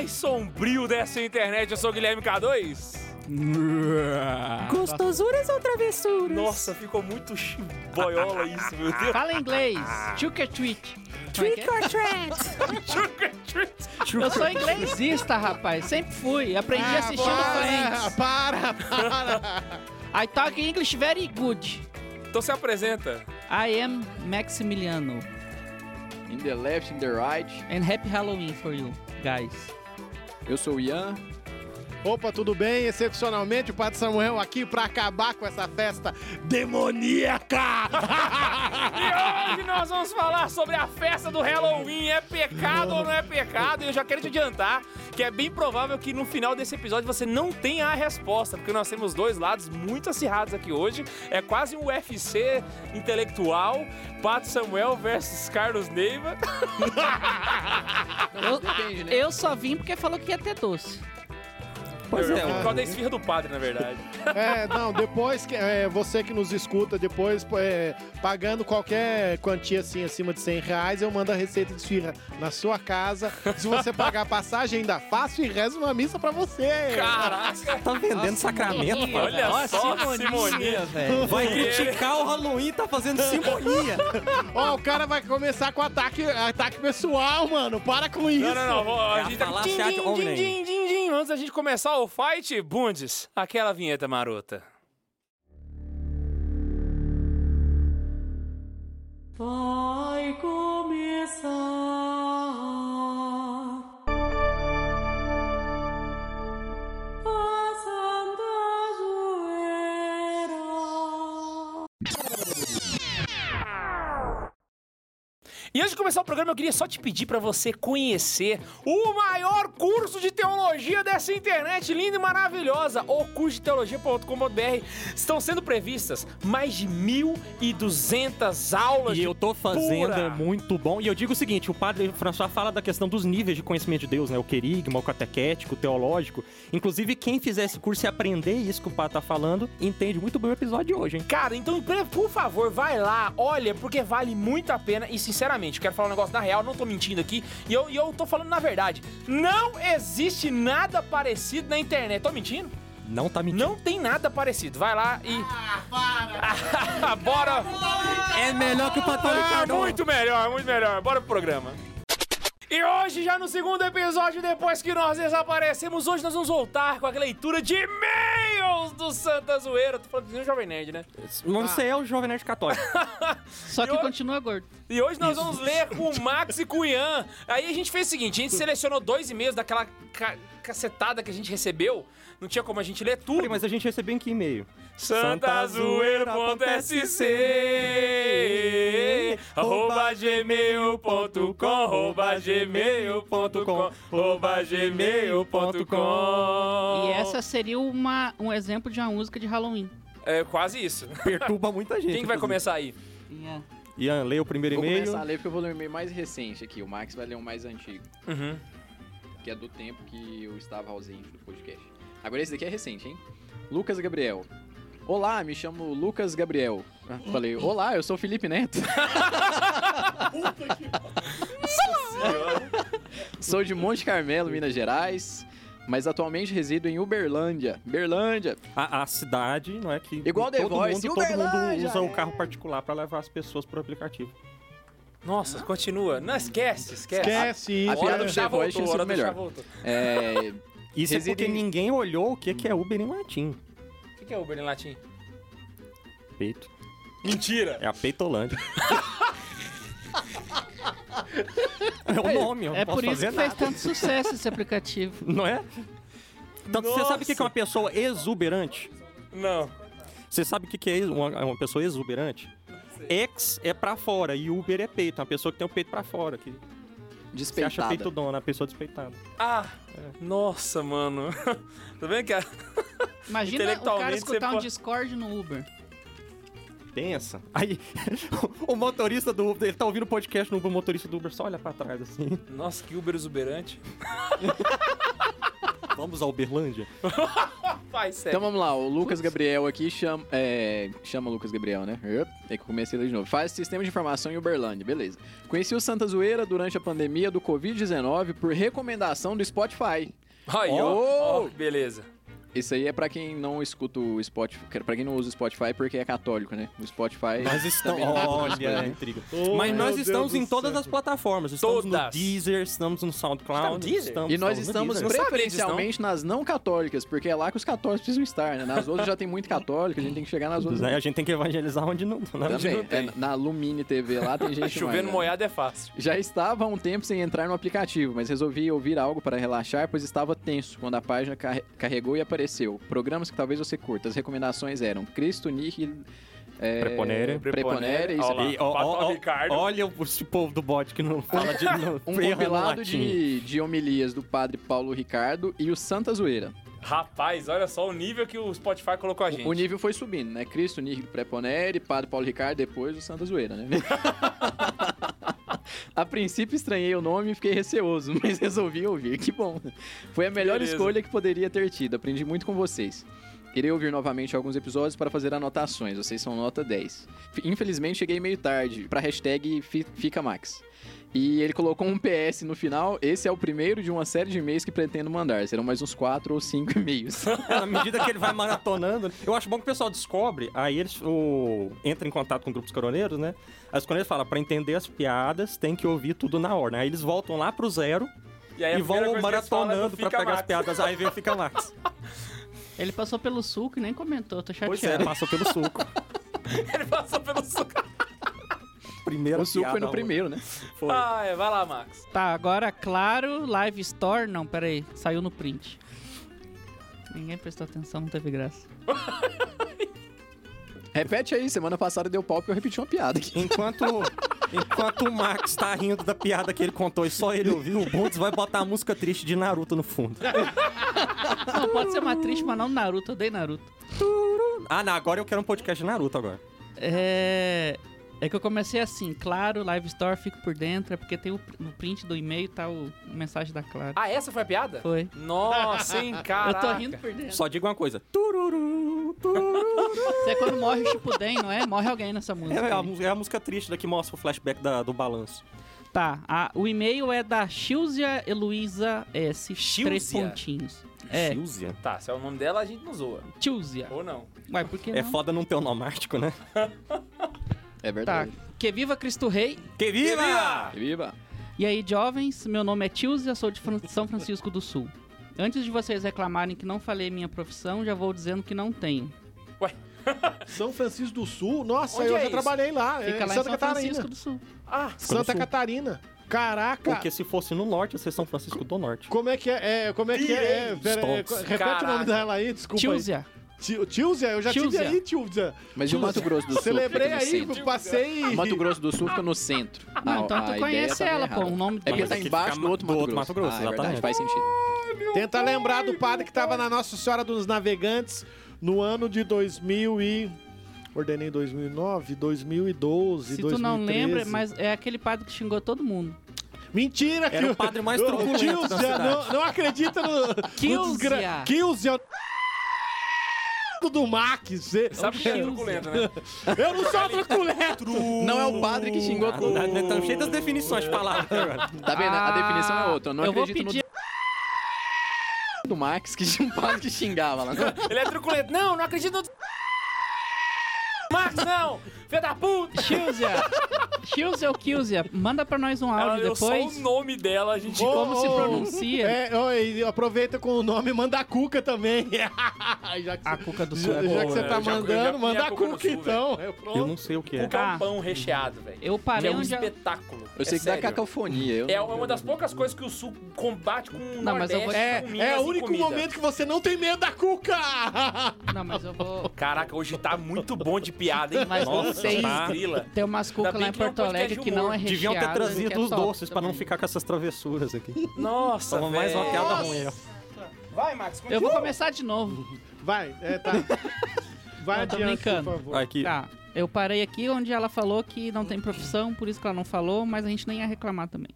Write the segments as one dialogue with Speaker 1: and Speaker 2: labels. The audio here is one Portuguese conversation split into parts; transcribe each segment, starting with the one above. Speaker 1: tá sombrio dessa internet. Eu sou o Guilherme K2.
Speaker 2: Gostosuras ou travessuras?
Speaker 1: Nossa, ficou muito chi- boiola isso, meu Deus.
Speaker 3: Fala em inglês. Trick or treat. Como é que é?
Speaker 2: Trick or treat?
Speaker 3: Eu sou inglesista, rapaz. Sempre fui. Aprendi
Speaker 2: Ah,
Speaker 3: assistindo Friends.
Speaker 4: para, para.
Speaker 3: I talk English very good.
Speaker 1: Então se apresenta.
Speaker 3: I am Maximiliano.
Speaker 5: In the left, in the right.
Speaker 3: And happy Halloween for you, guys.
Speaker 5: Eu sou o Ian.
Speaker 4: Opa, tudo bem? Excepcionalmente, o Padre Samuel aqui pra acabar com essa festa demoníaca.
Speaker 1: E hoje nós vamos falar sobre a festa do Halloween. É pecado ou não é pecado? E eu já quero te adiantar que é bem provável que no final desse episódio você não tenha a resposta, porque nós temos dois lados muito acirrados aqui hoje. É quase um UFC intelectual. Pato Samuel versus Carlos Neiva.
Speaker 3: Eu,
Speaker 5: Depende, né?
Speaker 3: eu só vim porque falou que ia ter doce.
Speaker 1: Pois é, por causa da esfirra do padre, na verdade.
Speaker 4: é, não, depois que é, você que nos escuta, depois é, pagando qualquer quantia assim acima de 100 reais, eu mando a receita de esfirra na sua casa. Se você pagar a passagem, ainda faço e rezo uma missa pra você.
Speaker 1: Caraca!
Speaker 2: tá vendendo sacramento,
Speaker 3: Simone.
Speaker 2: mano.
Speaker 1: Olha
Speaker 3: Ó,
Speaker 1: só,
Speaker 3: Simonia,
Speaker 1: Simonia.
Speaker 2: velho. Vai criticar o Halloween, tá fazendo simonia.
Speaker 4: Ó, o cara vai começar com ataque, ataque pessoal, mano. Para com isso.
Speaker 1: Não, não, não. vou-
Speaker 2: É a
Speaker 1: A gente tá...
Speaker 2: falácia
Speaker 1: Din, din, din,
Speaker 2: omnem.
Speaker 1: din, din, din. Antes da gente começar o fight, Bundes, aquela vinheta marota.
Speaker 6: Vai começar a Santa Joera.
Speaker 1: E antes de começar o programa, eu queria só te pedir pra você conhecer o maior curso de teologia dessa internet linda e maravilhosa, o cursodeteologia.com.br. Estão sendo previstas mais de 1.200 aulas
Speaker 7: E
Speaker 1: de
Speaker 7: eu tô fazendo,
Speaker 1: pura.
Speaker 7: é muito bom. E eu digo o seguinte, o padre François fala da questão dos níveis de conhecimento de Deus, né? O querigma, o catequético, o teológico. Inclusive, quem fizer esse curso e aprender isso que o padre tá falando, entende muito bem o episódio de hoje, hein?
Speaker 1: Cara, então, pre- por favor, vai lá, olha, porque vale muito a pena. E, sinceramente, eu quero falar um negócio na real, não tô mentindo aqui. E eu, e eu tô falando na verdade. Não existe nada parecido na internet. Tô mentindo?
Speaker 7: Não tá mentindo.
Speaker 1: Não tem nada parecido. Vai lá e. Ah, para! Bora!
Speaker 2: É melhor que o Pato
Speaker 1: Ah,
Speaker 2: Ricardo.
Speaker 1: muito melhor, muito melhor. Bora pro programa. E hoje, já no segundo episódio, depois que nós desaparecemos, hoje nós vamos voltar com a leitura de e-mails do Santa Zoeira. Tô falando do Jovem Nerd, né?
Speaker 7: Não, Você é o jovem nerd católico.
Speaker 3: Só que
Speaker 1: Eu-
Speaker 3: continua gordo.
Speaker 1: E hoje nós vamos ler com o Max e com o Ian. Aí a gente fez o seguinte, a gente selecionou dois e-mails daquela ca- cacetada que a gente recebeu. Não tinha como a gente ler tudo.
Speaker 7: Peraí, mas a gente recebeu em que e-mail?
Speaker 1: santazoeiro.sc arroba gmail.com arroba gmail.com arroba gmail.com
Speaker 2: Oh.
Speaker 3: E essa seria uma, um exemplo de uma música de Halloween.
Speaker 1: É quase isso.
Speaker 7: Perturba muita gente.
Speaker 1: Quem que vai
Speaker 7: inclusive.
Speaker 1: começar aí?
Speaker 7: Ian, lê o primeiro
Speaker 5: Vou
Speaker 7: e-mail.
Speaker 5: começar a ler porque eu vou ler o e-mail mais recente aqui. O Max vai ler o mais antigo,
Speaker 1: Uhum.
Speaker 5: que é do tempo que eu estava ausente do podcast. Agora esse daqui é recente, hein? Lucas Gabriel. Olá, me chamo Lucas Gabriel. Ah, Falei, olá, eu sou o Felipe Neto. Sou de Monte Carmelo, Minas Gerais, mas atualmente resido em Uberlândia. Berlândia.
Speaker 7: A, a cidade, não é que
Speaker 5: Igual The
Speaker 7: todo
Speaker 5: Voice,
Speaker 7: mundo, todo mundo
Speaker 5: Uberlândia,
Speaker 7: usa o
Speaker 5: é.
Speaker 7: carro particular pra levar as pessoas pro aplicativo.
Speaker 1: Nossa, continua. Não, esquece, esquece.
Speaker 4: Esquece
Speaker 5: A
Speaker 4: isso.
Speaker 5: piada
Speaker 1: Hora do
Speaker 5: do
Speaker 1: chá
Speaker 5: The Voice
Speaker 1: voltou,
Speaker 5: tinha
Speaker 1: hora do chá
Speaker 5: sido melhor.
Speaker 1: voltou.
Speaker 5: É,
Speaker 7: Isso
Speaker 5: Reside
Speaker 7: é porque
Speaker 5: em-
Speaker 7: ninguém olhou o que que é Uber em latim.
Speaker 1: O que que é Uber em latim?
Speaker 7: Peito.
Speaker 1: Mentira!
Speaker 7: É a Peitolândia. é o nome, eu não
Speaker 3: É
Speaker 7: posso
Speaker 3: por isso
Speaker 7: fazer
Speaker 3: que fez
Speaker 7: nada.
Speaker 3: tanto sucesso esse aplicativo.
Speaker 7: Não é? Então, você sabe o que que é uma pessoa exuberante?
Speaker 1: Não.
Speaker 7: Você sabe o que que é uma, uma pessoa exuberante? Ex é pra fora e Uber é peito. É uma pessoa que tem o peito pra fora. Que você acha
Speaker 5: despeitada.
Speaker 7: peito dona, a pessoa despeitada.
Speaker 1: Ah, nossa, mano. tá vendo que a...
Speaker 3: Imagina o cara
Speaker 1: Intelectualmente, você
Speaker 3: escutar um
Speaker 1: pode-
Speaker 3: Discord no Uber.
Speaker 7: Pensa. Aí, o motorista do Uber, ele tá ouvindo o podcast no Uber, o motorista do Uber só olha pra trás assim.
Speaker 1: Nossa, que Uber exuberante.
Speaker 7: Vamos à Uberlândia?
Speaker 1: Vai, sério.
Speaker 5: Então vamos lá, o Lucas Gabriel aqui chama. É, chama o Lucas Gabriel, né? Up, É que eu comecei a ler de novo. Faz sistema de informação em Uberlândia, beleza. Conheci o Santa Zoeira durante a pandemia do Covid-19 por recomendação do Spotify.
Speaker 1: Aí, ó.
Speaker 5: Oh!
Speaker 1: ó, que beleza.
Speaker 5: Isso aí é pra quem não escuta o Spotify, quer- pra quem não usa o Spotify porque é católico, né? O Spotify.
Speaker 7: Nós estamos.
Speaker 5: também não ajuda essas
Speaker 7: Olha,
Speaker 5: coisas,
Speaker 7: a
Speaker 5: né?
Speaker 7: intriga.
Speaker 4: Oh,
Speaker 7: Mas
Speaker 4: meu
Speaker 7: nós
Speaker 4: Deus
Speaker 7: estamos
Speaker 4: do
Speaker 7: em todas
Speaker 4: céu.
Speaker 7: as plataformas. Estamos
Speaker 1: Todas.
Speaker 7: no Deezer, estamos no
Speaker 1: Está no
Speaker 7: SoundCloud.
Speaker 1: Deezer?
Speaker 7: estamos-
Speaker 5: E nós
Speaker 7: no
Speaker 5: estamos
Speaker 7: Deezer.
Speaker 1: sabia disso,
Speaker 5: preferencialmente nas não católicas, porque é lá que os católicos precisam estar, né? Nas outras já tem muito católico, a gente tem que chegar nas outras.
Speaker 7: Aí Né, A gente tem que evangelizar onde não. Né?
Speaker 5: Também.
Speaker 1: tem.
Speaker 5: É, na Lumine TV lá tem gente mais,
Speaker 1: Chovendo
Speaker 5: né?
Speaker 1: moiado é fácil.
Speaker 5: Já estava há um tempo sem entrar no aplicativo, mas resolvi ouvir algo para relaxar, pois estava tenso quando a página carre- carregou e apareceu. Programas que talvez você curta. As recomendações eram Cristo, Nihil... É...
Speaker 7: Preponere.
Speaker 5: Preponere, isso
Speaker 1: Olha lá.
Speaker 5: aí.
Speaker 7: E, ó,
Speaker 1: Pato
Speaker 7: ó, ó,
Speaker 1: Ricardo.
Speaker 7: olha o esse povo do bot que não fala de não
Speaker 5: Um
Speaker 7: erra no
Speaker 5: compilado
Speaker 7: latim.
Speaker 5: de, de homilias do padre Paulo Ricardo e o Santa Zoeira.
Speaker 1: Rapaz, olha só o nível que o Spotify colocou a gente.
Speaker 5: O nível foi subindo, né? Cristo, Nihil Preponere, Padre Paulo Ricardo, depois o Santa Zoeira, né? a princípio estranhei o nome e fiquei receoso, mas resolvi ouvir. Que bom. Foi a melhor
Speaker 1: Beleza.
Speaker 5: escolha que poderia ter tido. Aprendi muito com vocês. Irei ouvir novamente alguns episódios para fazer anotações. Vocês são nota 10. F- Infelizmente cheguei meio tarde para hashtag fi- Fica Max. E ele colocou um PS no final. Esse é o primeiro de uma série de e-mails que pretendo mandar. Serão mais uns 4 ou 5 e-mails.
Speaker 7: Na medida que ele vai maratonando. Eu acho bom que o pessoal descobre, aí eles o, entra em contato com grupos coroneiros, né? Aí os coroneiros falam, pra entender as piadas, tem que ouvir tudo na hora. Aí eles voltam lá pro zero
Speaker 1: aí a
Speaker 7: e
Speaker 1: primeira
Speaker 7: vão
Speaker 1: coisa que eles falam é do
Speaker 7: maratonando pra
Speaker 1: Fica
Speaker 7: pegar as
Speaker 1: Max.
Speaker 7: piadas. Aí vem o Fica Max.
Speaker 3: Ele passou pelo suco e nem comentou, tô chateado.
Speaker 7: Pois é, passou pelo suco.
Speaker 1: Ele passou pelo suco.
Speaker 7: Primeiro
Speaker 5: O suco foi no primeiro, né?
Speaker 7: Foi.
Speaker 1: Ah, é, vai lá, Max.
Speaker 3: Tá, agora, claro, Live Store. Não, peraí, saiu no print. Ninguém prestou atenção, não teve graça.
Speaker 5: Repete aí, semana passada deu pau porque eu repeti uma piada aqui.
Speaker 7: Enquanto, enquanto o Max tá rindo da piada que ele contou e só ele ouviu, o Bundes vai botar a música triste de Naruto no fundo.
Speaker 3: Não, pode ser uma triste, mas não Naruto, eu odeio Naruto.
Speaker 7: Ah, não, agora eu quero um podcast de Naruto agora.
Speaker 3: É. É que eu comecei assim, claro, Live Store, fico por dentro, é porque tem o, no print do e-mail tá o a mensagem da Claro.
Speaker 1: Ah, essa foi a piada?
Speaker 3: Foi.
Speaker 1: Nossa, hein, cara.
Speaker 3: Eu tô rindo por dentro.
Speaker 7: Só digo uma coisa. Tururu, tururu.
Speaker 3: Isso é quando morre o Chipuden, não é? Morre alguém nessa música.
Speaker 7: É, a,
Speaker 3: aí.
Speaker 7: mu- é a música triste daqui mostra o flashback da- do balanço.
Speaker 3: Tá, a- o e-mail é da Chilzia Heloísa S. Três
Speaker 1: Chilzia?
Speaker 3: pontinhos. É,
Speaker 7: Chilzia.
Speaker 1: Tá, se é o nome dela, a gente não zoa.
Speaker 3: Chilzia.
Speaker 1: Ou não.
Speaker 3: Ué, por que
Speaker 7: É
Speaker 3: não?
Speaker 7: foda não ter um nomático, né?
Speaker 3: Tá,
Speaker 5: É verdade.
Speaker 3: que viva Cristo Rei.
Speaker 7: Que viva!
Speaker 3: Tá.
Speaker 5: Viva!
Speaker 3: E aí, jovens, meu nome é Tilzia, sou de Fran- São Francisco do Sul. Antes de vocês reclamarem que não falei minha profissão, já vou dizendo que não tenho.
Speaker 4: São Francisco do Sul? Nossa,
Speaker 1: Onde
Speaker 4: eu
Speaker 1: é
Speaker 4: já
Speaker 1: isso?
Speaker 4: trabalhei lá.
Speaker 3: Fica lá
Speaker 4: é,
Speaker 3: em
Speaker 4: Santa
Speaker 3: São
Speaker 4: Catarina.
Speaker 3: Francisco do Sul.
Speaker 1: Ah,
Speaker 4: Santa
Speaker 7: Sul.
Speaker 4: Catarina. Caraca.
Speaker 7: Porque se fosse no norte, vocês são Francisco do Norte.
Speaker 4: Como é que é? é, como é que é? é pera, é,
Speaker 7: Stonks.
Speaker 4: repete o
Speaker 1: Caraca.
Speaker 4: nome dela aí, desculpa. aí.
Speaker 3: Tilzia.
Speaker 4: Tio- Tilzia, eu Ah, já tive
Speaker 3: Tilzia.
Speaker 4: aí, Tilzia.
Speaker 5: Mas e o Mato Grosso do Sul?
Speaker 4: Celebrei
Speaker 5: Fica no
Speaker 4: aí,
Speaker 5: centro.
Speaker 4: passei.
Speaker 5: O Mato Grosso do Sul fica no centro.
Speaker 1: Ah,
Speaker 3: Não, então
Speaker 5: A- a
Speaker 3: tu
Speaker 5: ideia
Speaker 3: conhece
Speaker 5: tá
Speaker 3: ela,
Speaker 5: errada.
Speaker 3: pô, o nome
Speaker 5: É
Speaker 3: dela.
Speaker 5: porque
Speaker 7: Mas
Speaker 5: tá
Speaker 7: aqui
Speaker 5: embaixo
Speaker 7: fica
Speaker 5: do outro
Speaker 7: do
Speaker 5: Mato
Speaker 7: outro
Speaker 5: Grosso.
Speaker 7: Mato Grosso,
Speaker 5: ah, é verdade,
Speaker 7: exatamente.
Speaker 5: faz sentido.
Speaker 4: Tenta lembrar do padre que tava na Nossa Senhora dos Navegantes no ano de 2000 e... Ordenei em 2009, 2012,
Speaker 3: Se
Speaker 4: 2013.
Speaker 3: tu não lembra, mas é aquele padre que xingou todo mundo.
Speaker 4: Mentira!
Speaker 7: Era o padre mais
Speaker 4: Ô,
Speaker 7: truculento da
Speaker 4: Tilzia,
Speaker 7: cidade.
Speaker 4: não, não acredita no...
Speaker 3: Kilzia.
Speaker 4: Kilzia. Do Mac, você...
Speaker 1: sabe que é truculento, né?
Speaker 4: Eu não sou truculento!
Speaker 5: Não é o padre que xingou todo mundo.
Speaker 7: Estamos cheios Tá, das definições de palavras né, agora.
Speaker 5: Tá vendo? A definição é outra. Eu não
Speaker 3: Ah, eu vou
Speaker 5: acredito
Speaker 3: pedir.
Speaker 5: no do Max, que tinha um padre que xingava lá.
Speaker 1: Ele é truculento. Não, não acredito no... Max, não! Filha da puta!
Speaker 3: Tilzia. Tilzia ou Kilzia, manda pra nós um
Speaker 1: Ela
Speaker 4: Ah,
Speaker 3: áudio
Speaker 1: deu só
Speaker 3: depois
Speaker 1: o nome dela, a gente...
Speaker 3: de como se
Speaker 4: Oh, oh.
Speaker 3: pronuncia.
Speaker 4: É, ó, e aproveita com o nome e manda a cuca também. já que
Speaker 3: A
Speaker 4: você,
Speaker 3: cuca do
Speaker 4: já-
Speaker 3: sul é
Speaker 4: já
Speaker 3: boa,
Speaker 4: que você
Speaker 1: né?
Speaker 4: tá
Speaker 1: Eu já- eu já
Speaker 4: mandando,
Speaker 1: comi
Speaker 4: manda
Speaker 1: a
Speaker 4: a
Speaker 1: cuca no
Speaker 4: cuca,
Speaker 1: sul,
Speaker 4: então. É, pronto.
Speaker 7: Eu não sei o que é.
Speaker 1: O é
Speaker 3: Ah.
Speaker 1: um pão recheado, velho.
Speaker 3: Eu parei
Speaker 1: É um
Speaker 3: onde... a-
Speaker 1: espetáculo.
Speaker 5: Eu sei
Speaker 1: é
Speaker 5: que
Speaker 1: sério.
Speaker 5: dá cacofonia. Eu...
Speaker 1: É uma das poucas coisas que o Sul combate com o
Speaker 3: Não, mas eu
Speaker 1: Nordeste,
Speaker 3: vou-
Speaker 4: É,
Speaker 1: com
Speaker 4: é
Speaker 1: Minas
Speaker 4: o
Speaker 1: e
Speaker 4: único
Speaker 1: assim comida.
Speaker 4: momento que você não tem medo da cuca!
Speaker 3: Não, mas eu vou...
Speaker 1: Caraca, hoje tá muito bom de piada, hein?
Speaker 3: Mas
Speaker 7: Nossa,
Speaker 3: vocês...
Speaker 7: tá.
Speaker 1: grila.
Speaker 3: Tem umas cucas
Speaker 1: Ainda
Speaker 3: lá
Speaker 1: bem
Speaker 3: em
Speaker 1: que não é um
Speaker 3: Porto Alegre
Speaker 1: podcast
Speaker 3: que
Speaker 1: de humor.
Speaker 3: não é recheada.
Speaker 7: Deviam ter
Speaker 3: que
Speaker 7: trazido
Speaker 3: é
Speaker 7: os
Speaker 3: top
Speaker 7: doces pra não
Speaker 3: também.
Speaker 7: ficar com essas travessuras aqui.
Speaker 1: Nossa,
Speaker 7: Toma mais uma
Speaker 1: véi.
Speaker 7: piada ruim. ó.
Speaker 1: Vai, Max,
Speaker 3: Eu vou começar de novo.
Speaker 4: Vai, é, tá. Vai
Speaker 3: Não, tô
Speaker 4: adiante, por
Speaker 3: brincando.
Speaker 4: favor.
Speaker 7: Vai aqui.
Speaker 3: Tá, eu parei aqui onde ela falou que não tem profissão, por isso que ela não falou, mas a gente nem ia reclamar também.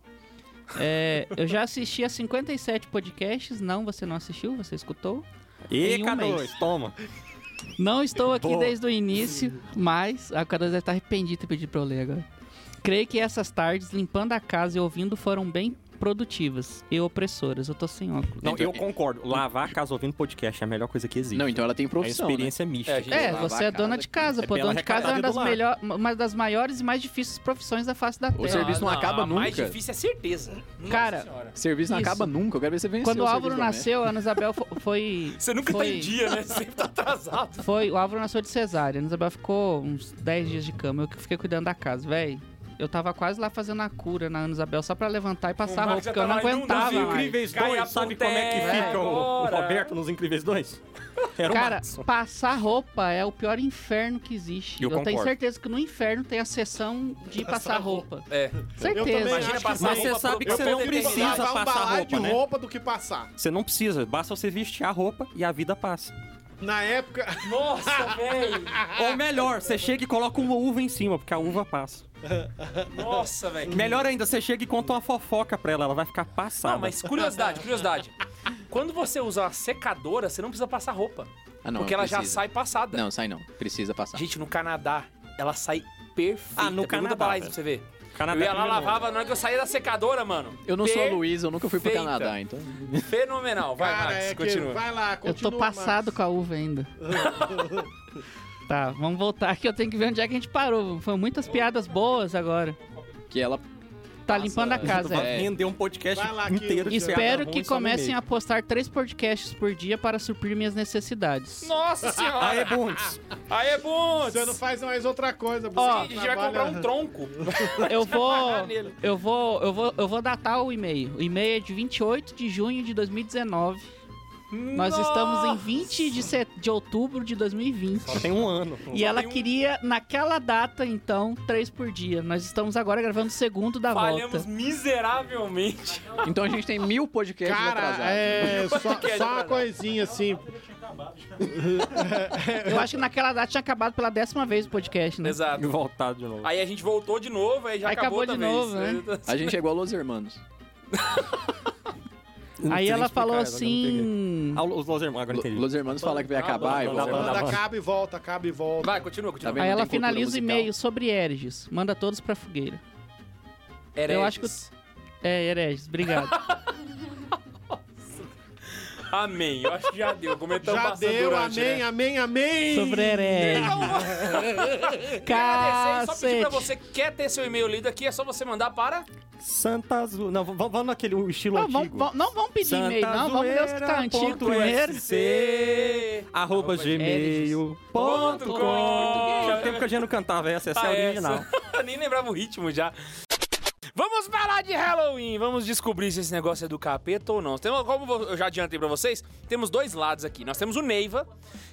Speaker 3: É, eu já assisti a 57 podcasts, não, você não assistiu, você escutou.
Speaker 7: E
Speaker 3: Em um
Speaker 7: K2,
Speaker 3: mês.
Speaker 7: toma.
Speaker 3: Não estou aqui
Speaker 7: Boa.
Speaker 3: desde o início, mas a Cadu deve estar arrependido de ter pedido pra eu ler agora. Creio que essas tardes, limpando a casa e ouvindo, foram bem produtivas e opressoras. Eu tô sem óculos.
Speaker 7: Não,
Speaker 5: Então,
Speaker 7: eu concordo. Lavar a casa ouvindo podcast é a melhor coisa que existe.
Speaker 5: Não, então ela tem
Speaker 7: é
Speaker 5: profissão. né?
Speaker 7: experiência mística.
Speaker 1: É, gente,
Speaker 3: É,
Speaker 5: lavar
Speaker 3: você
Speaker 5: a
Speaker 3: é dona
Speaker 5: casa,
Speaker 3: de casa,
Speaker 7: é
Speaker 3: pô.
Speaker 7: bela
Speaker 3: Dona de casa é uma
Speaker 7: recatada
Speaker 3: das,
Speaker 7: do lar.
Speaker 3: melhor, uma das maiores e mais difíceis profissões da face da
Speaker 5: O
Speaker 3: Terra.
Speaker 5: serviço não acaba
Speaker 1: a Ah, mais
Speaker 5: nunca.
Speaker 1: difícil é certeza. Nossa
Speaker 3: Cara,
Speaker 1: Senhora.
Speaker 5: Serviço não
Speaker 3: Isso.
Speaker 5: acaba nunca. Eu quero ver você vencer.
Speaker 3: Quando
Speaker 1: é
Speaker 3: o
Speaker 5: serviço
Speaker 3: Álvaro
Speaker 5: doméstico.
Speaker 3: nasceu, a Ana Isabel fo- foi.
Speaker 1: né? Você nunca
Speaker 3: foi,
Speaker 1: tá em dia, né? Você sempre tá atrasado.
Speaker 3: Foi, o Álvaro nasceu de cesárea. A Ana Isabel ficou uns 10 dias de cama. Eu que fiquei cuidando da casa, véi. Eu tava quase lá fazendo a cura na Ana Isabel, só pra levantar e passar
Speaker 1: O
Speaker 3: roupa,
Speaker 1: Marcos já
Speaker 3: porque eu não
Speaker 1: tava lá, não
Speaker 3: aguentava.
Speaker 1: duvido,
Speaker 3: mais.
Speaker 7: Incríveis
Speaker 1: Cai a
Speaker 7: 2, sabe como é que
Speaker 1: ponteira
Speaker 7: fica o, o
Speaker 1: agora.
Speaker 7: Roberto nos Incríveis 2? Era o
Speaker 3: Cara,
Speaker 7: Matson.
Speaker 3: passar roupa é o pior inferno que existe.
Speaker 7: Eu
Speaker 3: tenho
Speaker 7: concordo.
Speaker 3: certeza que no inferno tem a sção de passar roupa.
Speaker 1: É.
Speaker 3: Certeza.
Speaker 4: também
Speaker 1: Imagina
Speaker 4: acho
Speaker 1: passar
Speaker 7: Mas você
Speaker 1: roupa
Speaker 7: sabe
Speaker 1: pro-
Speaker 7: que você
Speaker 1: pra
Speaker 7: não
Speaker 1: determinado-
Speaker 7: precisa
Speaker 4: Lavar um
Speaker 7: passar
Speaker 4: balai
Speaker 7: roupa,
Speaker 4: de
Speaker 7: né?
Speaker 4: roupa do que passar.
Speaker 7: Você não precisa, basta você vestir a roupa e a vida passa.
Speaker 4: Na época,
Speaker 1: Nossa, velho.
Speaker 7: Ou melhor, você chega e coloca uma uva em cima, porque a uva passa.
Speaker 1: Nossa, velho.
Speaker 7: Melhor ainda, você chega e conta uma fofoca pra ela, ela vai ficar passada.
Speaker 1: Não, mas curiosidade, curiosidade. Quando você usa uma secadora, você não precisa passar roupa.
Speaker 5: Ah, não,
Speaker 1: porque ela já
Speaker 5: precisa.
Speaker 1: sai passada.
Speaker 5: Não, sai não. Precisa passar.
Speaker 1: Gente, no Canadá, ela sai perfeita.
Speaker 7: Ah,
Speaker 1: Pergunta
Speaker 7: no Canadá,
Speaker 1: pra Laís
Speaker 7: velho.
Speaker 1: pra você ver.
Speaker 7: Canadá é
Speaker 1: eu ia lá,
Speaker 7: primeiro mundo.
Speaker 1: lavava, na hora que eu saía da secadora, mano.
Speaker 5: eu não sou
Speaker 1: Per-
Speaker 5: o Luiz, eu nunca fui pro
Speaker 1: perfeita.
Speaker 5: Canadá, então.
Speaker 1: Fenomenal. Vai,
Speaker 4: cara,
Speaker 1: Max,
Speaker 4: é que...
Speaker 1: continua.
Speaker 4: Vai lá,
Speaker 3: Eu
Speaker 4: continua.
Speaker 3: tô passado com a uva ainda. tá, vamos voltar que eu tenho que ver onde é que a gente parou. Foram muitas piadas boas agora.
Speaker 5: Que ela.
Speaker 3: Tá
Speaker 5: Nossa,
Speaker 3: limpando a
Speaker 5: é.
Speaker 3: casa.
Speaker 7: Vai
Speaker 5: É.
Speaker 7: render um podcast
Speaker 4: Vai lá, que
Speaker 7: inteiro. de
Speaker 4: eu-
Speaker 7: piada
Speaker 3: Espero
Speaker 7: ruim
Speaker 3: que
Speaker 7: só no
Speaker 3: comecem
Speaker 7: meio.
Speaker 3: a postar três podcasts por dia para suprir minhas necessidades.
Speaker 1: Nossa senhora.
Speaker 7: Aê, Bundes!
Speaker 1: Aê, bom.
Speaker 4: Você não faz mais outra coisa.
Speaker 1: Ó,
Speaker 4: Ó,
Speaker 1: a gente vai comprar um tronco.
Speaker 3: Eu vou,
Speaker 1: Vai nele.
Speaker 3: eu vou, eu vou, eu vou datar o e-mail. O e-mail é de 28 de junho de 2019. Nós estamos em 20 de, set... de outubro de 2020.
Speaker 7: Só tem um ano.
Speaker 3: E ela
Speaker 1: tem um.
Speaker 3: queria, naquela data, então, três por dia. Nós estamos agora gravando o segundo da
Speaker 1: Falhamos
Speaker 3: volta.
Speaker 1: miseravelmente.
Speaker 5: Então a gente tem mil podcasts atrasados.
Speaker 4: Cara, é só,
Speaker 1: podcast
Speaker 4: só uma
Speaker 1: atrasado.
Speaker 4: coisinha assim.
Speaker 3: Eu acho que naquela data tinha acabado pela décima vez o podcast,
Speaker 7: E
Speaker 3: né?
Speaker 1: Exato.
Speaker 7: voltar de novo.
Speaker 1: Aí a gente voltou de novo, aí já
Speaker 3: Aí acabou de
Speaker 1: também.
Speaker 3: novo, né?
Speaker 5: A gente é igual Los Hermanos.
Speaker 7: Não
Speaker 3: Aí
Speaker 7: sei
Speaker 3: ela
Speaker 7: explicar,
Speaker 3: falou
Speaker 7: agora eu não peguei.
Speaker 3: assim...
Speaker 7: Ah, os Los Hermanos, agora eu entendi.
Speaker 5: Los Hermanos fala que vai
Speaker 1: Ah,
Speaker 5: acabar e
Speaker 1: não, não,
Speaker 5: você
Speaker 7: não,
Speaker 5: vai-
Speaker 4: Manda,
Speaker 7: não.
Speaker 4: acaba e volta, acaba e volta.
Speaker 1: Vai, continua, continua.
Speaker 5: Tá vem,
Speaker 3: Aí
Speaker 5: não
Speaker 3: ela
Speaker 5: tem cultura
Speaker 3: finaliza o
Speaker 5: musical.
Speaker 3: e-mail sobre Erges. Manda todos pra fogueira.
Speaker 1: Hereges.
Speaker 3: eu acho que- É, Erges, obrigado.
Speaker 1: Amém. Eu acho que já deu. Comentamos
Speaker 4: Já
Speaker 1: bastante
Speaker 4: deu,
Speaker 1: então, durante,
Speaker 4: amém,
Speaker 1: né?
Speaker 4: amém, amém.
Speaker 3: sobre Erege.
Speaker 1: Então, Agradecer e só pedir pra
Speaker 3: Cacete.
Speaker 1: você que quer ter seu e-mail lido aqui, é só você mandar para...
Speaker 7: Santa Azul. Não, vamos vamos naquele estilo
Speaker 3: Não vamos,
Speaker 7: antigo.
Speaker 3: vamos- não vamos pedir e-mail, não. Vamos ler os que tá antigo primeiro.
Speaker 7: Santazoeira.sc, Arroba
Speaker 1: Ponto com.
Speaker 7: gmail.com Já tem que a gente não cantava essa, essa é a
Speaker 1: Ah,
Speaker 7: original.
Speaker 1: Eu nem lembrava o ritmo já. Vamos falar de Halloween, vamos descobrir se esse negócio é do capeta ou não. Temos, como vo- eu já adiantei pra vocês, temos dois lados aqui. Nós temos o Neiva,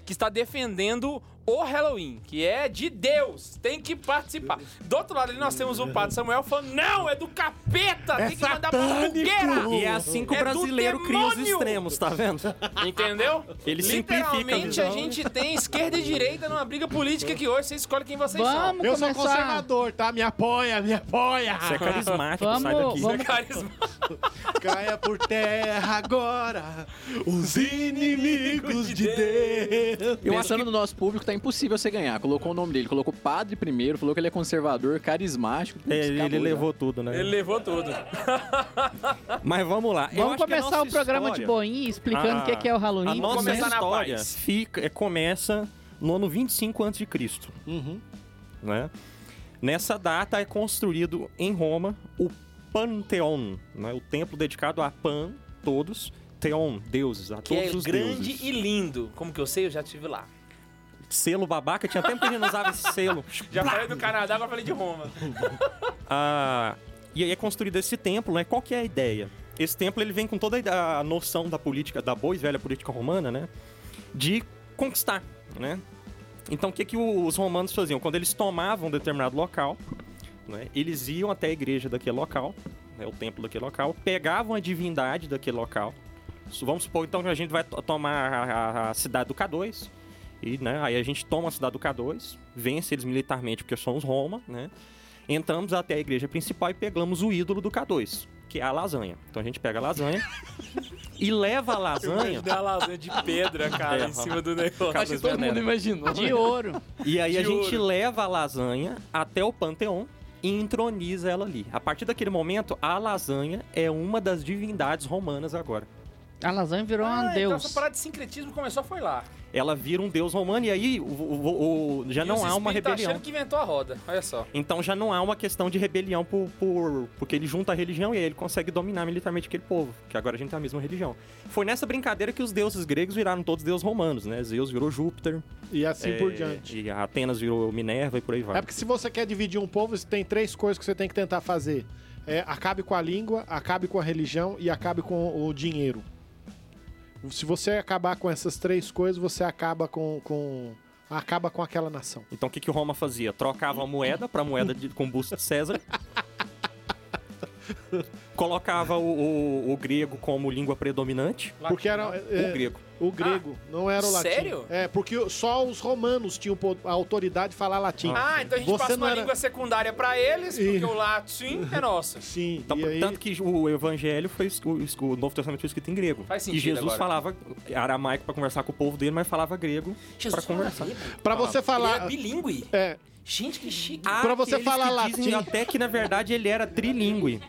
Speaker 1: que está defendendo o Halloween, que é de Deus, tem que participar. Do outro lado ali nós temos o Padre Samuel falando, não, é do capeta, tem
Speaker 7: É
Speaker 1: que mandar pra fogueira.
Speaker 7: E é assim que o
Speaker 1: É do
Speaker 7: brasileiro cria os
Speaker 1: demônio.
Speaker 7: extremos, tá vendo?
Speaker 1: Entendeu?
Speaker 7: Ele simplifica a
Speaker 1: Literalmente a
Speaker 7: visão.
Speaker 1: gente tem esquerda e direita numa briga política que hoje você escolhe quem vocês são.
Speaker 3: Vamos
Speaker 4: Eu sou
Speaker 3: começar.
Speaker 4: conservador, tá? Me apoia, me apoia.
Speaker 7: Você é
Speaker 1: Ah,
Speaker 7: carismático, sai
Speaker 3: Vamos-
Speaker 7: daqui.
Speaker 3: vamos-
Speaker 1: Carisma.
Speaker 4: Caia por terra agora os inimigos de Deus.
Speaker 7: Eu acho
Speaker 5: Pensando
Speaker 7: que
Speaker 5: no nosso público, tá impossível você ganhar. Colocou o nome dele, colocou padre primeiro, falou que ele é conservador, carismático. Putz,
Speaker 7: é, ele,
Speaker 5: acabou já.
Speaker 7: levou tudo, né?
Speaker 1: Ele levou tudo.
Speaker 7: Mas vamos lá. Eu
Speaker 3: Vamos
Speaker 7: acho que a
Speaker 3: começar o
Speaker 7: nossa
Speaker 3: programa de
Speaker 7: história-
Speaker 3: boinha, explicando o que é, que é o
Speaker 7: A
Speaker 3: Halloween.
Speaker 7: nossa
Speaker 1: Começar
Speaker 3: começa-
Speaker 1: na
Speaker 7: história
Speaker 1: paz.
Speaker 7: fica, é, começa no ano 25 a.C.
Speaker 1: Uhum.
Speaker 7: Né? Nessa data é construído em Roma o Panteon, né? o templo dedicado a Pan, todos, Theon, deuses, a
Speaker 1: Que é
Speaker 7: todos os
Speaker 1: grande
Speaker 7: deuses.
Speaker 1: e lindo. Como que eu sei? Eu já estive lá.
Speaker 7: Selo babaca, tinha tempo que a gente não usava esse selo.
Speaker 1: Já falei do Canadá, agora falei de Roma.
Speaker 7: Ah, e aí é construído esse templo, né? Qual que é a ideia? Esse templo ele vem com toda a ide- a noção da política, da boa e velha política romana, né? De conquistar, né? Então o que, que o- os romanos faziam? Quando eles tomavam um determinado local, né, eles iam até a igreja daquele local, né, o templo daquele local, pegavam a divindade daquele local. Su- Vamos supor então que a gente vai to- tomar a, a- a cidade do K2, e né, aí a gente toma a cidade do K2, vence eles militarmente porque somos Roma, né? Entramos até a igreja principal e pegamos o ídolo do K2, que é a lasanha. Então a gente pega a lasanha e leva a lasanha.
Speaker 1: Da lasanha de pedra, cara,
Speaker 7: É,
Speaker 1: em cima do negócio.
Speaker 5: Acho que todo mundo imaginou.
Speaker 3: De ouro.
Speaker 7: E aí a
Speaker 1: De
Speaker 7: gente
Speaker 1: ouro.
Speaker 7: leva a lasanha até o Panteão e introniza ela ali. A partir daquele momento, a lasanha é uma das divindades romanas agora.
Speaker 3: A lasanha virou
Speaker 1: Ah,
Speaker 3: um
Speaker 1: Então
Speaker 3: deus.
Speaker 1: essa parada de sincretismo começou, foi lá.
Speaker 7: Ela vira um deus romano e aí o- o- o- já
Speaker 1: E
Speaker 7: não
Speaker 1: os
Speaker 7: há uma
Speaker 1: espíritos tá
Speaker 7: rebelião.
Speaker 1: achando que inventou a roda. Olha só.
Speaker 7: Então já não há uma questão de rebelião por, por- porque ele junta a religião e aí ele consegue dominar militarmente aquele povo, que agora a gente tem a mesma religião. Foi nessa brincadeira que os deuses gregos viraram todos deuses romanos, né? Zeus virou Júpiter,
Speaker 4: E assim por
Speaker 7: é,
Speaker 4: diante.
Speaker 7: e Atenas virou Minerva e por aí vai.
Speaker 4: É porque se você quer dividir um povo, você tem três coisas que você tem que tentar fazer. É, acabe com a língua, acabe com a religião e acabe com o dinheiro. Se você acabar com essas três coisas, você acaba com, com- acaba com aquela nação.
Speaker 7: Então o que, que Roma fazia? Trocava a moeda pra moeda de, com busto de César. colocava o, o- o grego como língua predominante.
Speaker 4: Porque era é,
Speaker 7: o grego.
Speaker 4: o grego, não era o latim.
Speaker 1: sério?
Speaker 4: É, porque só os romanos tinham po- a autoridade de falar latim.
Speaker 1: Ah, então a gente
Speaker 4: Você
Speaker 1: passa
Speaker 4: não
Speaker 1: uma
Speaker 4: era-
Speaker 1: língua secundária pra eles, porque
Speaker 4: Ih.
Speaker 1: o latim é nosso.
Speaker 4: Sim,
Speaker 7: Então,
Speaker 4: e aí-
Speaker 7: Tanto que o evangelho foi es- o, es- o Novo Testamento foi escrito em grego.
Speaker 1: Faz
Speaker 7: e
Speaker 1: sentido
Speaker 7: Jesus
Speaker 1: agora.
Speaker 7: falava aramaico pra conversar com o povo dele, mas falava grego pra conversar.
Speaker 4: pra
Speaker 1: Ele
Speaker 4: você
Speaker 1: é
Speaker 4: falar...
Speaker 1: bilíngue.
Speaker 4: É,
Speaker 1: Gente, que chique.
Speaker 7: Há
Speaker 4: Pra você
Speaker 7: aqueles
Speaker 4: falar
Speaker 7: que dizem
Speaker 4: latim.
Speaker 7: Até que na verdade ele era trilingue.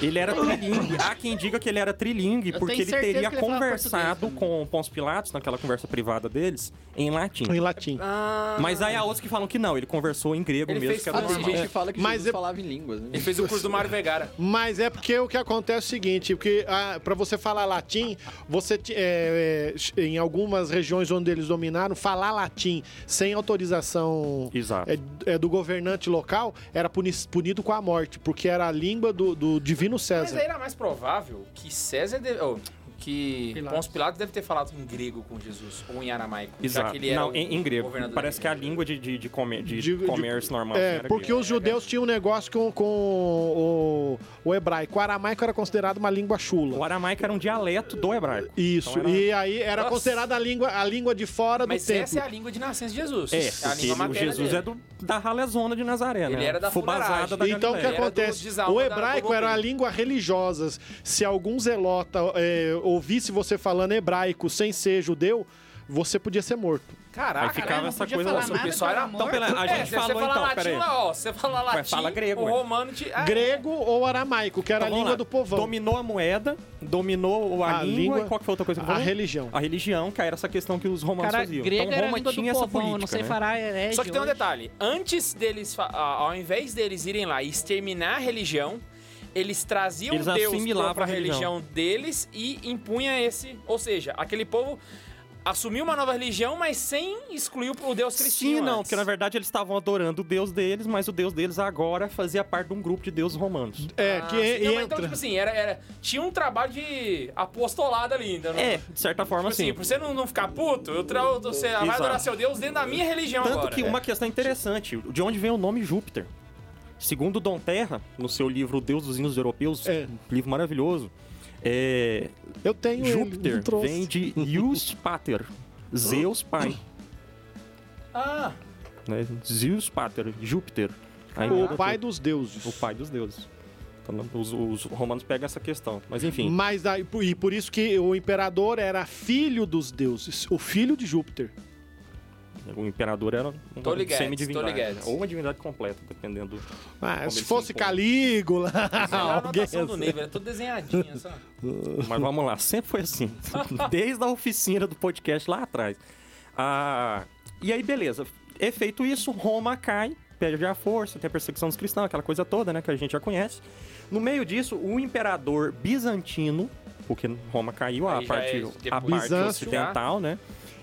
Speaker 7: Ele era trilingue. Há quem diga que ele era trilingue
Speaker 3: Eu
Speaker 7: porque
Speaker 3: tenho
Speaker 7: ele
Speaker 3: certeza
Speaker 7: teria
Speaker 3: que ele falava
Speaker 7: conversado
Speaker 3: português também.
Speaker 7: com o Pons Pilatos naquela conversa privada deles em latim.
Speaker 4: em latim.
Speaker 1: Ah,
Speaker 7: Mas aí há outros que falam que não, ele conversou em grego
Speaker 1: Ele
Speaker 7: mesmo,
Speaker 1: fez
Speaker 7: que era
Speaker 5: Ah, tem
Speaker 7: normal.
Speaker 5: gente que fala que
Speaker 4: Mas
Speaker 5: Jesus
Speaker 4: é-
Speaker 5: falava em línguas, né?
Speaker 1: ele fez o curso do Mário Vegara.
Speaker 4: Mas é porque o que acontece é o seguinte, porque ah, para você falar latim, você ti- é, é, em algumas regiões onde eles dominaram, falar latim sem autorização
Speaker 7: Exato.
Speaker 4: é, é, do governante local era puni- punido com a morte, porque era a língua do, do divino
Speaker 1: Mas aí
Speaker 4: César.
Speaker 1: era mais provável que César deve... oh, que
Speaker 3: Pilatos.
Speaker 1: Pons Pilatos deve ter falado em grego com Jesus, ou em aramaico, já
Speaker 7: Exato.
Speaker 1: que ele era
Speaker 7: não,
Speaker 1: o
Speaker 7: em, em grego.
Speaker 1: governador
Speaker 7: Parece
Speaker 1: da
Speaker 7: que é a
Speaker 1: Grécia.
Speaker 7: língua de, de, de, comer- de
Speaker 4: De- de-
Speaker 7: comércio normal.
Speaker 4: É,
Speaker 7: era
Speaker 4: porque
Speaker 7: grego.
Speaker 1: né,
Speaker 4: os judeus tinham um negócio com, com o, o hebraico. O aramaico era considerado uma língua
Speaker 1: Então
Speaker 7: O
Speaker 4: chula.
Speaker 7: aramaico era um dialeto do hebraico.
Speaker 4: Isso.
Speaker 7: Então era-
Speaker 4: E aí era
Speaker 1: Nossa.
Speaker 4: considerada a língua, a língua de fora do
Speaker 1: Mas
Speaker 4: templo.
Speaker 1: essa é a língua de nascença de Jesus.
Speaker 7: É,
Speaker 1: a língua
Speaker 7: porque ele- o
Speaker 1: materna
Speaker 7: Jesus
Speaker 1: dele.
Speaker 7: é do, da ralezona de Nazaré, né?
Speaker 1: Ele era da
Speaker 7: Fubazada
Speaker 1: fularagem.
Speaker 7: da
Speaker 4: Então o que
Speaker 7: Galileia.
Speaker 1: Era do
Speaker 4: acontece?
Speaker 1: desalma
Speaker 4: O
Speaker 1: da-
Speaker 4: hebraico
Speaker 1: do
Speaker 4: era uma
Speaker 1: governo.
Speaker 4: língua religiosa. Se algum zelota é, ouvisse você falando hebraico sem ser judeu, você podia ser morto.
Speaker 1: Caraca,
Speaker 7: Aí ficava
Speaker 1: né?
Speaker 7: essa
Speaker 3: podia
Speaker 7: coisa
Speaker 3: falar
Speaker 7: lá.
Speaker 1: Nossa, o
Speaker 3: nada,
Speaker 1: pessoal
Speaker 3: pelo
Speaker 1: era
Speaker 3: amor.
Speaker 7: Então, pela, a
Speaker 1: É,
Speaker 7: gente
Speaker 1: se
Speaker 7: falou
Speaker 1: você falar
Speaker 7: então,
Speaker 1: latim
Speaker 7: peraí.
Speaker 1: lá, ó, você fala latim,
Speaker 7: fala grego, é.
Speaker 1: o
Speaker 7: ué.
Speaker 1: romano te... Ah,
Speaker 4: Grego ou aramaico, que era
Speaker 7: Então,
Speaker 4: a
Speaker 7: vamos
Speaker 4: língua
Speaker 7: lá.
Speaker 4: do povão.
Speaker 7: Dominou a moeda, dominou a,
Speaker 4: A
Speaker 7: língua,
Speaker 4: língua,
Speaker 7: e qual que foi a outra coisa que
Speaker 4: a
Speaker 7: falou?
Speaker 4: religião.
Speaker 7: A religião, que era essa questão que os romanos
Speaker 3: Cara,
Speaker 7: faziam.
Speaker 3: grego
Speaker 7: então
Speaker 3: era
Speaker 7: Roma
Speaker 3: língua
Speaker 7: tinha
Speaker 3: do
Speaker 7: essa
Speaker 3: povão,
Speaker 7: política,
Speaker 3: não sei
Speaker 7: né?
Speaker 3: fará herege
Speaker 1: Só que tem um
Speaker 3: É hoje.
Speaker 7: é
Speaker 1: detalhe. Antes deles, fa- ah, ao invés deles irem lá e exterminar a religião, eles traziam
Speaker 7: Eles
Speaker 1: Deus
Speaker 7: assimilavam
Speaker 1: para a
Speaker 7: a religião.
Speaker 1: religião deles e impunha esse... Ou seja, aquele povo assumiu uma nova religião, mas sem excluir o Deus cristão
Speaker 7: Sim, não,
Speaker 1: antes.
Speaker 7: porque na verdade eles estavam adorando o deus deles, mas o deus deles agora fazia parte de um grupo de deuses romanos.
Speaker 4: É,
Speaker 1: Ah,
Speaker 4: que
Speaker 1: sim, não, mas Então,
Speaker 4: entra.
Speaker 1: tipo assim, era, era- tinha um trabalho de apostolado ali ainda. né?
Speaker 7: É, de certa forma,
Speaker 1: Tipo assim,
Speaker 7: sim.
Speaker 1: pra você não, não ficar puto, eu tra... você vai
Speaker 7: Exato.
Speaker 1: adorar seu Deus dentro da minha religião
Speaker 7: Tanto
Speaker 1: agora. é.
Speaker 7: que uma questão interessante, de onde vem o nome Júpiter? Segundo Dom Terra, no seu livro O Deus dos Hinos Europeus,
Speaker 4: É.
Speaker 7: um livro maravilhoso, é,
Speaker 4: Eu tenho um ele,
Speaker 7: Júpiter
Speaker 4: não trouxe.
Speaker 7: vem de Zeus Pater, Zeus pai,
Speaker 1: Ah,
Speaker 7: né? Zeus Pater, Júpiter. Aí era
Speaker 4: Ah, o pai dos deuses.
Speaker 7: o pai dos deuses. Então, os, os romanos pegam essa questão, mas enfim.
Speaker 4: Mas daí- e por isso que o imperador era filho dos deuses, o filho de Júpiter.
Speaker 7: O imperador era
Speaker 1: Tô
Speaker 7: um
Speaker 1: ligado, tô
Speaker 7: semi-divindade,
Speaker 1: ligado.
Speaker 7: né? ou uma divindade completa, dependendo.
Speaker 4: Ah,
Speaker 7: Como
Speaker 4: se
Speaker 7: ele
Speaker 4: fosse
Speaker 7: se impõe.
Speaker 4: Calígula,
Speaker 7: Ah,
Speaker 1: essa é a
Speaker 4: alguém
Speaker 1: anotação do Neiva, é tudo desenhadinha, sabe?
Speaker 7: Mas vamos lá, sempre foi assim. Desde a oficina do podcast lá atrás. Ah, e aí, beleza. É feito isso, Roma cai, perde a força, tem a perseguição dos cristãos, aquela coisa toda, né, que a gente já conhece. No meio disso, o imperador bizantino, porque Roma caiu
Speaker 1: Aí
Speaker 7: a
Speaker 1: já é
Speaker 7: parte, a
Speaker 1: depois.
Speaker 7: parte
Speaker 4: Bizâncio.
Speaker 7: ocidental, né?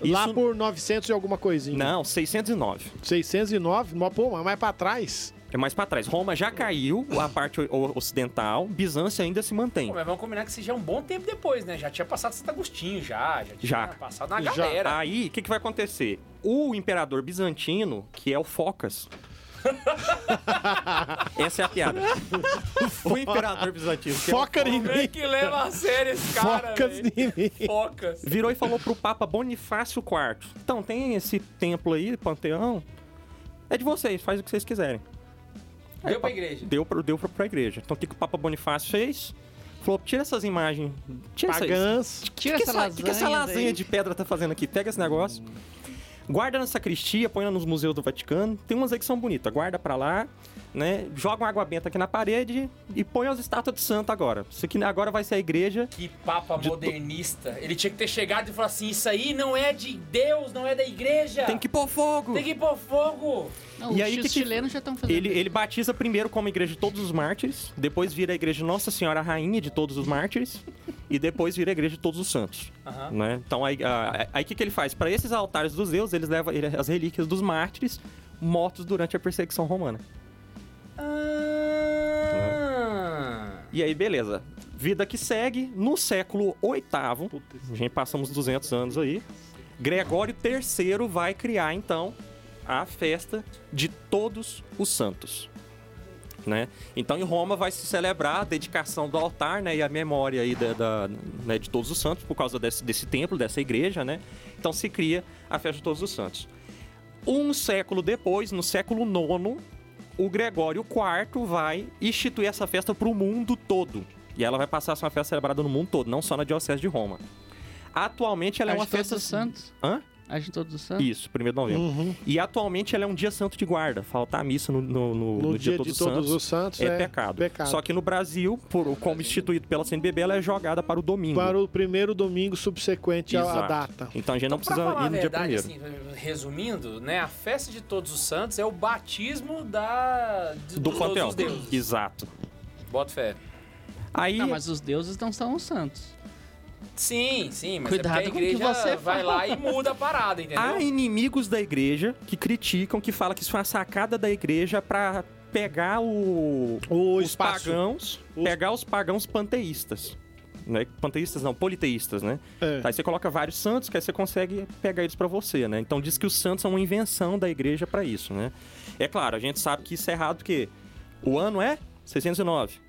Speaker 4: lá
Speaker 7: Isso-
Speaker 4: por 900 e alguma coisinha.
Speaker 7: Não, 609.
Speaker 4: 609, mas, pô, mas mais pra trás.
Speaker 7: É mais pra trás. Roma já caiu, a parte o- ocidental, Bizâncio ainda se mantém.
Speaker 1: Pô, mas vamos combinar que isso já é um bom tempo depois, né? Já tinha passado Santo Agostinho, já. Já tinha
Speaker 7: Já.
Speaker 1: passado na
Speaker 4: Já.
Speaker 1: galera.
Speaker 7: Aí, o que, que vai acontecer? O imperador bizantino, que é o Focas. Essa é a piada. o imperador bizantino. que é o
Speaker 4: Foca em
Speaker 1: Como é
Speaker 4: mim.
Speaker 1: que leva a sério esse cara,
Speaker 4: Focas
Speaker 1: velho?
Speaker 4: em mim.
Speaker 7: é
Speaker 1: Focas.
Speaker 7: virou e falou pro Papa Bonifácio IV. Então, tem esse templo aí, panteão. É de vocês, faz o que vocês quiserem.
Speaker 1: Deu pra igreja.
Speaker 7: Deu, pro, deu pra, pra igreja. Então, o que, que o Papa Bonifácio fez? Falou, tira essas imagens. Tira essas.
Speaker 4: Pagãs.
Speaker 3: Tira
Speaker 7: que
Speaker 3: essa
Speaker 7: que
Speaker 3: lasanha.
Speaker 7: que, que essa lasanha
Speaker 3: daí.
Speaker 7: de pedra tá fazendo aqui? Pega esse negócio. Guarda na sacristia, põe nos museus do Vaticano. Tem umas aí que são bonitas. Guarda pra lá, né? Joga uma água benta aqui na parede e põe as estátuas de santo agora. Isso aqui agora vai ser a igreja.
Speaker 1: Que papa modernista. Ele tinha que ter chegado e falar assim: isso aí não é de Deus, não é da igreja.
Speaker 7: Tem que pôr fogo!
Speaker 1: Tem que pôr fogo.
Speaker 3: Não,
Speaker 7: E
Speaker 3: os
Speaker 7: aí,
Speaker 3: aí,
Speaker 7: que que-
Speaker 3: chilenos já estão fazendo
Speaker 7: Ele, é ele batiza primeiro como Igreja de Todos os Mártires, depois vira a Igreja Nossa Senhora Rainha de Todos os Mártires, e depois vira a Igreja de Todos os Santos.
Speaker 1: Aham.
Speaker 7: né? Então aí a- aí o que, que ele faz? Para esses altares dos Zeus, eles levam ele- as relíquias dos mártires mortos durante a perseguição romana.
Speaker 1: Ah.
Speaker 7: E aí, beleza. Vida que segue, no século VIII, a gente passamos 200 anos aí, Gregório III vai criar, então, a festa de todos os santos. Né? Então, em Roma vai se celebrar a dedicação do altar né, e a memória aí da, da- né, de todos os santos, por causa desse, desse templo, dessa igreja. Né? Então, se cria a festa de todos os santos. Um século depois, no século IX, o Gregório IV vai instituir essa festa para o mundo todo. E ela vai passar a ser uma festa celebrada no mundo todo, não só na Diocese de Roma. Atualmente, ela é
Speaker 3: Age
Speaker 7: uma
Speaker 3: todos
Speaker 7: festa...
Speaker 3: os santos.
Speaker 7: Hã?
Speaker 3: Age todos os santos.
Speaker 7: Isso, 1 de novembro.
Speaker 4: Hum. uhum,
Speaker 7: E atualmente ela é um dia santo de guarda. Faltar a missa no, no- no-
Speaker 4: No,
Speaker 7: no
Speaker 4: dia, de
Speaker 7: todos os
Speaker 4: todos
Speaker 7: santos
Speaker 4: os santos
Speaker 7: é, pecado.
Speaker 4: pecado.
Speaker 7: Só que no Brasil, por- como instituído pela CNBB, ela é jogada para o domingo.
Speaker 4: Para o primeiro domingo subsequente à- à
Speaker 7: Exato.
Speaker 4: data.
Speaker 7: Então a gente não
Speaker 1: Pra
Speaker 7: precisa
Speaker 1: falar
Speaker 7: ir
Speaker 1: a
Speaker 7: no dia
Speaker 1: verdade,
Speaker 7: primeiro.
Speaker 1: assim, resumindo, né? A festa de todos os santos é o batismo da... de-
Speaker 7: do
Speaker 1: dos
Speaker 7: panteão.
Speaker 1: outros assim, deuses.
Speaker 7: Exato.
Speaker 1: Bota fé.
Speaker 7: Aí,
Speaker 3: Não, mas os deuses não são os santos.
Speaker 1: Sim, sim, mas
Speaker 3: Cuidado
Speaker 1: é
Speaker 3: com o
Speaker 1: porque a
Speaker 3: que
Speaker 1: igreja
Speaker 3: você
Speaker 1: vai
Speaker 3: fala.
Speaker 1: lá e muda a parada,
Speaker 4: é
Speaker 1: entendeu?
Speaker 7: há inimigos da igreja que criticam, que falam que isso foi uma sacada da igreja para pegar o,
Speaker 4: O
Speaker 7: os
Speaker 4: espaço.
Speaker 7: pagãos,
Speaker 4: Os-
Speaker 7: pegar os pagãos panteístas. Né? Panteístas não, politeístas, né?
Speaker 4: É.
Speaker 7: Aí você coloca vários santos, que aí você consegue pegar eles pra você, né? Então diz que os santos são uma invenção da igreja pra isso, né? É claro, a gente sabe que isso é errado porque o ano é 609.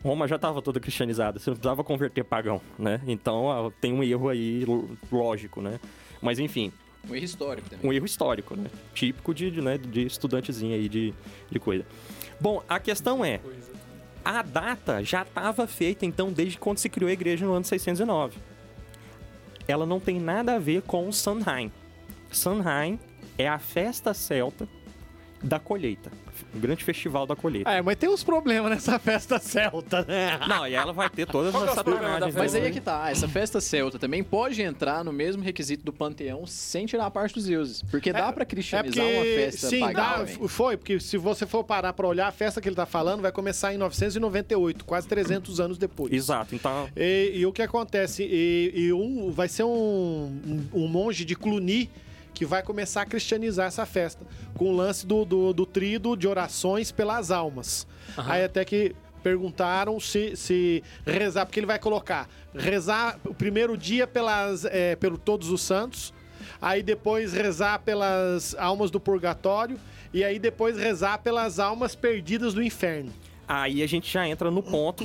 Speaker 7: Roma já estava toda cristianizada, você não precisava converter pagão, né? Então ó, tem um erro aí lo- lógico, né? Mas enfim,
Speaker 5: Um erro histórico também.
Speaker 7: um erro histórico, né? Típico de, de, né, de estudantezinho aí de, de coisa. Bom, a questão é, a data já estava feita, então, desde quando se criou a igreja no ano 609. Ela não tem nada a ver com o Samhain. Samhain é a festa celta da colheita. O grande festival da colheita.
Speaker 4: É, mas tem uns problemas nessa festa celta, né?
Speaker 7: Não, e ela vai ter todas as né? satanagens.
Speaker 5: Mas aí é que tá, essa festa celta também pode entrar no mesmo requisito do panteão sem tirar a parte dos deuses. Porque dá pra
Speaker 4: É
Speaker 5: cristianizar uma
Speaker 4: porque,
Speaker 5: festa
Speaker 4: sim,
Speaker 5: pagã
Speaker 4: dá,
Speaker 5: também.
Speaker 4: foi, porque se você for parar pra olhar, a festa que ele tá falando vai começar em 998, quase 300 anos depois.
Speaker 7: Exato, então...
Speaker 4: E, e o que acontece? E, e um, vai ser um, um, um monge de Cluny que vai começar a cristianizar essa festa, com o lance do, do, do trido de orações pelas almas. Aí até que perguntaram se, se rezar, porque ele vai colocar rezar o primeiro dia pelas, eh, pelo Todos os Santos, aí depois rezar pelas almas do purgatório, e aí depois rezar pelas almas perdidas do inferno.
Speaker 7: Aí a gente já entra no ponto,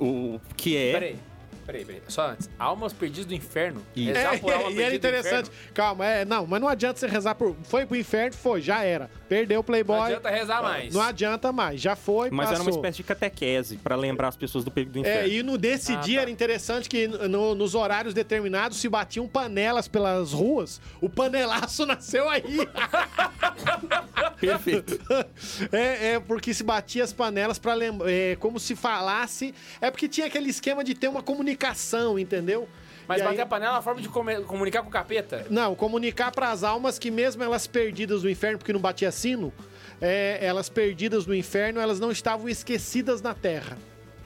Speaker 7: o que é...
Speaker 1: Peraí, peraí, peraí. Só antes. Almas perdidas do inferno.
Speaker 7: Isso.
Speaker 1: Rezar por alma
Speaker 4: É, e
Speaker 1: perdida
Speaker 4: era
Speaker 1: do
Speaker 4: interessante.
Speaker 1: inferno?
Speaker 4: Calma, é, não, mas não adianta você rezar por. Foi pro inferno, foi, já era. Perdeu o Playboy.
Speaker 1: Não adianta rezar mais.
Speaker 4: não adianta mais, já foi,
Speaker 7: Mas era
Speaker 4: passou.
Speaker 7: uma espécie de catequese pra lembrar as pessoas do perigo do inferno.
Speaker 4: É, e no desse
Speaker 1: Ah,
Speaker 4: dia
Speaker 1: tá.
Speaker 4: era interessante que no- nos horários determinados se batiam panelas pelas ruas. O panelaço nasceu aí.
Speaker 7: Perfeito.
Speaker 4: É, é, porque se batia as panelas para lembrar. É, como se falasse. É porque tinha aquele esquema de ter uma comunicação, entendeu?
Speaker 1: Mas
Speaker 4: E
Speaker 1: bater
Speaker 4: aí-
Speaker 1: a panela é uma forma de come- comunicar com o capeta.
Speaker 4: Não, comunicar para as almas que mesmo elas perdidas no inferno, porque não batia sino, é, elas perdidas no inferno, elas não estavam esquecidas na terra.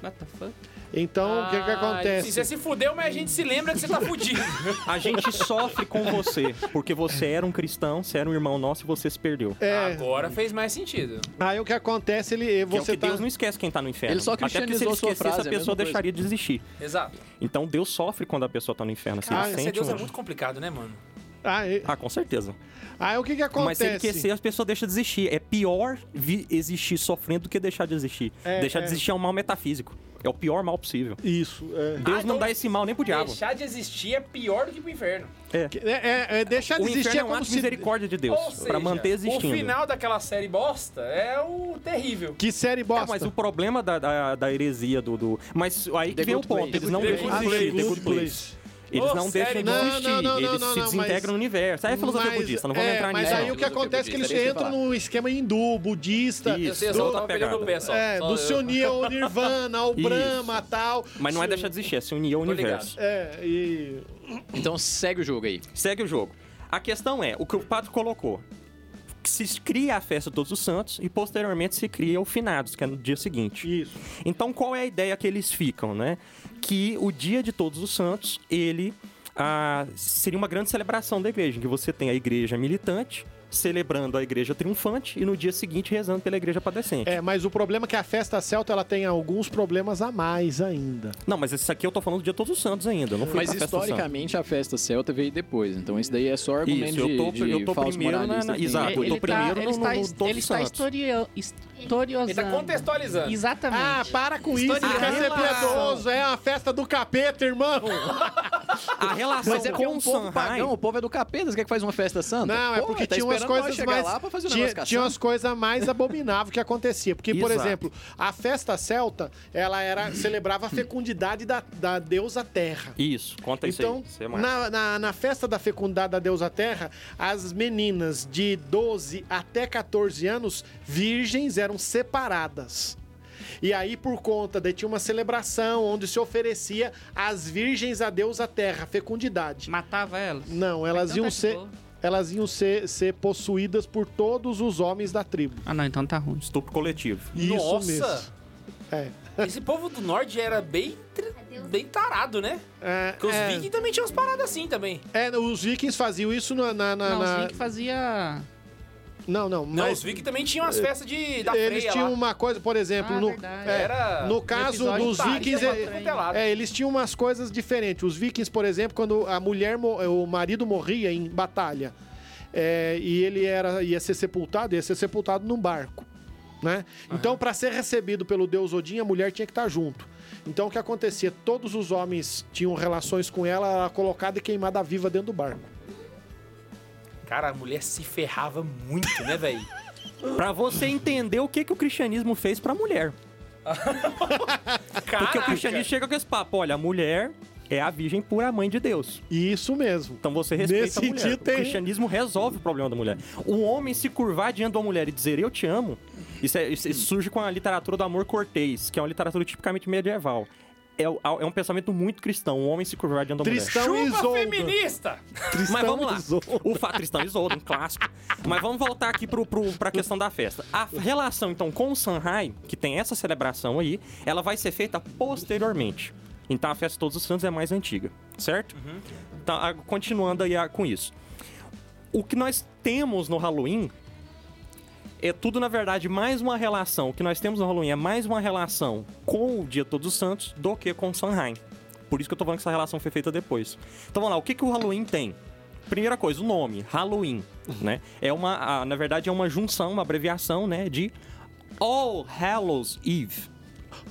Speaker 3: What the fuck?
Speaker 4: Então, o que que
Speaker 1: Ah,
Speaker 4: acontece?
Speaker 1: Se
Speaker 7: é-
Speaker 1: você se fudeu, mas a gente se lembra que você tá fudido.
Speaker 7: A gente sofre com você, porque você era um cristão, você era um irmão nosso e você se perdeu.
Speaker 4: É,
Speaker 1: Agora fez mais sentido.
Speaker 4: aí o que acontece, ele,
Speaker 7: Que é o
Speaker 4: você
Speaker 7: que
Speaker 4: tá...
Speaker 7: Deus não esquece quem tá no inferno.
Speaker 5: Ele só
Speaker 7: Até porque se ele
Speaker 5: cristianizou sua
Speaker 7: esquecesse,
Speaker 5: frase, é
Speaker 7: a
Speaker 5: a
Speaker 7: pessoa
Speaker 5: mesma coisa.
Speaker 7: deixaria de existir.
Speaker 1: Exato.
Speaker 7: Então Deus sofre quando a pessoa tá no inferno. Assim,
Speaker 1: Ah,
Speaker 7: ele
Speaker 1: ser
Speaker 7: sente
Speaker 1: Deus
Speaker 7: um-
Speaker 1: é muito complicado, né, mano?
Speaker 4: Aí,
Speaker 7: Ah, com certeza.
Speaker 4: é, aí o que que
Speaker 7: Mas se ele
Speaker 4: acontece?
Speaker 7: esquecer, as pessoas deixam de existir. É pior vi- existir sofrendo do que deixar de existir.
Speaker 4: É,
Speaker 7: deixar de
Speaker 4: é.
Speaker 7: existir é um mal metafísico. É o pior mal possível.
Speaker 4: Isso, é.
Speaker 7: Deus não
Speaker 1: então
Speaker 7: dá esse mal nem pro diabo.
Speaker 1: Deixar de existir é pior do que pro inferno.
Speaker 4: É, é, é, deixar de
Speaker 7: O
Speaker 4: existir
Speaker 7: inferno
Speaker 4: é
Speaker 7: é um
Speaker 4: como
Speaker 7: ato de
Speaker 4: se...
Speaker 7: misericórdia de Deus.
Speaker 1: Ou seja,
Speaker 7: pra manter existindo.
Speaker 1: O final daquela série bosta é o terrível.
Speaker 4: Que série
Speaker 7: É,
Speaker 4: bosta.
Speaker 7: mas o problema da, da, da heresia do, do- Mas aí que
Speaker 5: The
Speaker 7: vem o
Speaker 5: Good
Speaker 7: ponto,
Speaker 5: Place.
Speaker 7: eles não
Speaker 1: The
Speaker 7: deixam
Speaker 1: Good
Speaker 7: existir.
Speaker 1: Place.
Speaker 7: The Good Place. Eles
Speaker 1: Ô,
Speaker 7: não
Speaker 1: sério?
Speaker 7: deixam de
Speaker 4: Não,
Speaker 7: existir,
Speaker 4: não, não,
Speaker 7: eles
Speaker 4: não,
Speaker 7: se
Speaker 4: não,
Speaker 7: desintegram
Speaker 4: mas-
Speaker 7: no universo. Aí é filosofia
Speaker 4: Mas-
Speaker 7: budista, não vou
Speaker 4: é,
Speaker 7: entrar
Speaker 4: Mas
Speaker 7: nisso.
Speaker 5: não.
Speaker 4: aí o que
Speaker 5: Filosofia
Speaker 4: acontece é que eles
Speaker 5: budista, deixa eu
Speaker 4: entram
Speaker 5: falar.
Speaker 4: num esquema hindu, budista.
Speaker 7: Isso,
Speaker 1: Eu sei, eu
Speaker 7: do-
Speaker 1: só
Speaker 7: outra
Speaker 1: tava pegando
Speaker 7: pegada.
Speaker 1: o pé só.
Speaker 4: É,
Speaker 1: Só
Speaker 4: do
Speaker 1: eu-
Speaker 4: se unir ao Nirvana, ao
Speaker 7: Isso.
Speaker 4: Brahma tal.
Speaker 7: Mas não é deixar de existir, é se unir ao
Speaker 1: Tô ligado.
Speaker 7: universo.
Speaker 4: É, e.
Speaker 5: Então segue o jogo aí.
Speaker 7: Segue o jogo. A questão é, o que o padre colocou, que se cria a festa de todos os santos e posteriormente se cria o finados, que é no dia seguinte.
Speaker 4: Isso.
Speaker 7: Então, qual é a ideia que eles ficam, né? Que o dia de todos os santos, ele ah, seria uma grande celebração da igreja, em que você tem a igreja militante celebrando a igreja triunfante e no dia seguinte rezando pela igreja padecente.
Speaker 4: É, mas o problema é que a festa celta ela tem alguns problemas a mais ainda.
Speaker 7: Não, mas isso aqui eu tô falando do dia de todos os santos ainda, não foi
Speaker 5: Mas historicamente a festa celta veio depois, então isso daí é só argumento
Speaker 7: Isso, eu tô-
Speaker 5: de, de
Speaker 7: eu tô
Speaker 5: falso
Speaker 7: primeiro na-
Speaker 5: moralista.
Speaker 7: na-
Speaker 5: que-
Speaker 7: exato, Ah, eu tô
Speaker 3: ele
Speaker 7: primeiro
Speaker 3: tá, ele
Speaker 7: no-
Speaker 3: está,
Speaker 7: no
Speaker 3: his-
Speaker 7: Todos
Speaker 3: ele está
Speaker 7: Santos.
Speaker 3: historio- historiosando.
Speaker 1: Ele tá contextualizando.
Speaker 3: Exatamente.
Speaker 4: Ah, para com isso,
Speaker 3: História
Speaker 4: ele quer
Speaker 7: de
Speaker 4: ser
Speaker 7: relação.
Speaker 4: piedoso, é a festa do capeta, irmão.
Speaker 7: A relação
Speaker 5: Mas é porque é
Speaker 7: com
Speaker 5: um
Speaker 7: o
Speaker 5: povo
Speaker 7: Sanhai...
Speaker 5: pagão, o povo é do capeta, você quer que faz uma festa santa?
Speaker 4: Não, é
Speaker 5: Pô,
Speaker 4: porque
Speaker 5: tá
Speaker 4: tinha umas
Speaker 5: esperando nós
Speaker 4: coisas
Speaker 5: chegar
Speaker 4: mais.
Speaker 5: lá pra fazer um
Speaker 4: tinha,
Speaker 5: negócio
Speaker 4: tinha
Speaker 5: caçando.
Speaker 4: umas coisas mais abomináveis que acontecia. Porque, por
Speaker 7: Exato.
Speaker 4: exemplo, a festa celta, ela era celebrava a fecundidade da, da deusa terra.
Speaker 7: Isso, conta isso
Speaker 4: Então,
Speaker 7: aí. Você é mais-
Speaker 4: na, na, na festa da fecundidade da deusa terra, as meninas de 12 até 14 anos, virgens, eram separadas. E aí, por conta de tinha uma celebração onde se oferecia as virgens à deusa terra, fecundidade.
Speaker 3: Matava elas.
Speaker 4: Não, elas
Speaker 3: Então
Speaker 4: iam
Speaker 3: tá de
Speaker 4: ser.
Speaker 3: boa.
Speaker 4: Elas iam ser, ser possuídas por todos os homens da tribo.
Speaker 3: Ah, não, então tá ruim.
Speaker 7: Estupro coletivo.
Speaker 1: Nossa!
Speaker 4: É.
Speaker 1: Esse povo do norte era bem, tr- bem tarado, né?
Speaker 4: É,
Speaker 1: Porque os
Speaker 4: é,
Speaker 1: vikings também tinham umas paradas assim também.
Speaker 4: é, os vikings faziam isso na. na, na-
Speaker 3: não,
Speaker 4: na-
Speaker 3: os Vic fazia.
Speaker 4: Não, não.
Speaker 1: Não,
Speaker 4: mas é,
Speaker 1: os vikings também tinham as festas de, da
Speaker 4: eles
Speaker 1: freia
Speaker 4: tinham
Speaker 1: lá.
Speaker 4: uma coisa, por exemplo,
Speaker 3: Ah,
Speaker 4: no,
Speaker 3: verdade.
Speaker 4: é,
Speaker 1: Era-
Speaker 4: no caso
Speaker 3: episódio
Speaker 4: dos
Speaker 3: tá,
Speaker 4: vikings,
Speaker 3: isso
Speaker 1: é
Speaker 4: é-
Speaker 1: uma coisa pelada.
Speaker 4: É, eles tinham umas coisas diferentes. Os vikings, por exemplo, quando a mulher, mo- o marido morria em batalha é, e ele era ia ser sepultado, ia ser sepultado num barco, né? Então, para ser recebido pelo deus Odin, a mulher tinha que estar junto. Então, o que acontecia? Todos os homens tinham relações com ela, ela era colocada e queimada viva dentro do barco. é.
Speaker 1: Cara, a mulher se ferrava muito, né, velho?
Speaker 7: Pra você entender o que, que o cristianismo fez pra mulher.
Speaker 1: Ah,
Speaker 7: Porque o cristianismo chega com esse papo, olha, a mulher é a virgem pura mãe de Deus.
Speaker 4: E isso mesmo.
Speaker 7: Então você respeita
Speaker 4: Nesse
Speaker 7: a mulher.
Speaker 4: sentido, tem-
Speaker 7: O cristianismo resolve o problema da mulher. O homem se curvar diante de uma mulher e dizer eu te amo, isso, é- isso- isso surge com a literatura do amor cortês, que é uma literatura tipicamente medieval. É, o- é um pensamento muito cristão, o homem se curvar diante da mulher.
Speaker 4: Tristão e
Speaker 1: Chupa
Speaker 4: Isolda.
Speaker 1: feminista!
Speaker 7: Mas vamos lá.
Speaker 4: Isolda.
Speaker 7: O fato Tristão e Isolda, um clássico. Mas vamos voltar aqui pro, pro, pra questão da festa. A relação, então, com o Sanhai, que tem essa celebração aí, ela vai ser feita posteriormente. Então a festa de Todos os Santos é mais antiga, certo? Então, a- continuando aí a- com isso. O que nós temos no Halloween é tudo, na verdade, mais uma relação. O que nós temos no Halloween é mais uma relação com o Dia de Todos os Santos do que com o Sanheim. Por isso que eu tô falando que essa relação foi feita depois. Então vamos lá, o que, que o Halloween tem? Primeira coisa, o nome, Halloween, né? É uma, ah, na verdade, é uma junção, uma abreviação, né, de All Hallows Eve.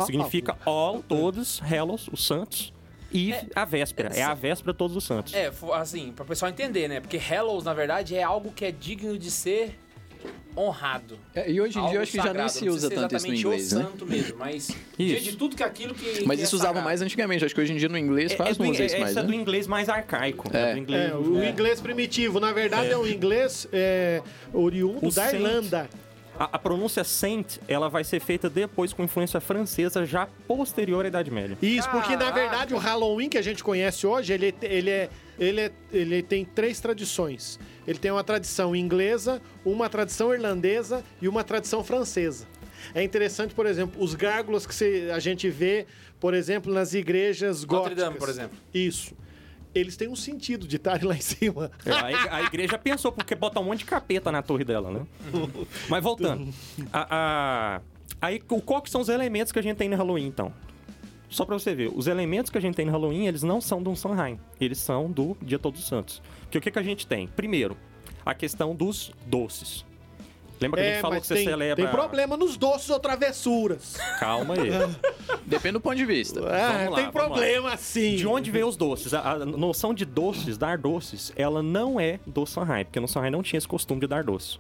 Speaker 7: Significa All, todos, Hallows, os santos, Eve, a véspera. É a véspera de todos os santos.
Speaker 1: É, fo- assim, pra o pessoal entender, né? Porque Hallows, na verdade, é algo que é digno de ser honrado.
Speaker 5: É, e hoje em dia
Speaker 1: Algo
Speaker 5: eu acho que já nem
Speaker 1: sagrado.
Speaker 5: se
Speaker 1: Não precisa
Speaker 5: usa
Speaker 1: ser
Speaker 5: tanto isso no
Speaker 1: exatamente
Speaker 5: inglês,
Speaker 1: o
Speaker 5: né?
Speaker 1: santo mesmo, mas dia de tudo que aquilo que.
Speaker 5: Mas
Speaker 1: que
Speaker 5: isso
Speaker 1: é
Speaker 5: usava
Speaker 1: sagrado.
Speaker 5: mais antigamente, acho que hoje em dia no inglês quase
Speaker 7: do,
Speaker 5: não
Speaker 7: in-
Speaker 5: usa isso
Speaker 7: é-
Speaker 5: mais,
Speaker 7: esse é do
Speaker 5: né?
Speaker 7: inglês mais arcaico.
Speaker 5: É.
Speaker 7: do inglês-
Speaker 4: É, o inglês primitivo, na verdade, é, um inglês é, oriundo
Speaker 7: O
Speaker 4: da
Speaker 7: Saint.
Speaker 4: Irlanda.
Speaker 7: A, a pronúncia saint, ela vai ser feita depois com influência francesa, já posterior à Idade Média.
Speaker 4: Isso, porque na
Speaker 1: Caraca.
Speaker 4: verdade o Halloween que a gente conhece hoje, ele, ele, é, ele, é, ele tem três tradições. Ele tem uma tradição inglesa, uma tradição irlandesa e uma tradição francesa. É interessante, por exemplo, os gárgulas que se- a gente vê, por exemplo, nas igrejas góticas.
Speaker 1: Notre Dame, por exemplo.
Speaker 4: Isso. Eles têm um sentido de estarem lá em cima.
Speaker 7: É, A, ig- a igreja pensou, porque botar um monte de capeta na torre dela, né? Mas voltando. A, a- aí, o- qual que são os elementos que a gente tem no Halloween, então? Só pra você ver, os elementos que a gente tem no Halloween, eles não são do Sanheim. Eles são do Dia Todos os Santos. Porque o que, que a gente tem? Primeiro, a questão dos doces. Lembra que a gente falou que você
Speaker 4: É, tem,
Speaker 7: celebra...
Speaker 4: tem problema nos doces ou travessuras.
Speaker 7: Calma aí.
Speaker 5: Depende do ponto de vista.
Speaker 4: Ah,
Speaker 7: lá, vamos
Speaker 4: tem problema sim.
Speaker 7: De onde vem os doces? A, a noção de doces, dar doces, ela não é do Sanhai, porque no Sanhai não tinha esse costume de dar doce.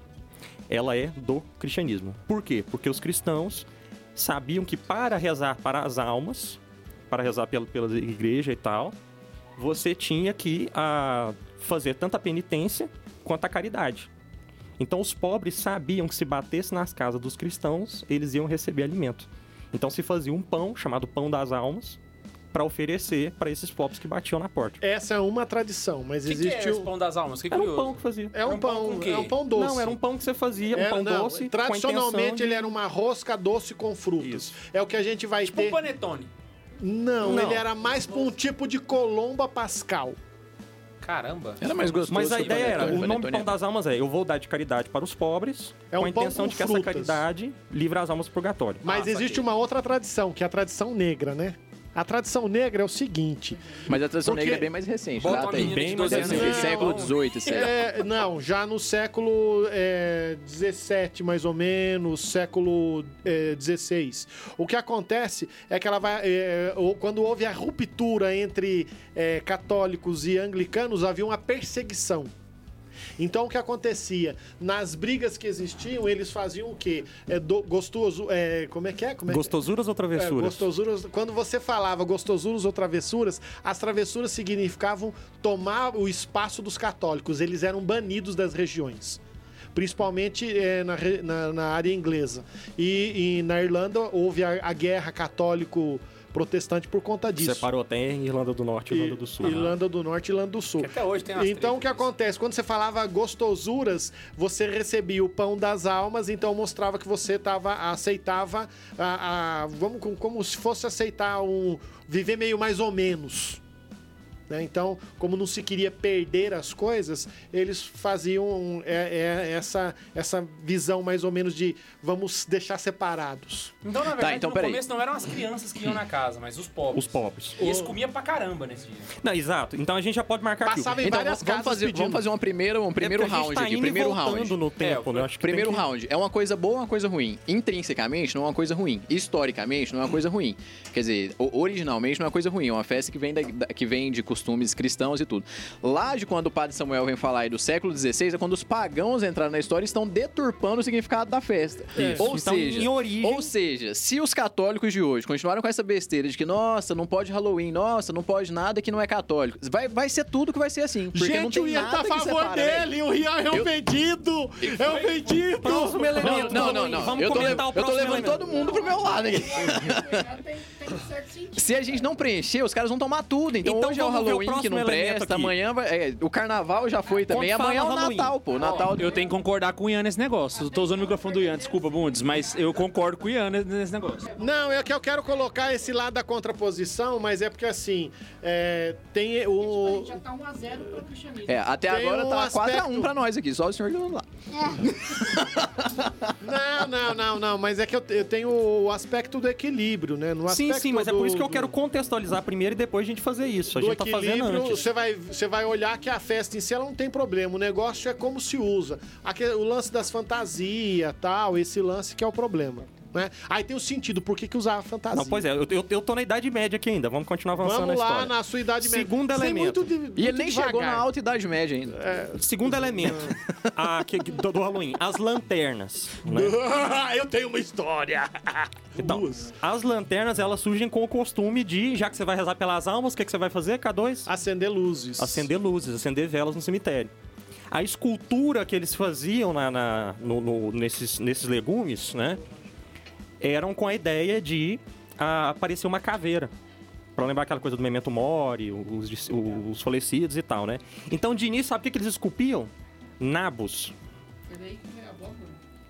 Speaker 7: Ela é do cristianismo. Por quê? Porque os cristãos sabiam que para rezar para as almas, para rezar pela, pela igreja e tal, você tinha que ah, fazer tanto a penitência quanto a caridade. Então os pobres sabiam que se batesse nas casas dos cristãos, eles iam receber alimento. Então se fazia um pão chamado pão das almas para oferecer para esses pobres que batiam na porta.
Speaker 4: Essa é uma tradição, mas
Speaker 1: O que, que
Speaker 4: existe
Speaker 1: é esse
Speaker 4: um.
Speaker 1: pão das almas? Que
Speaker 7: Era um
Speaker 1: curioso.
Speaker 7: pão que fazia.
Speaker 4: É um
Speaker 1: um pão
Speaker 4: pão,
Speaker 1: com quê?
Speaker 4: é um pão doce.
Speaker 7: Não, era um pão que você fazia, um
Speaker 4: Era-
Speaker 7: pão
Speaker 4: não,
Speaker 7: doce. com a intenção
Speaker 4: Tradicionalmente
Speaker 7: de-
Speaker 4: ele era uma rosca doce com frutos. É o que a gente vai
Speaker 1: Tipo
Speaker 4: ter.
Speaker 1: um panetone.
Speaker 4: Não,
Speaker 7: Não.
Speaker 4: ele era mais pra um tipo de colomba pascal.
Speaker 1: Caramba.
Speaker 5: Era mais gostoso.
Speaker 7: Mas a
Speaker 5: que
Speaker 7: ideia era,
Speaker 4: né?
Speaker 5: panetone,
Speaker 7: o nome
Speaker 5: panetone
Speaker 7: Pão das Almas é, eu vou dar de caridade para os pobres,
Speaker 4: É
Speaker 7: com a
Speaker 4: um pão
Speaker 7: intenção
Speaker 4: com
Speaker 7: de que essa
Speaker 4: frutas.
Speaker 7: caridade livre as almas do purgatório.
Speaker 4: Mas
Speaker 1: Ah,
Speaker 4: existe
Speaker 1: saquei.
Speaker 4: uma outra tradição, que é a tradição negra, né? A tradição negra é o seguinte.
Speaker 5: Mas a tradição
Speaker 4: Porque-
Speaker 5: negra é bem mais recente.
Speaker 1: Bota
Speaker 5: Data
Speaker 1: uma
Speaker 5: aí.
Speaker 1: menina de
Speaker 7: Bem
Speaker 1: 12
Speaker 7: mais
Speaker 1: anos.
Speaker 5: Deve ser
Speaker 1: e
Speaker 4: Não.
Speaker 5: século XVIII, sei lá.
Speaker 4: É, não, já no século é, 17, mais ou menos, século é, 16. O que acontece é que ela vai. é, ou- quando houve a ruptura entre é, católicos e anglicanos, havia uma perseguição. Então o que acontecia? Nas brigas que existiam, eles faziam o quê? É, do- gostoso. É, como é que é? Como é que-
Speaker 7: Gostosuras ou
Speaker 4: é,
Speaker 7: travessuras?
Speaker 4: gostosuras. Quando você falava gostosuras ou travessuras, as travessuras significavam tomar o espaço dos católicos. Eles eram banidos das regiões. Principalmente é, na, re- na- na área inglesa. E, e na Irlanda houve a, a guerra católico-protestante por conta disso.
Speaker 7: Separou até em Irlanda do Norte e é Irlanda do Sul. né?
Speaker 4: Irlanda do Norte e Irlanda do Sul.
Speaker 1: Que é até hoje tem umas
Speaker 4: Então o que
Speaker 1: tretas.
Speaker 4: acontece? Quando você falava gostosuras, você recebia o pão das almas, então mostrava que você tava, aceitava a, a- vamos, com- como se fosse aceitar um. viver meio mais ou menos. né? Então, como não se queria perder as coisas, eles faziam é, é, essa, essa visão mais ou menos de vamos deixar separados.
Speaker 1: Então, na verdade,
Speaker 5: então,
Speaker 1: no
Speaker 5: peraí.
Speaker 1: começo não eram as crianças que iam na casa, mas os pobres.
Speaker 7: Os pobres.
Speaker 1: E eles comiam pra caramba nesse dia.
Speaker 7: Não, exato. Então a gente já pode marcar
Speaker 4: Passava
Speaker 7: aqui.
Speaker 4: em
Speaker 5: Então,
Speaker 4: várias
Speaker 5: vamos-
Speaker 4: casas
Speaker 5: vamos fazer,
Speaker 4: pedindo.
Speaker 5: vamos fazer um primeiro, um primeiro
Speaker 7: É porque a
Speaker 5: round
Speaker 7: gente tá
Speaker 5: aqui.
Speaker 7: indo e
Speaker 5: Primeiro
Speaker 7: voltando
Speaker 5: round.
Speaker 7: no tempo,
Speaker 1: É,
Speaker 7: né? Eu acho que
Speaker 5: Primeiro
Speaker 7: tem que-
Speaker 5: round. É uma coisa boa ou uma coisa ruim? Intrinsecamente, não é uma coisa ruim. Historicamente, não é uma coisa ruim. Quer dizer, o- originalmente não é uma coisa ruim. É uma festa que vem, da- da- que vem de costumes cristãos e tudo. Lá de quando o padre Samuel vem falar aí do século XVI, é quando os pagãos entraram na história e estão deturpando o significado da festa.
Speaker 7: Isso.
Speaker 5: Ou
Speaker 7: Então,
Speaker 5: seja,
Speaker 7: em origem-
Speaker 5: ou seja, se os católicos de hoje continuaram com essa besteira de que, nossa, não pode Halloween, nossa, não pode nada que não é católico, vai, vai ser tudo que vai ser assim. Porque não
Speaker 4: Gente,
Speaker 5: tem
Speaker 4: o Ian tá
Speaker 5: nada
Speaker 4: a
Speaker 5: que
Speaker 4: favor
Speaker 5: separa, velho.
Speaker 4: dele! O Ian é
Speaker 5: Eu-
Speaker 4: o vendido! É o vendido!
Speaker 7: Próximo
Speaker 5: Não,
Speaker 7: elemento.
Speaker 5: não, não,
Speaker 7: Halloween.
Speaker 5: não.
Speaker 7: Vamos
Speaker 5: eu tô,
Speaker 7: comentar
Speaker 5: lev-
Speaker 7: o
Speaker 5: eu tô
Speaker 7: próximo né?
Speaker 5: levando
Speaker 7: elemento.
Speaker 5: todo mundo pro meu lado aqui.
Speaker 3: um
Speaker 5: Se a gente não preencher, os caras vão tomar tudo. Então,
Speaker 7: Então
Speaker 5: hoje é o
Speaker 7: vamos ver o
Speaker 5: Halloween que
Speaker 7: próximo
Speaker 5: não
Speaker 7: elemento
Speaker 5: presta,
Speaker 7: aqui.
Speaker 5: amanhã vai- é, o carnaval já foi também,
Speaker 7: Quando
Speaker 5: amanhã é
Speaker 7: fala
Speaker 5: o
Speaker 7: Halloween?
Speaker 5: Natal, pô. Natal
Speaker 8: Eu tenho que concordar com o Ian nesse negócio. Eu tô usando o microfone do Ian, desculpa, Bundes, mas eu concordo com o Ian nesse- nesse negócio.
Speaker 4: Não, é que eu quero colocar esse lado da contraposição, mas é porque assim, é, tem o.
Speaker 3: já tá 1x0 pro cristianismo.
Speaker 5: É, até
Speaker 4: Tem
Speaker 5: agora
Speaker 4: um
Speaker 5: tá
Speaker 4: aspecto-
Speaker 5: 4x1 pra nós aqui, só o senhor que não lá.
Speaker 4: Não, não, não, não, mas é que eu, eu tenho o aspecto do equilíbrio, né? No
Speaker 7: Sim,
Speaker 4: aspecto
Speaker 7: sim, mas é
Speaker 4: do-
Speaker 7: por isso que eu
Speaker 4: do-
Speaker 7: quero contextualizar primeiro e depois a gente fazer isso. A
Speaker 4: do
Speaker 7: gente tá fazendo
Speaker 4: equilíbrio,
Speaker 7: antes.
Speaker 4: você vai, você vai olhar que a festa em si ela não tem problema. O negócio é como se usa. Aque- o lance das fantasias tal, esse lance que é o problema. Né? Aí tem o sentido, por que, que usar a fantasia?
Speaker 7: Não, pois é, eu, eu, eu tô na Idade Média aqui ainda. Vamos continuar avançando
Speaker 4: Vamos
Speaker 7: a
Speaker 4: lá
Speaker 7: história.
Speaker 4: na sua idade média.
Speaker 7: Segundo
Speaker 4: Você é
Speaker 7: elemento.
Speaker 4: muito de- muito
Speaker 5: E ele nem chegou
Speaker 4: devagar.
Speaker 5: na alta idade média ainda.
Speaker 7: Segundo elemento a, que- do, do Halloween, as lanternas. né?
Speaker 4: eu tenho uma história.
Speaker 7: Então, as lanternas elas surgem com o costume de, já que você vai rezar pelas almas, o que, que você vai fazer, K2?
Speaker 4: Acender luzes.
Speaker 7: Acender luzes, acender velas no cemitério. A escultura que eles faziam na, na- no- no- nesses, nesses legumes, né? Eram com a ideia de ah, aparecer uma caveira. Pra lembrar aquela coisa do Memento Mori, os, dis- os falecidos e tal, né? Então, de início, sabe o que que eles esculpiam? Nabos.
Speaker 3: é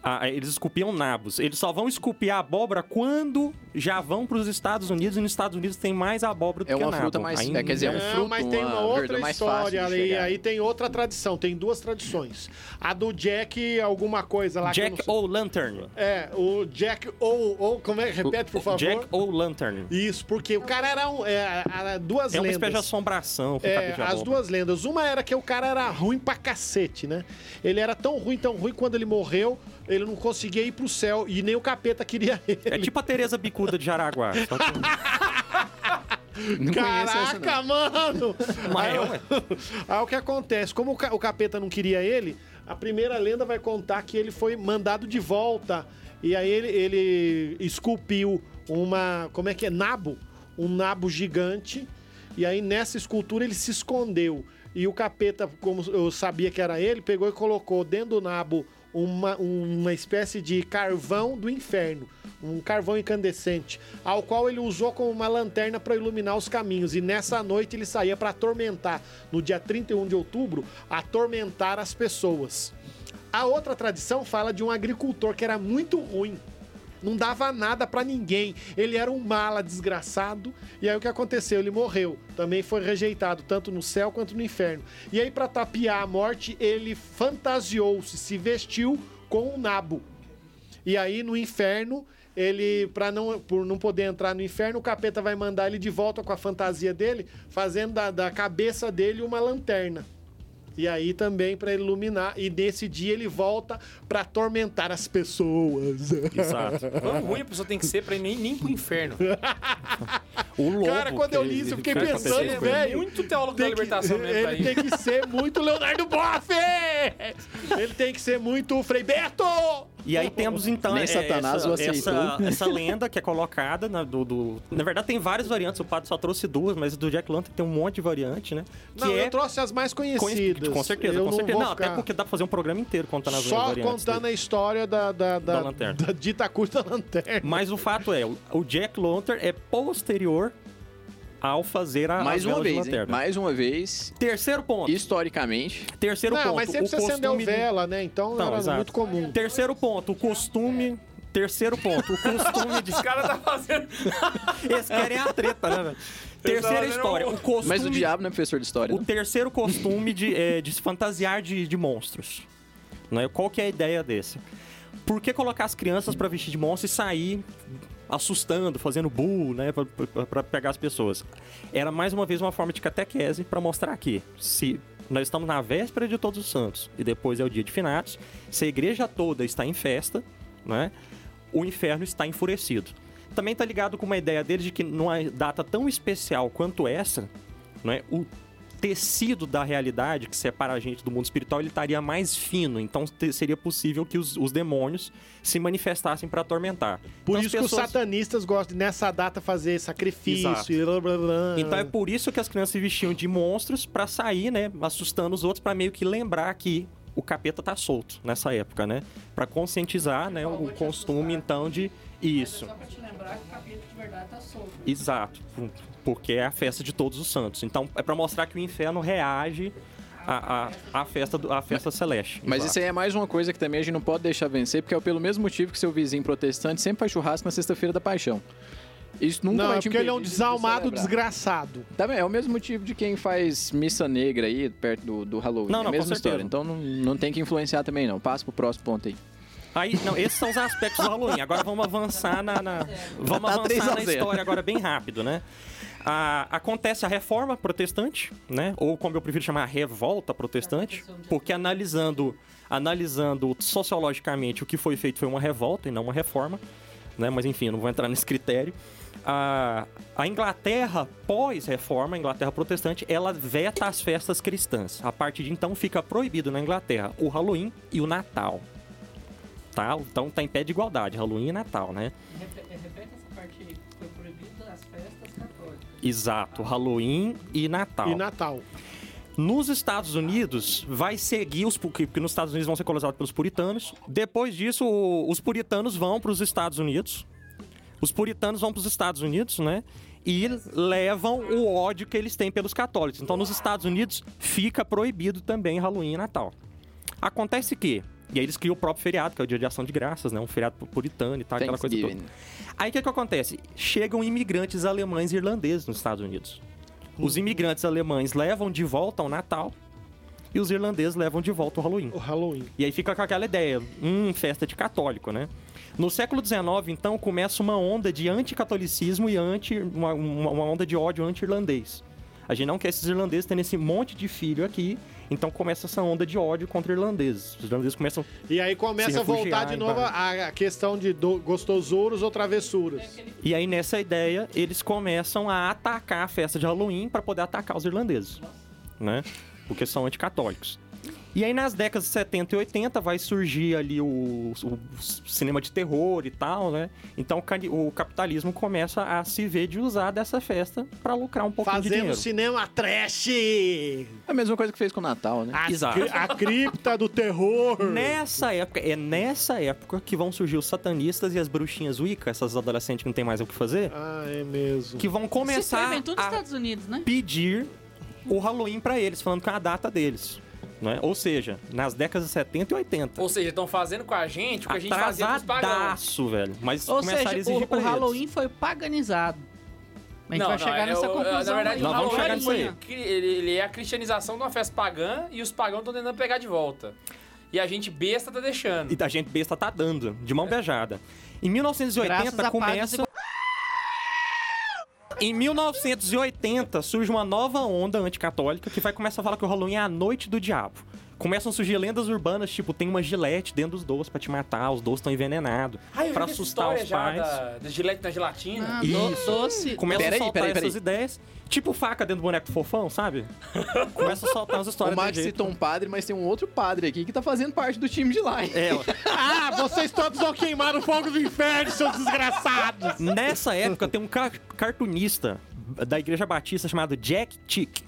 Speaker 7: Ah, eles esculpiam nabos. Eles só vão esculpir a abóbora quando já vão para os Estados Unidos. E nos Estados Unidos tem mais abóbora do
Speaker 5: É
Speaker 7: que
Speaker 5: uma
Speaker 7: nabo.
Speaker 5: fruta mais-
Speaker 7: Ainda
Speaker 5: é, quer dizer, é um
Speaker 4: Não,
Speaker 5: fruto,
Speaker 4: mas tem uma
Speaker 5: uma verdura
Speaker 4: outra
Speaker 5: mais fácil de
Speaker 4: história ali.
Speaker 5: chegar.
Speaker 4: Aí tem outra tradição. Tem duas tradições. A do Jack alguma coisa lá. que eu
Speaker 7: Jack
Speaker 4: não sei.
Speaker 7: o Lantern.
Speaker 4: É, o Jack ou... ou como é? Repete, por favor.
Speaker 7: Jack o Lantern.
Speaker 4: Isso, porque o cara era um... É, a- a- duas
Speaker 7: É uma espécie de
Speaker 4: lendas.
Speaker 7: assombração com
Speaker 4: É,
Speaker 7: cabeça de
Speaker 4: as
Speaker 7: abóbora.
Speaker 4: duas lendas. Uma era que o cara era ruim pra cacete, né? Ele era tão ruim, tão ruim, quando ele morreu, ele não conseguia ir pro céu e nem o capeta queria ele.
Speaker 7: É tipo a Tereza Bicuda de Jaraguá. só que- um É,
Speaker 5: Não conheço essa, não.
Speaker 4: Caraca, mano!
Speaker 7: Mas
Speaker 4: aí,
Speaker 7: é, ué.
Speaker 4: aí o que acontece? Como o ca- o capeta não queria ele, a primeira lenda vai contar que ele foi mandado de volta. E aí ele, ele esculpiu uma. Como é que é? Nabo. Um nabo gigante. E aí nessa escultura ele se escondeu. E o capeta, como eu sabia que era ele, pegou e colocou dentro do nabo uma, uma espécie de carvão do inferno. Um carvão incandescente, ao qual ele usou como uma lanterna para iluminar os caminhos. E nessa noite ele saía para atormentar, no dia 31 de outubro, atormentar as pessoas. A outra tradição fala de um agricultor que era muito ruim. Não dava nada pra ninguém. Ele era um mala desgraçado. E aí o que aconteceu? Ele morreu. Também foi rejeitado, tanto no céu quanto no inferno. E aí, pra tapiar a morte, ele fantasiou-se, se vestiu com um nabo. E aí, no inferno, ele, pra não, por não poder entrar no inferno, o capeta vai mandar ele de volta com a fantasia dele, fazendo da, da cabeça dele uma lanterna. E aí também pra iluminar. E nesse dia ele volta pra atormentar as pessoas.
Speaker 7: Exato.
Speaker 1: Quão ruim a pessoa tem que ser pra ir nem, nem pro inferno.
Speaker 7: O lobo.
Speaker 4: Cara, quando eu li
Speaker 7: que-
Speaker 4: isso, eu fiquei
Speaker 7: que aconteceu
Speaker 4: pensando,
Speaker 7: com ele.
Speaker 4: velho.
Speaker 1: Muito teólogo da
Speaker 4: Tem que-
Speaker 1: libertação mesmo
Speaker 4: ele
Speaker 1: aí.
Speaker 4: tem que ser muito Leonardo Boff! Ele tem que ser muito Frei Beto!
Speaker 7: E aí temos então
Speaker 5: Nem
Speaker 7: é,
Speaker 5: Satanás
Speaker 7: essa,
Speaker 5: o aceitou.
Speaker 7: Essa, essa lenda que é colocada na, do, do- Na verdade, tem várias variantes. O Pato só trouxe duas, mas do Jack Lantern tem um monte de variante, né? Que
Speaker 4: Não,
Speaker 7: é
Speaker 4: eu trouxe as mais
Speaker 7: conheci-
Speaker 4: conhecidas.
Speaker 7: Com certeza,
Speaker 4: Eu
Speaker 7: com
Speaker 4: não
Speaker 7: certeza.
Speaker 4: vou
Speaker 7: Não, até
Speaker 4: ficar
Speaker 7: porque dá pra fazer um programa inteiro contando as
Speaker 4: Só
Speaker 7: variantes.
Speaker 4: contando
Speaker 7: dele.
Speaker 4: a história da, da, da,
Speaker 7: Da lanterna.
Speaker 4: da dita curta lanterna.
Speaker 7: Mas o fato é, o- o Jack Lantern é posterior ao fazer a as
Speaker 5: Mais
Speaker 7: velas de
Speaker 5: uma vez, hein?
Speaker 7: lanterna.
Speaker 5: Mais uma vez,
Speaker 7: Terceiro ponto.
Speaker 5: historicamente,
Speaker 7: Terceiro
Speaker 4: Não,
Speaker 7: ponto.
Speaker 4: mas sempre
Speaker 7: o
Speaker 4: você acendeu
Speaker 7: costume do-
Speaker 4: vela, né? Então
Speaker 7: Então,
Speaker 4: era
Speaker 7: exato.
Speaker 4: muito comum.
Speaker 7: Terceiro ponto, o costume. Terceiro ponto, o costume de.
Speaker 1: Os caras tá fazendo.
Speaker 7: Eles querem a treta, né, velho? Terceira
Speaker 1: vendo
Speaker 7: história,
Speaker 1: o-
Speaker 7: o costume.
Speaker 5: mas o diabo não é professor de história.
Speaker 7: O
Speaker 5: não.
Speaker 7: terceiro costume de, é, de se fantasiar de, de monstros. Não é? Qual que é a ideia desse? Por que colocar as crianças pra vestir de monstro e sair assustando, fazendo bull, né, pra- pra pra pegar as pessoas? Era mais uma vez uma forma de catequese pra mostrar que se nós estamos na véspera de Todos os Santos e depois é o dia de finados, se a igreja toda está em festa, né, o inferno está enfurecido. Também tá ligado com uma ideia dele de que numa data tão especial quanto essa, né, o tecido da realidade que separa a gente do mundo espiritual ele estaria mais fino, então te- seria possível que os, os demônios se manifestassem para atormentar.
Speaker 4: Por
Speaker 7: Então, as
Speaker 4: isso que os
Speaker 7: pessoas-
Speaker 4: satanistas gostam de, nessa data fazer sacrifício
Speaker 7: Exato.
Speaker 4: e blá blá blá.
Speaker 7: Então é por isso que as crianças se vestiam de monstros pra sair, né, assustando os outros pra meio que lembrar que o capeta tá solto nessa época, né? Pra conscientizar, né, o costume então de isso.
Speaker 3: pra te lembrar que o capeta de verdade tá solto.
Speaker 7: Exato, porque é a festa de todos os santos. Então é pra mostrar que o inferno reage à, à, à festa do, à festa celeste.
Speaker 5: Mas isso aí é mais uma coisa que também a gente não pode deixar vencer, porque é pelo mesmo motivo que seu vizinho protestante sempre faz churrasco na sexta-feira da paixão. Isso nunca
Speaker 4: Não,
Speaker 5: vai
Speaker 4: é
Speaker 5: te
Speaker 4: porque ele é um
Speaker 5: impedir de você
Speaker 4: desalmado
Speaker 5: celebrar.
Speaker 4: desgraçado.
Speaker 5: Tá bem, é o mesmo motivo de quem faz missa negra aí, perto do, do Halloween.
Speaker 7: Não,
Speaker 5: é
Speaker 7: não,
Speaker 5: a
Speaker 7: com
Speaker 5: mesma
Speaker 7: certeza.
Speaker 5: história. Então não, não tem que influenciar também, não. Passa pro próximo ponto aí.
Speaker 7: Aí, não, esses são os aspectos do Halloween. Agora vamos avançar na, na- vamos
Speaker 5: Tá três
Speaker 7: avançar
Speaker 5: a
Speaker 7: na
Speaker 5: zero.
Speaker 7: história agora bem rápido, né? Ah, acontece a reforma protestante, né? Ou como eu prefiro chamar, a revolta protestante, porque analisando, analisando sociologicamente o que foi feito foi uma revolta e não uma reforma, né? Mas enfim, eu não vou entrar nesse critério. A, a Inglaterra pós-reforma, a Inglaterra protestante, ela veta as festas cristãs. A partir de então fica proibido na Inglaterra o Halloween e o Natal tá? Então tá em pé de igualdade, Halloween e Natal, né?
Speaker 3: Repete essa parte aí. Foi proibido as festas católicas.
Speaker 7: Exato, Halloween e Natal.
Speaker 4: E Natal.
Speaker 7: Nos Estados Unidos, vai seguir os. Porque porque nos Estados Unidos vão ser colonizados pelos puritanos. Depois disso, o- os puritanos vão para os Estados Unidos. Os puritanos vão para os Estados Unidos, né? E levam o ódio que eles têm pelos católicos. Então, nos Estados Unidos, fica proibido também Halloween e Natal. Acontece que. E aí eles criam o próprio feriado, que é o dia de ação de graças, né? Um feriado puritano e tal, aquela coisa toda.
Speaker 5: Thanksgiving. né?
Speaker 7: Aí o que, que acontece? Chegam imigrantes alemães e irlandeses nos Estados Unidos. Os imigrantes alemães levam de volta o Natal e os irlandeses levam de volta o Halloween.
Speaker 4: O Halloween.
Speaker 7: E aí fica com aquela ideia, hum, festa de católico, né? No século XIX, então, começa uma onda de anticatolicismo e anti, uma, uma- uma onda de ódio anti-irlandês. A gente não quer esses irlandeses tendo esse monte de filho aqui, então começa essa onda de ódio contra irlandeses. Os irlandeses começam
Speaker 4: E aí começa
Speaker 7: Se
Speaker 4: a voltar
Speaker 7: refugiar
Speaker 4: de
Speaker 7: em
Speaker 4: novo a, a questão de do- gostosuros ou
Speaker 7: Um
Speaker 4: travessuras.
Speaker 7: E aí, nessa ideia, eles começam a atacar a festa de Halloween para poder atacar os irlandeses, né? Porque são anticatólicos. E aí nas décadas de 70 e 80 vai surgir ali o, o cinema de terror e tal, né? Então o cani- o capitalismo começa a se ver de usar dessa festa pra lucrar um pouquinho de
Speaker 4: Fazendo
Speaker 7: dinheiro.
Speaker 4: cinema trash!
Speaker 5: É a mesma coisa que fez com o Natal, né?
Speaker 4: A,
Speaker 7: Exato.
Speaker 4: cri- a cripta do terror!
Speaker 7: Nessa época, é nessa época que vão surgir os satanistas e as bruxinhas Wicca, essas adolescentes que não tem mais o que fazer,
Speaker 4: Ah, é mesmo.
Speaker 7: que vão
Speaker 3: Se
Speaker 7: começar
Speaker 3: escrevem tudo nos
Speaker 7: a
Speaker 3: Estados Unidos, né?
Speaker 7: pedir o Halloween pra eles, falando que é a data deles. Né? Ou seja, nas décadas de 70 e 80.
Speaker 1: Ou seja, estão fazendo com a gente o que a gente fazia com os pagãos.
Speaker 7: Atrasadaço, velho. Mas
Speaker 3: Ou
Speaker 7: começaram a
Speaker 3: seja,
Speaker 7: exigir
Speaker 3: o,
Speaker 7: pra
Speaker 3: o
Speaker 7: eles.
Speaker 3: Halloween foi paganizado. A gente
Speaker 1: Não,
Speaker 3: vai
Speaker 1: não,
Speaker 3: chegar
Speaker 1: é-
Speaker 3: nessa
Speaker 1: eu- eu-
Speaker 3: conclusão.
Speaker 1: Na verdade,
Speaker 3: aí.
Speaker 1: o
Speaker 7: Nós vamos
Speaker 1: Halloween,
Speaker 7: chegar nisso aí.
Speaker 1: cri- Ele, ele é a cristianização de uma festa pagã e os pagãos estão tentando pegar de volta. E a gente besta tá deixando.
Speaker 7: E a gente besta tá dando, de mão beijada. Em 1980
Speaker 3: É. Graças a
Speaker 7: começa.
Speaker 3: Padre
Speaker 7: Em 1980 surge uma nova onda anticatólica que vai começar a falar que o Halloween é a noite do diabo. Começam a surgir lendas urbanas, tipo, tem uma gilete dentro dos doces pra te matar, os doces estão envenenados,
Speaker 1: Ah, eu vi
Speaker 7: pra
Speaker 1: essa
Speaker 7: assustar
Speaker 1: história
Speaker 7: os
Speaker 1: já
Speaker 7: pais.
Speaker 1: da, da gilete na gelatina.
Speaker 3: Ah,
Speaker 7: Isso.
Speaker 3: do- doce.
Speaker 7: Começa
Speaker 5: Peraí,
Speaker 7: a soltar
Speaker 5: peraí, peraí.
Speaker 7: essas ideias, tipo faca dentro do boneco fofão, sabe? Começa a soltar as
Speaker 5: O
Speaker 7: histórias
Speaker 5: Max
Speaker 7: desse jeito.
Speaker 5: citou um padre, mas tem um outro padre aqui que tá fazendo parte do time de lá. hein?
Speaker 7: É, ó.
Speaker 4: Ah, vocês todos vão queimar no fogo do inferno, seus desgraçados!
Speaker 7: Nessa época tem um ca- cartunista da Igreja Batista chamado Jack Tick,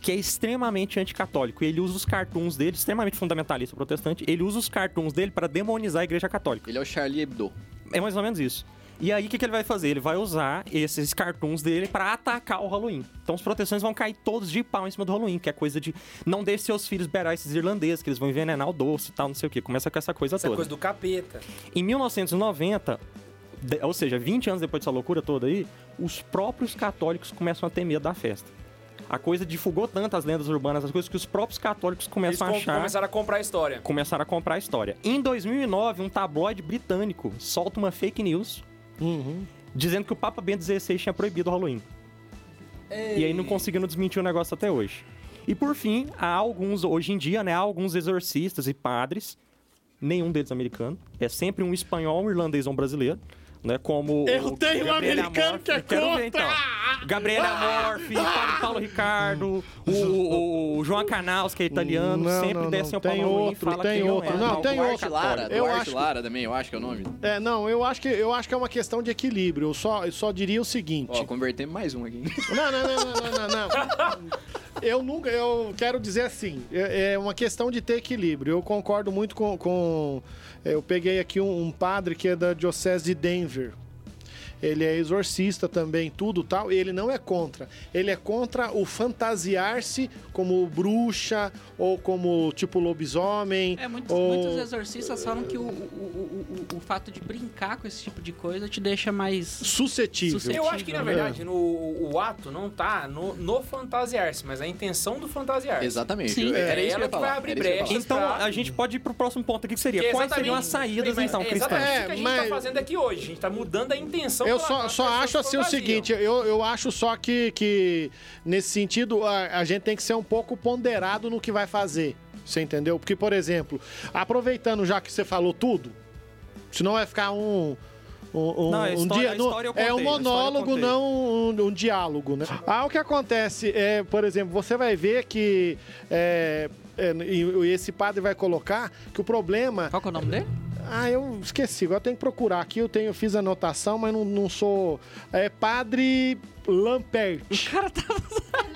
Speaker 7: que é extremamente anticatólico. Ele usa os cartoons dele, extremamente fundamentalista protestante, ele usa os cartoons dele para demonizar a Igreja Católica.
Speaker 5: Ele é o Charlie Hebdo.
Speaker 7: É mais ou menos isso. E aí, o que, que ele vai fazer? Ele vai usar esses cartoons dele para atacar o Halloween. Então, os proteções vão cair todos de pau em cima do Halloween, que é coisa de não deixe seus filhos beirar esses irlandeses, que eles vão envenenar o doce e tal, não sei o quê. Começa com essa coisa
Speaker 1: Essa
Speaker 7: toda.
Speaker 1: coisa do capeta.
Speaker 7: Em 1990, de- ou seja, 20 anos depois dessa loucura toda aí, os próprios católicos começam a ter medo da festa. A coisa divulgou tanto as lendas urbanas, as coisas que os próprios católicos
Speaker 1: Eles
Speaker 7: começam
Speaker 1: com-
Speaker 7: a achar.
Speaker 1: começaram a comprar a história.
Speaker 7: Começaram a comprar a história. Em 2009, um tabloide britânico solta uma fake news Uhum, um dizendo que o Papa Bento XVI tinha proibido o Halloween. E aí não conseguiram desmentir o negócio até hoje. E por fim, há alguns, hoje em dia, né, há alguns exorcistas e padres, nenhum deles americano, é sempre um espanhol, um irlandês ou um brasileiro, né, como...
Speaker 4: Eu
Speaker 7: o
Speaker 4: tenho um americano que é
Speaker 7: Quero ver,
Speaker 4: contra! Ah!
Speaker 7: então. Gabriela Morphy, Paulo, Paulo Ricardo, o, o- o João Canals, que é italiano,
Speaker 4: Não,
Speaker 7: sempre
Speaker 4: não, não.
Speaker 7: descem o pau
Speaker 4: Tem
Speaker 7: no Halloween e
Speaker 4: outro,
Speaker 7: fala
Speaker 4: tem
Speaker 7: que
Speaker 4: outro.
Speaker 7: Não, é.
Speaker 4: Não, tem
Speaker 5: Duarte
Speaker 4: outro.
Speaker 5: Lara,
Speaker 4: Eu
Speaker 5: Duarte
Speaker 4: acho-
Speaker 5: Lara também, eu acho que é o nome.
Speaker 4: É, não, eu acho que, eu acho que é uma questão de equilíbrio. Eu só, eu só diria o seguinte.
Speaker 5: Ó, convertemos mais um aqui.
Speaker 4: Não, não, não, não, não, não, não. Eu nunca, eu quero dizer assim, é é uma questão de ter equilíbrio. Eu concordo muito com. com- eu peguei aqui um, um padre que é da Diocese de Denver. Ele é exorcista também, tudo tal. e Ele não é contra. Ele é contra o fantasiar-se como bruxa ou como tipo lobisomem.
Speaker 3: É, muitos,
Speaker 4: ou...
Speaker 3: muitos exorcistas falam que o, o- o- o- o fato de brincar com esse tipo de coisa te deixa mais.
Speaker 4: suscetível.
Speaker 3: Suscetível.
Speaker 1: Eu acho
Speaker 7: é.
Speaker 1: que, na verdade, no, o ato não tá no, no fantasiar-se, mas a intenção do fantasiar-se.
Speaker 5: Exatamente.
Speaker 3: Sim.
Speaker 5: eu-
Speaker 1: É
Speaker 5: Era isso que
Speaker 1: ela
Speaker 5: eu ia
Speaker 1: que vai
Speaker 5: falar.
Speaker 1: abrir
Speaker 5: era isso que eu ia
Speaker 1: brecha.
Speaker 5: falar.
Speaker 7: Então,
Speaker 1: pra-
Speaker 7: a gente pode ir pro próximo ponto aqui, que seria
Speaker 1: Que é
Speaker 7: quais seriam as
Speaker 1: exatamente-
Speaker 7: saídas,
Speaker 1: Mas
Speaker 7: então,
Speaker 1: é
Speaker 7: cristãs?
Speaker 1: Exatamente o que a gente
Speaker 4: É,
Speaker 1: tá
Speaker 4: mas-
Speaker 1: fazendo aqui hoje. A gente tá mudando a intenção.
Speaker 4: Eu
Speaker 1: pela qual
Speaker 4: só,
Speaker 1: as
Speaker 4: só
Speaker 1: pessoas
Speaker 4: acho assim o
Speaker 1: fantasiam.
Speaker 4: seguinte, eu, eu acho só que, que nesse sentido a, a gente tem que ser um pouco ponderado no que vai fazer. Você entendeu? Porque, por exemplo, aproveitando já que você falou tudo, senão vai ficar um. Um, um-
Speaker 7: Não, a
Speaker 4: um
Speaker 7: história-
Speaker 4: dia-
Speaker 7: a
Speaker 4: não-
Speaker 7: história eu
Speaker 4: é
Speaker 7: contei, a
Speaker 4: um
Speaker 7: história eu
Speaker 4: monólogo,
Speaker 7: contei.
Speaker 4: não um, um diálogo, né? Ah, o que acontece é, por exemplo, você vai ver que é, é, e- e esse padre vai colocar que o problema
Speaker 3: Qual que é o nome dele?
Speaker 4: ah, eu esqueci. Agora eu tenho que procurar aqui. Eu tenho, eu fiz anotação, mas não, não sou. É Padre Lampert. O cara tá.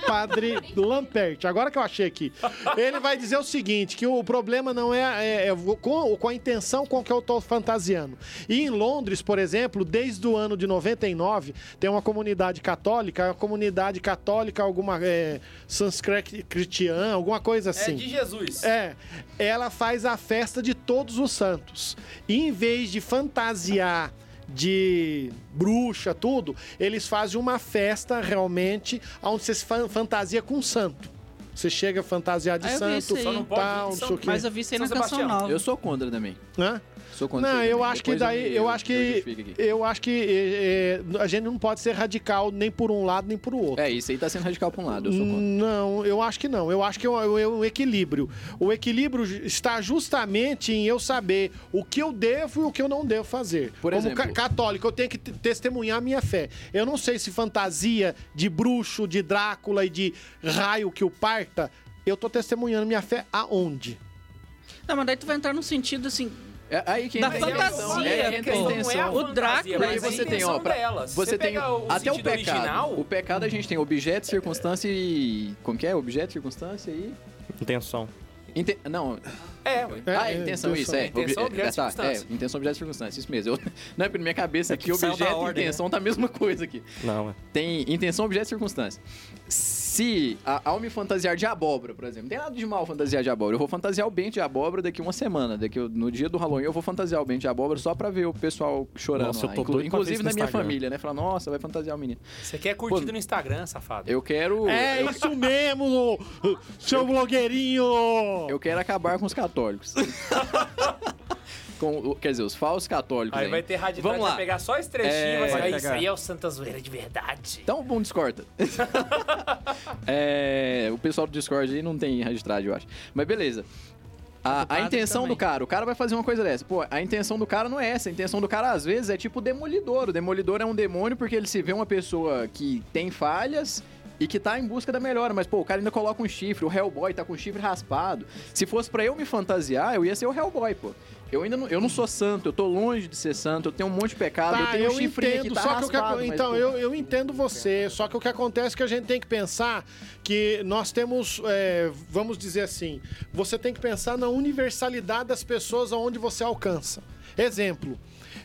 Speaker 4: Padre Lampert. Agora que eu achei aqui. Ele vai dizer o seguinte: que o problema não é, é- é com, com a intenção com que eu tô fantasiando. E em Londres, por exemplo, desde o ano de 99, tem uma comunidade católica, a comunidade católica, alguma. É, Sanscritian, alguma coisa
Speaker 1: É
Speaker 4: assim.
Speaker 1: de Jesus.
Speaker 4: É, ela faz a festa de todos os santos. E em vez de fantasiar de bruxa, tudo, eles fazem uma festa realmente onde você se fan- fantasia com um santo. Você chega a fantasiar de
Speaker 3: Ah, eu vi
Speaker 4: santo,
Speaker 3: isso aí. Só não
Speaker 1: pode
Speaker 4: tal, não
Speaker 1: São-
Speaker 4: sei o quê.
Speaker 3: Mas eu vi isso aí
Speaker 1: São
Speaker 3: na canção
Speaker 1: Sebastião.
Speaker 3: nova.
Speaker 5: Eu sou contra também.
Speaker 4: Hã?
Speaker 5: Sou contra.
Speaker 4: Não,
Speaker 5: isso
Speaker 4: eu
Speaker 5: também.
Speaker 4: acho que
Speaker 5: Depois
Speaker 4: daí,
Speaker 5: me-
Speaker 4: eu acho que,
Speaker 5: justifico aqui.
Speaker 4: eu acho que é, é, a gente não pode ser radical nem por um lado nem por outro.
Speaker 5: É, isso aí tá sendo radical pra um lado, eu sou
Speaker 4: Hum.
Speaker 5: contra.
Speaker 4: Não, eu acho que não. Eu acho que é um, é um equilíbrio. O equilíbrio está justamente em eu saber o que eu devo e o que eu não devo fazer.
Speaker 5: Por
Speaker 4: Como
Speaker 5: exemplo-
Speaker 4: ca- católico, eu tenho que te- testemunhar a minha fé. Eu não sei se fantasia de bruxo, de Drácula e de raio que o parta eu tô testemunhando minha fé aonde?
Speaker 3: Não, mas daí tu vai entrar num sentido assim.
Speaker 5: É aí que
Speaker 3: Da
Speaker 5: entra a intenção.
Speaker 3: fantasia,
Speaker 5: É aí que entra a
Speaker 3: pô.
Speaker 5: intenção.
Speaker 3: O Drácula,
Speaker 5: Porque você tem, ó, pra- você tem até o pecado. O pecado a gente tem objeto, circunstância e como que é? Objeto, circunstância e
Speaker 7: Intenção.
Speaker 5: Inte- Não,
Speaker 1: É,
Speaker 4: É,
Speaker 5: ah,
Speaker 4: é,
Speaker 5: intenção, isso, é.
Speaker 1: intenção,
Speaker 5: Obje-
Speaker 1: objeto,
Speaker 5: é, tá,
Speaker 1: circunstância.
Speaker 5: É, intenção, objeto, circunstância, isso mesmo. Eu... Não é porque na minha cabeça aqui,
Speaker 2: saiu da
Speaker 5: objeto
Speaker 2: ordem,
Speaker 5: e intenção tá a mesma coisa aqui.
Speaker 7: Não, é.
Speaker 5: Tem intenção, objeto e circunstância. Se a, ao me fantasiar de abóbora, por exemplo, não tem nada de mal fantasiar de abóbora. Eu vou fantasiar o Ben de abóbora daqui uma semana. Daqui, no dia do Halloween eu vou fantasiar o Ben de abóbora só pra ver o pessoal chorando.
Speaker 7: Nossa, eu
Speaker 5: lá.
Speaker 7: tô doido pra ver
Speaker 5: Inclusive
Speaker 7: isso
Speaker 5: na
Speaker 7: no
Speaker 5: minha
Speaker 7: Instagram.
Speaker 5: família, né? Falar, nossa, vai fantasiar o menino.
Speaker 1: Você quer curtida no Instagram, safado.
Speaker 5: Eu quero.
Speaker 4: É
Speaker 5: eu,
Speaker 4: isso mesmo, seu blogueirinho!
Speaker 5: eu quero acabar com os católicos. com, o- quer dizer, os falsos católicos.
Speaker 1: Aí
Speaker 5: hein?
Speaker 1: vai ter radidade,
Speaker 5: Vamos lá.
Speaker 1: vai pegar só esse trechinho,
Speaker 5: É,
Speaker 1: vai,
Speaker 7: vai
Speaker 1: vai isso
Speaker 7: pegar.
Speaker 1: aí é o Santa Zoeira de verdade.
Speaker 5: Então, bom, discorda. É, o pessoal do Discord aí não tem registrado, eu acho. Mas beleza.
Speaker 3: Do
Speaker 5: A, a
Speaker 3: padre
Speaker 5: intenção
Speaker 3: também.
Speaker 5: do cara, o cara vai fazer uma coisa dessa. Pô, a intenção do cara não é essa. A intenção do cara, às vezes, é tipo o demolidor. O demolidor é um demônio porque ele se vê uma pessoa que tem falhas e que tá em busca da melhora. Mas, pô, o cara ainda coloca um chifre. O Hellboy tá com o chifre raspado. Se fosse pra eu me fantasiar, eu ia ser o Hellboy, pô. Eu ainda não, eu não sou santo, eu tô longe de ser santo, eu tenho um monte de pecado, eu
Speaker 4: Tá,
Speaker 5: tenho
Speaker 4: eu,
Speaker 5: um chifrinho
Speaker 4: entendo,
Speaker 5: aqui, tá
Speaker 4: só que o que,
Speaker 5: raspado,
Speaker 4: acon-
Speaker 5: mas,
Speaker 4: então,
Speaker 5: pô,
Speaker 4: eu, eu entendo você, só que o que acontece é que a gente tem que pensar que nós temos, é, vamos dizer assim, você tem que pensar na universalidade das pessoas aonde você alcança. Exemplo,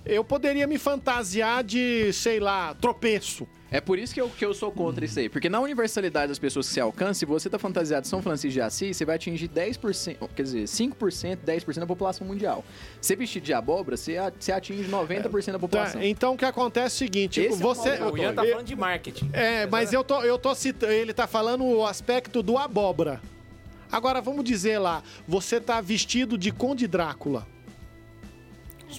Speaker 4: eu poderia me fantasiar de, sei lá, tropeço.
Speaker 5: É por isso que eu, que eu sou contra isso aí. Porque na universalidade das pessoas que se alcança, se você tá fantasiado de São Francisco de Assis, você vai atingir 10%, ou, quer dizer, 5%, 10% da população mundial. Você vestir de abóbora, você, a- você atinge 90% da
Speaker 4: Tá?
Speaker 5: população.
Speaker 4: Então o que acontece é o seguinte,
Speaker 5: Esse é o
Speaker 4: você...
Speaker 1: o Ian tá
Speaker 4: Então, eu-
Speaker 1: falando de marketing.
Speaker 4: É, mas eu tô, eu tô citando. Ele tá falando o aspecto do abóbora. Agora vamos dizer lá, você tá vestido de Conde Drácula.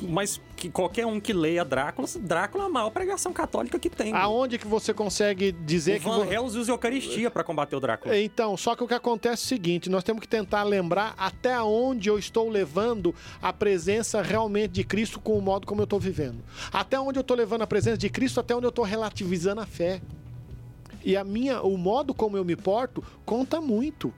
Speaker 7: Mas que qualquer um que leia Drácula, Drácula é a maior pregação católica que tem.
Speaker 4: Aonde que você consegue Ah, dizer
Speaker 7: o
Speaker 4: que.
Speaker 7: Van
Speaker 4: vo-
Speaker 7: Helsing usa Eucaristia pra combater o Drácula.
Speaker 4: Então, só que o que acontece é o seguinte: nós temos que tentar lembrar até onde eu estou levando a presença realmente de Cristo com o modo como eu estou vivendo. Até onde eu estou levando a presença de Cristo, até onde eu estou relativizando a fé. E a minha, o modo como eu me porto conta muito.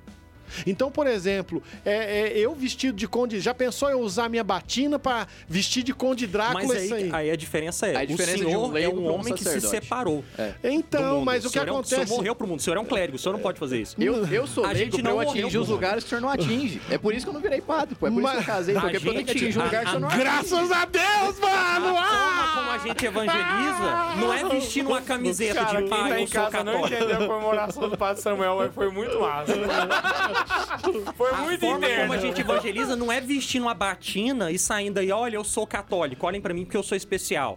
Speaker 4: Então, por exemplo, é, é, eu vestido de Conde. Já pensou eu usar minha batina para vestir de Conde Drácula? é
Speaker 7: Mas é aí,
Speaker 4: isso aí?
Speaker 7: aí a diferença é,
Speaker 5: A diferença
Speaker 7: o
Speaker 5: de um
Speaker 7: senhor é
Speaker 5: leigo
Speaker 7: um
Speaker 5: pra um
Speaker 7: homem que se
Speaker 5: sacerdote. É.
Speaker 7: separou do
Speaker 4: Então,
Speaker 7: mundo.
Speaker 4: mas o que
Speaker 7: senhor é um- O
Speaker 4: acontece?
Speaker 7: senhor morreu pro mundo, o senhor é um clérigo, o senhor não pode fazer isso.
Speaker 5: Eu, eu sou
Speaker 7: A
Speaker 5: leigo
Speaker 7: gente
Speaker 5: pra
Speaker 7: não
Speaker 5: eu
Speaker 7: morreu,
Speaker 5: atingir os
Speaker 7: porra.
Speaker 5: lugares que o senhor não atinge. É por isso que eu não virei padre, pô. É por
Speaker 4: Mas-
Speaker 5: isso que eu casei,
Speaker 7: A
Speaker 5: porque eu tenho que
Speaker 7: gente-
Speaker 5: atingir um lugar que o senhor não
Speaker 7: a- a-
Speaker 5: atinge.
Speaker 4: Graças a Deus, mano!
Speaker 7: A
Speaker 4: Ah!
Speaker 7: forma como a gente evangeliza não é vestindo uma camiseta
Speaker 1: Cara,
Speaker 7: de
Speaker 1: quem
Speaker 7: pai,
Speaker 1: tá
Speaker 7: eu
Speaker 1: em
Speaker 7: sou
Speaker 1: casa não
Speaker 7: é católico.
Speaker 1: entendeu a comemoração do Padre Samuel, mas foi muito massa. foi
Speaker 7: A
Speaker 1: muito
Speaker 7: forma
Speaker 1: interno.
Speaker 7: como a gente evangeliza não é vestindo uma batina e saindo aí, olha, eu sou católico, olhem pra mim porque eu sou especial.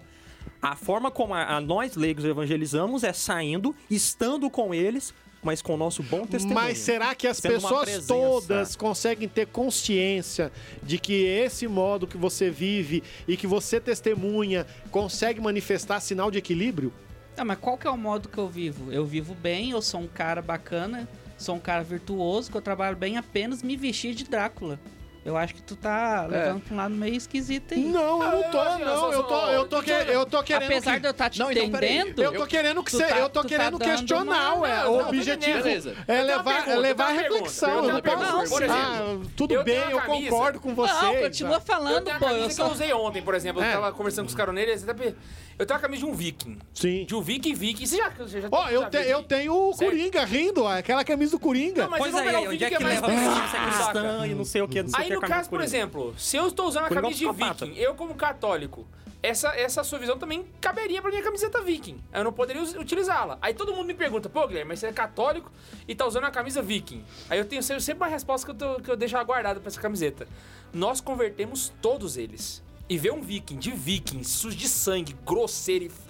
Speaker 7: A forma como a, a nós leigos evangelizamos é saindo, estando com eles, mas com o nosso bom testemunho.
Speaker 4: Mas será que as
Speaker 7: Sendo uma
Speaker 4: pessoas
Speaker 7: presença.
Speaker 4: todas conseguem ter consciência de que esse modo que você vive e que você testemunha consegue manifestar sinal de equilíbrio?
Speaker 3: Tá, mas qual que é o modo que eu vivo? Eu vivo bem, eu sou um cara bacana, sou um cara virtuoso, que eu trabalho bem, apenas me vestir de Drácula. Eu acho que tu tá levando pra um lado meio esquisito aí.
Speaker 4: Não, eu não tô,
Speaker 1: Ah, eu
Speaker 4: não.
Speaker 1: sou-
Speaker 4: Eu tô,
Speaker 1: sou-
Speaker 4: eu tô, que- eu tô querendo.
Speaker 3: Apesar
Speaker 4: que-
Speaker 3: de eu estar te
Speaker 5: Não, então, peraí.
Speaker 3: entendendo,
Speaker 4: Eu tô querendo que
Speaker 3: tu
Speaker 4: você,
Speaker 3: tá-
Speaker 4: eu tô
Speaker 3: tu tá
Speaker 4: querendo
Speaker 3: dando
Speaker 4: questionar,
Speaker 3: uma-
Speaker 4: ué.
Speaker 1: Não,
Speaker 4: O
Speaker 1: não,
Speaker 4: objetivo
Speaker 5: beleza. Eu
Speaker 4: é
Speaker 1: tenho uma
Speaker 4: levar,
Speaker 1: pergunta,
Speaker 4: é levar
Speaker 1: eu
Speaker 4: a
Speaker 1: tenho uma
Speaker 4: reflexão.
Speaker 1: pergunta,
Speaker 4: eu não
Speaker 1: eu tenho uma pergunta.
Speaker 4: posso-
Speaker 1: Por exemplo,
Speaker 4: ah, tudo
Speaker 1: eu tenho
Speaker 4: bem,
Speaker 1: uma
Speaker 4: eu
Speaker 1: camisa.
Speaker 4: concordo com você. então.
Speaker 3: Não, continua
Speaker 1: Eu
Speaker 3: falando,
Speaker 1: tenho a
Speaker 3: pô. Eu
Speaker 1: camisa que eu
Speaker 3: só...
Speaker 1: usei ontem, por exemplo.
Speaker 4: É.
Speaker 1: Eu tava conversando com os caroneiros. Eu até- eu tenho a camisa de um viking.
Speaker 4: Sim.
Speaker 1: De um viking viking. Você já... Você já
Speaker 4: Ó, eu,
Speaker 1: já
Speaker 4: te-
Speaker 1: viu
Speaker 4: eu
Speaker 1: viking?
Speaker 4: tenho o
Speaker 1: Sério?
Speaker 4: Coringa rindo, ó, aquela camisa do Coringa.
Speaker 1: Não, mas
Speaker 7: Pois
Speaker 1: eu vou pegar
Speaker 7: aí,
Speaker 1: o
Speaker 7: onde
Speaker 1: vídeo
Speaker 7: é
Speaker 1: que é
Speaker 7: que
Speaker 1: mais...
Speaker 7: leva a consciência
Speaker 1: Ah, saca?
Speaker 7: cristã e não sei o que, não sei o
Speaker 1: Aí,
Speaker 7: que.
Speaker 1: no
Speaker 7: acaba
Speaker 1: caso, por
Speaker 7: com isso.
Speaker 1: exemplo, se eu estou usando a
Speaker 7: Coringa é um
Speaker 1: camisa de
Speaker 7: psicopata.
Speaker 1: viking, eu como católico, essa, essa sua visão também caberia pra minha camiseta viking. Eu não poderia us- utilizá-la. Aí todo mundo me pergunta, pô, Guilherme, mas você é católico e tá usando a camisa viking. Aí eu tenho se- sempre uma resposta que eu, tô- que eu deixo aguardada pra essa camiseta. Nós convertemos todos eles. E ver um viking, de viking, sujo de sangue, grosseiro e... f-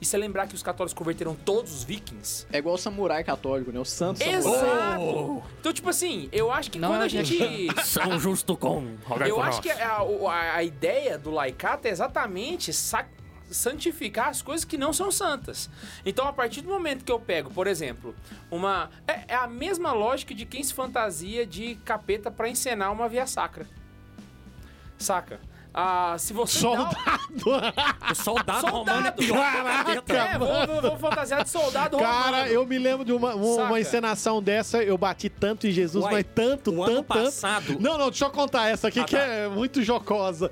Speaker 1: E se lembrar que os católicos converteram todos os vikings?
Speaker 5: É igual o samurai católico, né? O santo samurai.
Speaker 1: Exato! Então, tipo assim, eu acho que
Speaker 3: Não
Speaker 1: quando
Speaker 3: é
Speaker 1: a
Speaker 3: o Jack
Speaker 1: gente...
Speaker 7: São justo com Roberto
Speaker 1: Eu acho
Speaker 7: Ross.
Speaker 1: que a, o- a- a ideia do laicato é exatamente sa- santificar as coisas que não são santas. Então, a partir do momento que eu pego, por exemplo, uma. É, é a mesma lógica de quem se fantasia de capeta pra encenar uma via sacra. Saca? Ah, se você
Speaker 4: Soldado.
Speaker 1: dá-
Speaker 7: O soldado, romano é
Speaker 1: Soldado!
Speaker 7: pior. Caraca,
Speaker 1: É, vou, vou, vou fantasiar de soldado
Speaker 4: Cara,
Speaker 1: romano.
Speaker 4: eu me lembro de uma, uma-
Speaker 1: Saca.
Speaker 4: uma encenação dessa, eu bati tanto em Jesus,
Speaker 7: Uai,
Speaker 4: mas tanto,
Speaker 7: o
Speaker 4: tanto,
Speaker 7: ano
Speaker 4: tanto.
Speaker 7: passado-
Speaker 4: Não, não, deixa eu contar essa aqui
Speaker 7: Ah,
Speaker 4: que
Speaker 7: tá.
Speaker 4: é muito jocosa.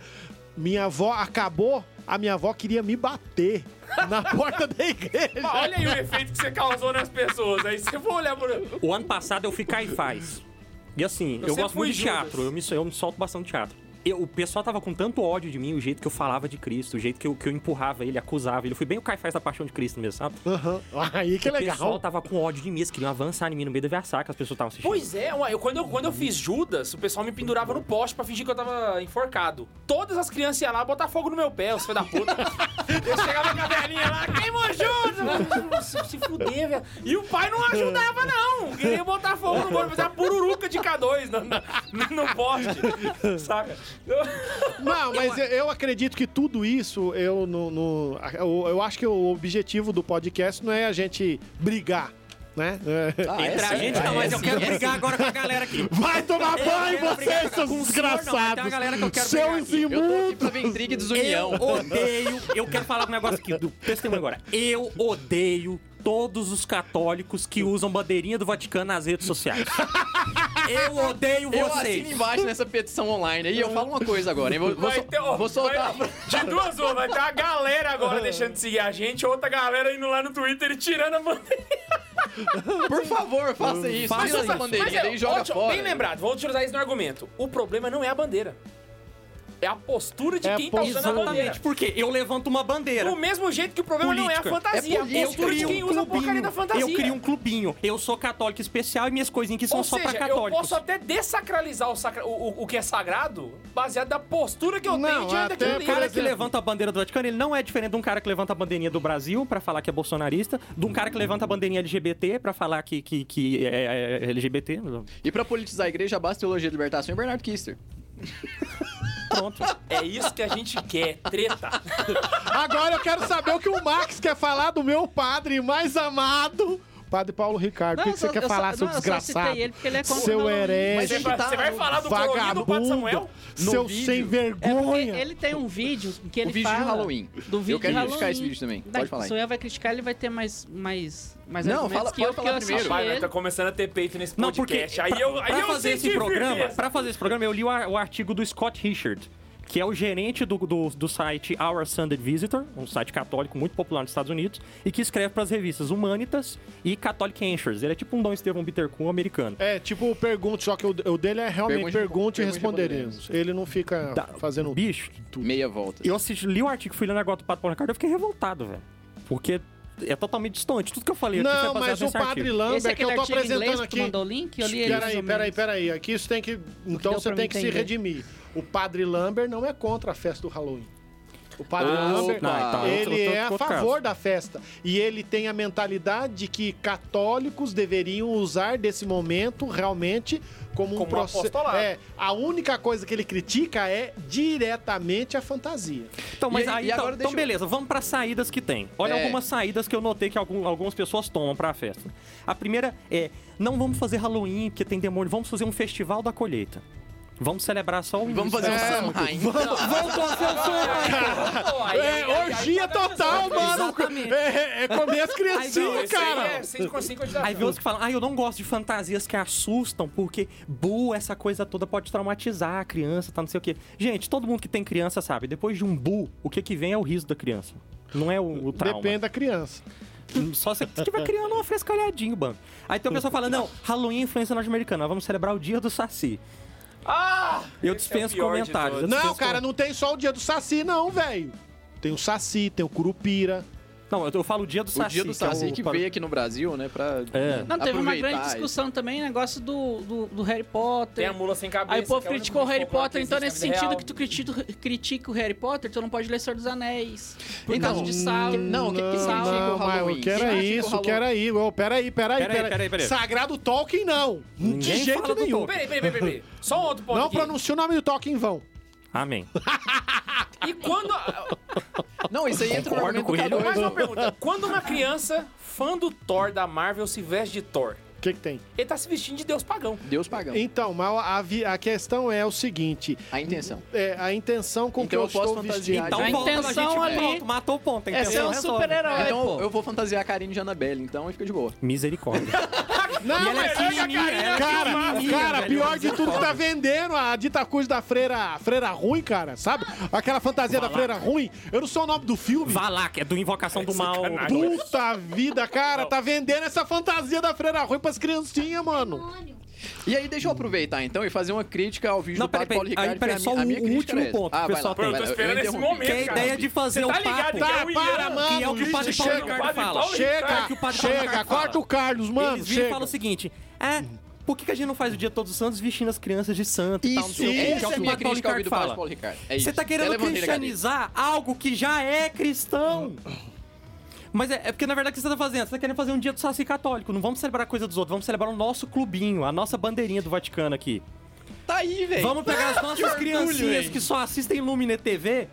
Speaker 4: Minha avó acabou, a minha avó queria me bater na porta da igreja.
Speaker 1: Ah, Olha aí o efeito que você causou nas pessoas. Aí você for olhar por.
Speaker 7: O ano passado eu fui caifás. E assim, eu,
Speaker 1: sempre
Speaker 7: gosto
Speaker 1: fui
Speaker 7: muito de
Speaker 1: Judas.
Speaker 7: teatro, eu me, eu me solto bastante de teatro. Eu- o pessoal tava com tanto ódio de mim, o jeito que eu falava de Cristo, o jeito que eu, que eu empurrava ele, acusava ele. Eu fui bem o caifás da paixão de Cristo mesmo, sabe?
Speaker 4: Aham, Aí que
Speaker 7: o pessoal
Speaker 4: legal.
Speaker 7: tava com ódio de mim, eles queriam avançar em mim no meio da versaca, que as pessoas estavam assistindo.
Speaker 1: Pois é, uai, eu, quando, eu, quando eu fiz Judas, o pessoal me pendurava no poste pra fingir que eu tava enforcado. Todas as crianças iam lá botar fogo no meu pé, os filhos da puta. eu chegava com a velhinha lá, queimou Judas! Eu, Se fuder, velho. E o pai não ajudava, não. Queria botar fogo no bolo, fazer uma pururuca de K2 no, no, no poste. Saca?
Speaker 4: Não, mas eu, eu acredito que tudo isso, eu, no, no- eu, eu acho que o objetivo do podcast não é a gente brigar, né? É.
Speaker 5: Ah,
Speaker 7: Entra a gente, não, mas eu quero brigar agora com a galera aqui.
Speaker 4: Vai tomar
Speaker 7: Eu
Speaker 4: banho,
Speaker 7: quero brigar
Speaker 4: vocês,
Speaker 7: com-
Speaker 4: seus
Speaker 7: com o senhor, não, mas tem uma
Speaker 4: desgraçados!
Speaker 7: galera que eu quero brigar
Speaker 4: Seus
Speaker 7: aqui.
Speaker 5: Eu tô aqui pra
Speaker 4: imundos!
Speaker 5: ver intriga e
Speaker 7: Eu
Speaker 5: desunião.
Speaker 7: odeio. Eu quero falar um negócio aqui do testemunho agora. Eu odeio todos os católicos que usam bandeirinha do Vaticano nas redes sociais. Eu odeio
Speaker 5: Eu assino
Speaker 7: vocês.
Speaker 5: embaixo nessa petição online. aí. eu falo uma coisa agora, hein? Vou, vou,
Speaker 1: Vai
Speaker 5: sol-
Speaker 1: ter- ó,
Speaker 5: vou soltar.
Speaker 1: vai- De duas uma, vai ter uma galera agora deixando de seguir a gente, outra galera indo lá no Twitter e tirando a bandeira.
Speaker 5: Por favor, faça isso.
Speaker 7: Faça
Speaker 5: Tira essa
Speaker 7: isso.
Speaker 1: Mas
Speaker 5: bandeirinha
Speaker 1: é,
Speaker 5: daí e joga
Speaker 1: ótimo,
Speaker 5: fora.
Speaker 1: Bem lembrado, vamos utilizar isso no argumento. O problema não é a bandeira. É a postura de
Speaker 4: É a
Speaker 1: quem tá usando a bandeira.
Speaker 7: Exatamente, porque eu levanto uma bandeira.
Speaker 1: Do mesmo jeito que o problema não é
Speaker 7: Política.
Speaker 1: a fantasia, é a
Speaker 5: política.
Speaker 7: Eu
Speaker 1: postura de
Speaker 7: crio
Speaker 1: quem
Speaker 7: um
Speaker 1: usa a porcaria
Speaker 7: clubinho.
Speaker 1: da fantasia.
Speaker 7: Eu crio um clubinho. Eu sou católico especial e minhas coisinhas aqui são
Speaker 1: Ou
Speaker 7: só pra
Speaker 1: seja, eu
Speaker 7: católicos.
Speaker 1: posso até desacralizar o, sacra- o- o- o que é sagrado baseado na postura que eu
Speaker 4: Não,
Speaker 1: tenho diante
Speaker 4: até
Speaker 1: daquilo
Speaker 7: O
Speaker 1: ali.
Speaker 7: cara
Speaker 4: por
Speaker 7: que
Speaker 4: exemplo.
Speaker 7: levanta a bandeira do Vaticano, ele não é diferente de um cara que levanta a bandeirinha do Brasil pra falar que é bolsonarista, de um cara que levanta a bandeirinha LGBT pra falar que, que, que é, é LGBT.
Speaker 5: E pra politizar a igreja, basta teologia de libertação e Bernardo Kister.
Speaker 7: Pronto.
Speaker 1: É isso que a gente quer, treta.
Speaker 4: Agora eu quero saber o que o Max quer falar do meu padre mais amado, Padre Paulo Ricardo. O que, que você
Speaker 3: só-
Speaker 4: quer
Speaker 3: eu só-
Speaker 4: falar, seu
Speaker 3: não, Eu só
Speaker 4: desgraçado?
Speaker 3: citei ele porque ele é contra o
Speaker 4: Seu
Speaker 3: Halloween.
Speaker 1: Você
Speaker 5: Mas é
Speaker 4: herege,
Speaker 5: que
Speaker 1: vai,
Speaker 5: tá
Speaker 1: você vai falar do colorido do Padre
Speaker 4: vagabundo,
Speaker 1: Samuel?
Speaker 5: no
Speaker 4: seu
Speaker 5: vídeo.
Speaker 4: sem
Speaker 3: É porque
Speaker 4: vergonha.
Speaker 3: ele tem um vídeo que ele
Speaker 5: o vídeo
Speaker 3: fala
Speaker 5: de Halloween.
Speaker 3: do vídeo
Speaker 5: eu quero
Speaker 3: de
Speaker 5: criticar
Speaker 3: Halloween.
Speaker 5: esse vídeo também.
Speaker 3: Daí,
Speaker 5: Pode falar
Speaker 3: Se o
Speaker 5: aí.
Speaker 3: Ian vai criticar, ele vai ter mais, mais, mais
Speaker 5: Não,
Speaker 3: argumentos
Speaker 5: fala-
Speaker 3: que eu,
Speaker 5: pode
Speaker 3: porque eu
Speaker 5: falar
Speaker 3: assisti
Speaker 5: primeiro.
Speaker 1: Vai, vai,
Speaker 3: ele.
Speaker 1: tá começando a ter peito nesse
Speaker 7: Não, porque
Speaker 1: podcast. aí eu, aí
Speaker 7: pra
Speaker 1: eu
Speaker 7: fazer
Speaker 1: senti
Speaker 7: esse programa,
Speaker 1: firmeza.
Speaker 7: para fazer esse programa, eu li o, ar- o artigo do Scott Richard, que é o gerente do, do, do site Our Sunday Visitor, um site católico muito popular nos Estados Unidos, e que escreve para as revistas Humanitas e Catholic Answers. Ele é tipo um Dom Estevão Bittercourt americano.
Speaker 4: É, tipo o pergunte, só que o, o dele é realmente pergunte
Speaker 5: Pergunte-
Speaker 4: e
Speaker 5: pergunte e
Speaker 4: responderemos. Ele não fica
Speaker 7: Tá,
Speaker 4: fazendo...
Speaker 7: Bicho,
Speaker 5: Meia volta.
Speaker 7: eu assisti, li o artigo, fui lendo agora do Padre Paulo Ricardo, eu fiquei revoltado, velho. Porque é totalmente distante. Tudo que eu falei aqui
Speaker 4: Não,
Speaker 7: foi baseado
Speaker 4: mas o
Speaker 7: nesse
Speaker 4: Padre
Speaker 7: artigo.
Speaker 3: Esse é
Speaker 4: Lambert que
Speaker 3: aquele
Speaker 4: eu tô
Speaker 3: artigo em inglês
Speaker 4: apresentando
Speaker 3: que tu
Speaker 4: aqui...
Speaker 3: mandou o link? Eu li ele mais
Speaker 4: Peraí,
Speaker 3: ou
Speaker 4: peraí,
Speaker 3: menos.
Speaker 4: peraí. Aqui isso tem que... Então
Speaker 3: deu
Speaker 4: você
Speaker 3: pra
Speaker 4: tem
Speaker 3: mim
Speaker 4: que se
Speaker 3: entender.
Speaker 4: redimir. O Padre Lambert não é contra a festa do Halloween. O Padre
Speaker 5: Ah,
Speaker 4: Lambert,
Speaker 5: não, então
Speaker 7: eu tô-
Speaker 4: ele
Speaker 7: eu tô
Speaker 4: é a
Speaker 7: contra.
Speaker 4: favor da festa. E ele tem a mentalidade de que católicos deveriam usar desse momento realmente como,
Speaker 1: Como
Speaker 4: um
Speaker 1: um
Speaker 4: processo...
Speaker 1: apostolado.
Speaker 4: É, a única coisa que ele critica é diretamente a fantasia.
Speaker 7: Então, mas
Speaker 5: E aí-
Speaker 7: aí,
Speaker 5: e
Speaker 7: então,
Speaker 5: agora deixa
Speaker 7: então
Speaker 5: eu-
Speaker 7: beleza, vamos para saídas que tem. Olha
Speaker 5: É.
Speaker 7: algumas saídas que eu notei que algum- algumas pessoas tomam para a festa. A primeira é, não vamos fazer Halloween porque tem demônio, vamos fazer um festival da colheita. Vamos celebrar só o
Speaker 5: Vamos fazer um Samhain.
Speaker 7: Vamos fazer um o Samhain.
Speaker 1: Pô, aí- aí-
Speaker 4: É,
Speaker 1: aí- aí
Speaker 4: orgia
Speaker 1: tá dando
Speaker 4: total,
Speaker 1: certo.
Speaker 4: mano! É, é comer as
Speaker 1: Não,
Speaker 4: criancinhas,
Speaker 1: esse aí
Speaker 4: cara!
Speaker 1: é sem- sem quantidade.
Speaker 7: Aí vem outros que falam, ah, eu não gosto de fantasias que assustam, porque, bu, essa coisa toda pode traumatizar a criança, tá não sei o quê. Gente, todo mundo que tem criança sabe, depois de um bu, o que que vem é o riso da criança. Não é o, o trauma.
Speaker 4: Depende da criança.
Speaker 7: Só se estiver criando uma frescalhadinha, banco. Aí tem o pessoal falando, não, Halloween é influência norte-americana, nós vamos celebrar o dia do Saci.
Speaker 1: Ah!
Speaker 7: Eu
Speaker 1: Esse é o
Speaker 7: dispenso
Speaker 1: pior de
Speaker 7: comentários. eu
Speaker 1: todos.
Speaker 4: Não,
Speaker 7: dispenso
Speaker 4: cara,
Speaker 7: com-
Speaker 4: não tem só o dia do Saci, não, velho. Tem o Saci, tem o Curupira.
Speaker 7: Não, eu, eu falo o dia do
Speaker 5: O
Speaker 7: Saci.
Speaker 5: dia do
Speaker 7: é o-
Speaker 5: Saci que
Speaker 7: pra-
Speaker 5: veio aqui no Brasil, né? Pra
Speaker 7: É.
Speaker 3: Não, teve uma grande
Speaker 5: aproveitar isso.
Speaker 3: discussão também, negócio do, do, do Harry Potter.
Speaker 1: Tem a mula sem cabeça.
Speaker 3: Aí o povo
Speaker 1: que é única
Speaker 3: criticou o
Speaker 1: coisa
Speaker 3: Harry
Speaker 1: popular
Speaker 3: Potter,
Speaker 1: que
Speaker 3: então nesse
Speaker 1: existe na vida
Speaker 3: sentido
Speaker 1: real.
Speaker 3: que tu critica, critica o Harry Potter, tu não pode ler Senhor dos Anéis. Por
Speaker 5: Então,
Speaker 3: causa de Sauron.
Speaker 5: não, que- que
Speaker 3: Sauron.
Speaker 5: significa o
Speaker 4: mas
Speaker 5: Halloween?
Speaker 4: que era
Speaker 5: Significa o
Speaker 4: isso,
Speaker 5: Halloween.
Speaker 4: que era isso. Ô, Peraí, peraí,
Speaker 7: Peraí,
Speaker 4: peraí.
Speaker 7: peraí, peraí.
Speaker 4: Sagrado Tolkien, não.
Speaker 7: Ninguém
Speaker 4: de
Speaker 7: fala
Speaker 4: jeito
Speaker 7: do
Speaker 4: nenhum.
Speaker 7: Tolkien.
Speaker 1: Peraí, peraí, peraí, peraí. Só um outro ponto
Speaker 4: Não
Speaker 1: aqui.
Speaker 4: pronuncia o nome do Tolkien em vão.
Speaker 7: Amém.
Speaker 1: E quando...
Speaker 5: Não, isso aí entra no
Speaker 7: Concordo
Speaker 5: argumento
Speaker 7: com
Speaker 5: do
Speaker 7: ele,
Speaker 5: K2.
Speaker 1: Mais uma pergunta. Quando uma criança fã do Thor da Marvel se veste de Thor,
Speaker 4: O que, que tem?
Speaker 1: Ele tá se vestindo de Deus pagão.
Speaker 5: Deus pagão.
Speaker 4: Então, mas a, vi- a questão é o seguinte:
Speaker 5: A intenção.
Speaker 4: é, a intenção com
Speaker 5: Então
Speaker 4: que eu,
Speaker 5: eu posso
Speaker 4: estou
Speaker 5: fantasiar
Speaker 4: vestindo.
Speaker 5: de-
Speaker 7: Então,
Speaker 3: A
Speaker 7: volta na
Speaker 3: intenção
Speaker 7: gente,
Speaker 3: ali-
Speaker 7: pronto, matou o ponto. A
Speaker 3: É ser
Speaker 7: intenção
Speaker 3: um
Speaker 7: resolve.
Speaker 3: super-herói,
Speaker 5: então
Speaker 3: pô.
Speaker 5: eu vou fantasiar a Karine de Annabelle, então e fica de boa.
Speaker 7: Misericórdia.
Speaker 4: Não,
Speaker 7: ela é
Speaker 4: mas-
Speaker 7: pequenininha, ela é
Speaker 4: cara,
Speaker 7: pequenininha,
Speaker 4: cara,
Speaker 7: velho,
Speaker 4: pior
Speaker 7: mas
Speaker 4: de
Speaker 7: eu
Speaker 4: tudo
Speaker 7: falo.
Speaker 4: tá vendendo a dita cruz da freira, freira ruim, cara, sabe? Aquela fantasia da freira ruim. Eu não sou o nome do filme.
Speaker 7: Valak, é do Invocação do Mal.
Speaker 4: Puta vida, cara, tá vendendo essa fantasia da freira ruim pras criancinhas, mano.
Speaker 5: E aí, deixa eu aproveitar então e fazer uma crítica ao vídeo
Speaker 7: Não,
Speaker 5: do
Speaker 7: peraí,
Speaker 5: Padre Paulo
Speaker 7: peraí,
Speaker 5: Ricardo.
Speaker 7: aí, peraí,
Speaker 5: que é
Speaker 7: só
Speaker 5: a minha, a minha
Speaker 7: o
Speaker 5: crítica
Speaker 7: último
Speaker 5: era essa.
Speaker 7: ponto,
Speaker 5: Ah, vai
Speaker 7: pessoal.
Speaker 5: lá, vai
Speaker 7: Eu tô
Speaker 5: lá,
Speaker 1: esperando esse
Speaker 5: interrompi.
Speaker 1: momento,
Speaker 7: Que é a ideia de fazer
Speaker 1: Você
Speaker 7: o
Speaker 1: tá
Speaker 7: papo.
Speaker 1: ligado que
Speaker 4: Tá,
Speaker 1: eu ia,
Speaker 4: para,
Speaker 1: né?
Speaker 4: mano.
Speaker 7: Que é o que o Padre
Speaker 4: lixo,
Speaker 7: Paulo
Speaker 4: chega.
Speaker 7: Ricardo
Speaker 1: Padre
Speaker 7: fala.
Speaker 1: Paulo
Speaker 4: Chega,
Speaker 7: que o padre Paulo
Speaker 4: chega,
Speaker 7: Ricardo
Speaker 4: corta
Speaker 7: fala.
Speaker 4: o Carlos, mano,
Speaker 7: Eles viram e falam
Speaker 4: chega.
Speaker 7: o seguinte: é, por que, que a gente não faz o Dia Todos os Santos vestindo as crianças de santo e tal? Não
Speaker 5: Isso,
Speaker 7: sei o quê, que
Speaker 5: essa
Speaker 7: é o
Speaker 5: é
Speaker 7: que
Speaker 5: a
Speaker 7: o
Speaker 5: minha
Speaker 7: padre Paulo
Speaker 5: crítica
Speaker 7: Ricardo
Speaker 5: ao vídeo do Padre
Speaker 7: fala.
Speaker 5: Paulo Ricardo. É isso.
Speaker 7: Você tá
Speaker 5: Até
Speaker 7: querendo
Speaker 5: levantei da cadeira.
Speaker 7: cristianizar algo que já é cristão. Mas é, é porque, na verdade, o que você tá fazendo? Você tá querendo fazer um dia do Saci católico. Não vamos celebrar a coisa dos outros, vamos celebrar o nosso clubinho, a nossa bandeirinha do Vaticano aqui.
Speaker 5: Tá aí, velho.
Speaker 7: Vamos pegar as nossas criancinhas que só assistem Lumine TV,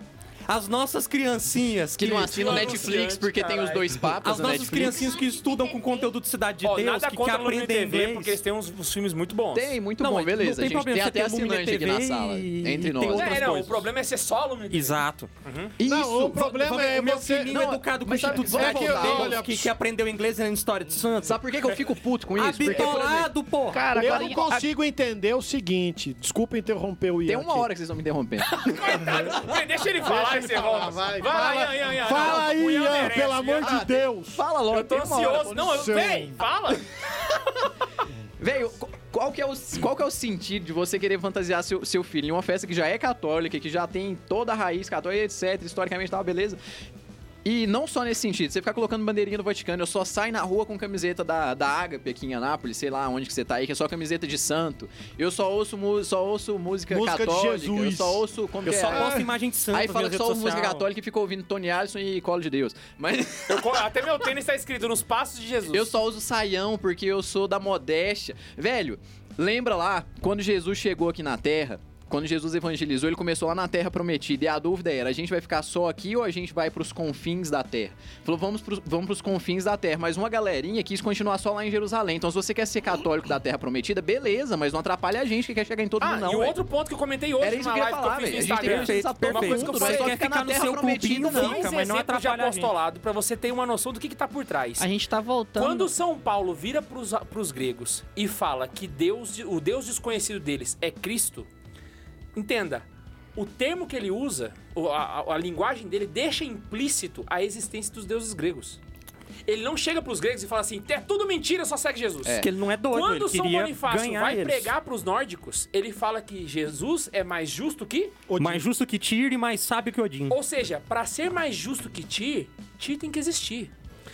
Speaker 7: as nossas criancinhas
Speaker 5: Que não assinam
Speaker 1: Vamos
Speaker 5: Netflix
Speaker 1: adiante,
Speaker 5: porque tem os dois papas
Speaker 7: As
Speaker 5: na
Speaker 7: nossas
Speaker 5: Netflix.
Speaker 7: criancinhas que estudam com conteúdo de Cidade de
Speaker 1: Ó,
Speaker 7: Deus,
Speaker 1: nada
Speaker 7: que, que
Speaker 1: contra a Lumine
Speaker 7: aprendem
Speaker 1: TV,
Speaker 7: inglês.
Speaker 1: porque eles têm uns, uns filmes muito bons.
Speaker 5: Tem, muito
Speaker 7: Não,
Speaker 5: bom,
Speaker 7: mas não
Speaker 5: beleza,
Speaker 7: tem
Speaker 5: gente.
Speaker 7: problema
Speaker 5: Tem
Speaker 7: você
Speaker 5: até
Speaker 7: ter Lumine
Speaker 5: assinante aqui na
Speaker 7: TV
Speaker 5: sala,
Speaker 7: e-
Speaker 5: entre
Speaker 7: e tem
Speaker 5: nós.
Speaker 7: outras
Speaker 1: É, não,
Speaker 7: coisas.
Speaker 1: o problema é ser só a Lumine TV.
Speaker 7: Exato.
Speaker 5: Isso.
Speaker 4: Não, o problema é
Speaker 7: o meu
Speaker 4: você...
Speaker 7: filhinho
Speaker 5: Não,
Speaker 7: educado com o
Speaker 5: mas sabe-
Speaker 7: Instituto
Speaker 5: sabe
Speaker 7: São
Speaker 5: que eu-
Speaker 7: Paulo,
Speaker 4: olha,
Speaker 7: que, que aprendeu inglês na história de Santos.
Speaker 5: Sabe por que, que eu fico puto com isso? Porque, por exemplo,
Speaker 7: Abitolado, pô!
Speaker 3: Cara,
Speaker 4: Eu
Speaker 3: agora
Speaker 7: tá
Speaker 4: não consigo entender o seguinte, desculpa interromper o Ian
Speaker 5: Ah, tem uma
Speaker 4: aqui.
Speaker 5: hora que vocês estão me interrompendo.
Speaker 1: Ei, Deixa ele falar esse Ronald.
Speaker 4: vai.
Speaker 1: Vai, Ian, Ian, Ian.
Speaker 4: Fala
Speaker 1: Não,
Speaker 4: aí,
Speaker 1: o
Speaker 4: Ian,
Speaker 1: merece,
Speaker 4: pelo
Speaker 1: Ian.
Speaker 4: amor de Deus.
Speaker 5: Fala logo,
Speaker 1: Eu tô
Speaker 5: tem uma hora, pô,
Speaker 1: ansioso. Não, eu...
Speaker 4: seu.
Speaker 1: Vem, fala.
Speaker 5: Velho, qu- qual que, é o, qual que é o sentido de você querer fantasiar seu, seu filho em uma festa que já é católica, que já tem toda a raiz católica, etc, historicamente tal, beleza? E não só nesse sentido, você ficar colocando bandeirinha do Vaticano, eu só saio na rua com camiseta da, da Ágape aqui em Anápolis, sei lá onde que você tá aí, que é só camiseta de santo. Eu só ouço, mu- só ouço música,
Speaker 4: Música de
Speaker 5: católica, eu
Speaker 4: Jesus.
Speaker 5: só ouço... Como
Speaker 7: Eu
Speaker 5: que
Speaker 7: só
Speaker 5: é?
Speaker 7: posto imagem de santo
Speaker 5: Aí fala
Speaker 7: na
Speaker 5: que
Speaker 7: rede
Speaker 5: só ouve música
Speaker 7: social.
Speaker 5: católica e fica ouvindo Tony Allison e Colo de Deus. Mas
Speaker 1: Eu co- Até meu tênis tá escrito nos passos de Jesus.
Speaker 5: eu só uso saião porque eu sou da modéstia. Velho, lembra lá quando Jesus chegou aqui na Terra? Quando Jesus evangelizou, ele começou lá na Terra Prometida. E a dúvida era: a gente vai ficar só aqui ou a gente vai pros confins da Terra? Falou, vamos pros, vamos pros confins da Terra. Mas uma galerinha quis continuar só lá em Jerusalém. Então, se você quer ser católico da Terra Prometida, beleza, mas não atrapalha a gente que quer chegar em todo
Speaker 1: Ah,
Speaker 5: mundo, não.
Speaker 1: e o
Speaker 5: velho.
Speaker 1: outro ponto que eu comentei hoje
Speaker 5: Era
Speaker 1: na
Speaker 5: isso que eu ia
Speaker 1: live que eu
Speaker 5: falar,
Speaker 1: fiz
Speaker 5: velho.
Speaker 1: no
Speaker 5: A gente tem que
Speaker 1: Instagram.
Speaker 5: pensar
Speaker 1: Uma
Speaker 5: porra,
Speaker 1: coisa que é eu
Speaker 5: mundo, mas
Speaker 1: falei,
Speaker 5: só
Speaker 1: quer
Speaker 5: ficar na
Speaker 7: no
Speaker 5: Terra
Speaker 7: seu
Speaker 5: Prometida,
Speaker 7: cubinho,
Speaker 5: não. é.
Speaker 7: fica,
Speaker 1: Fiz
Speaker 7: mas não
Speaker 1: exemplo de
Speaker 7: atrapalha a gente.
Speaker 1: apostolado pra você ter uma noção do que, que tá por trás.
Speaker 3: A gente tá voltando.
Speaker 1: Quando São Paulo vira pros, pros gregos e fala que Deus, o Deus desconhecido deles é Cristo, entenda, o termo que ele usa, o- a, a- a linguagem dele, deixa implícito a existência dos deuses gregos. Ele não chega pros gregos e fala assim, é tudo mentira, só segue Jesus.
Speaker 5: É.
Speaker 7: Que ele não é doido,
Speaker 1: Quando
Speaker 7: ele
Speaker 1: São
Speaker 7: queria
Speaker 1: Bonifácio
Speaker 7: ganhar
Speaker 1: vai
Speaker 7: eles.
Speaker 1: pregar pros nórdicos, ele fala que Jesus é mais justo que...
Speaker 7: Mais justo que Tire, mais sábio que Odin.
Speaker 3: Uhum.
Speaker 1: Ou seja, para ser mais justo que Ti, Ti tem que existir.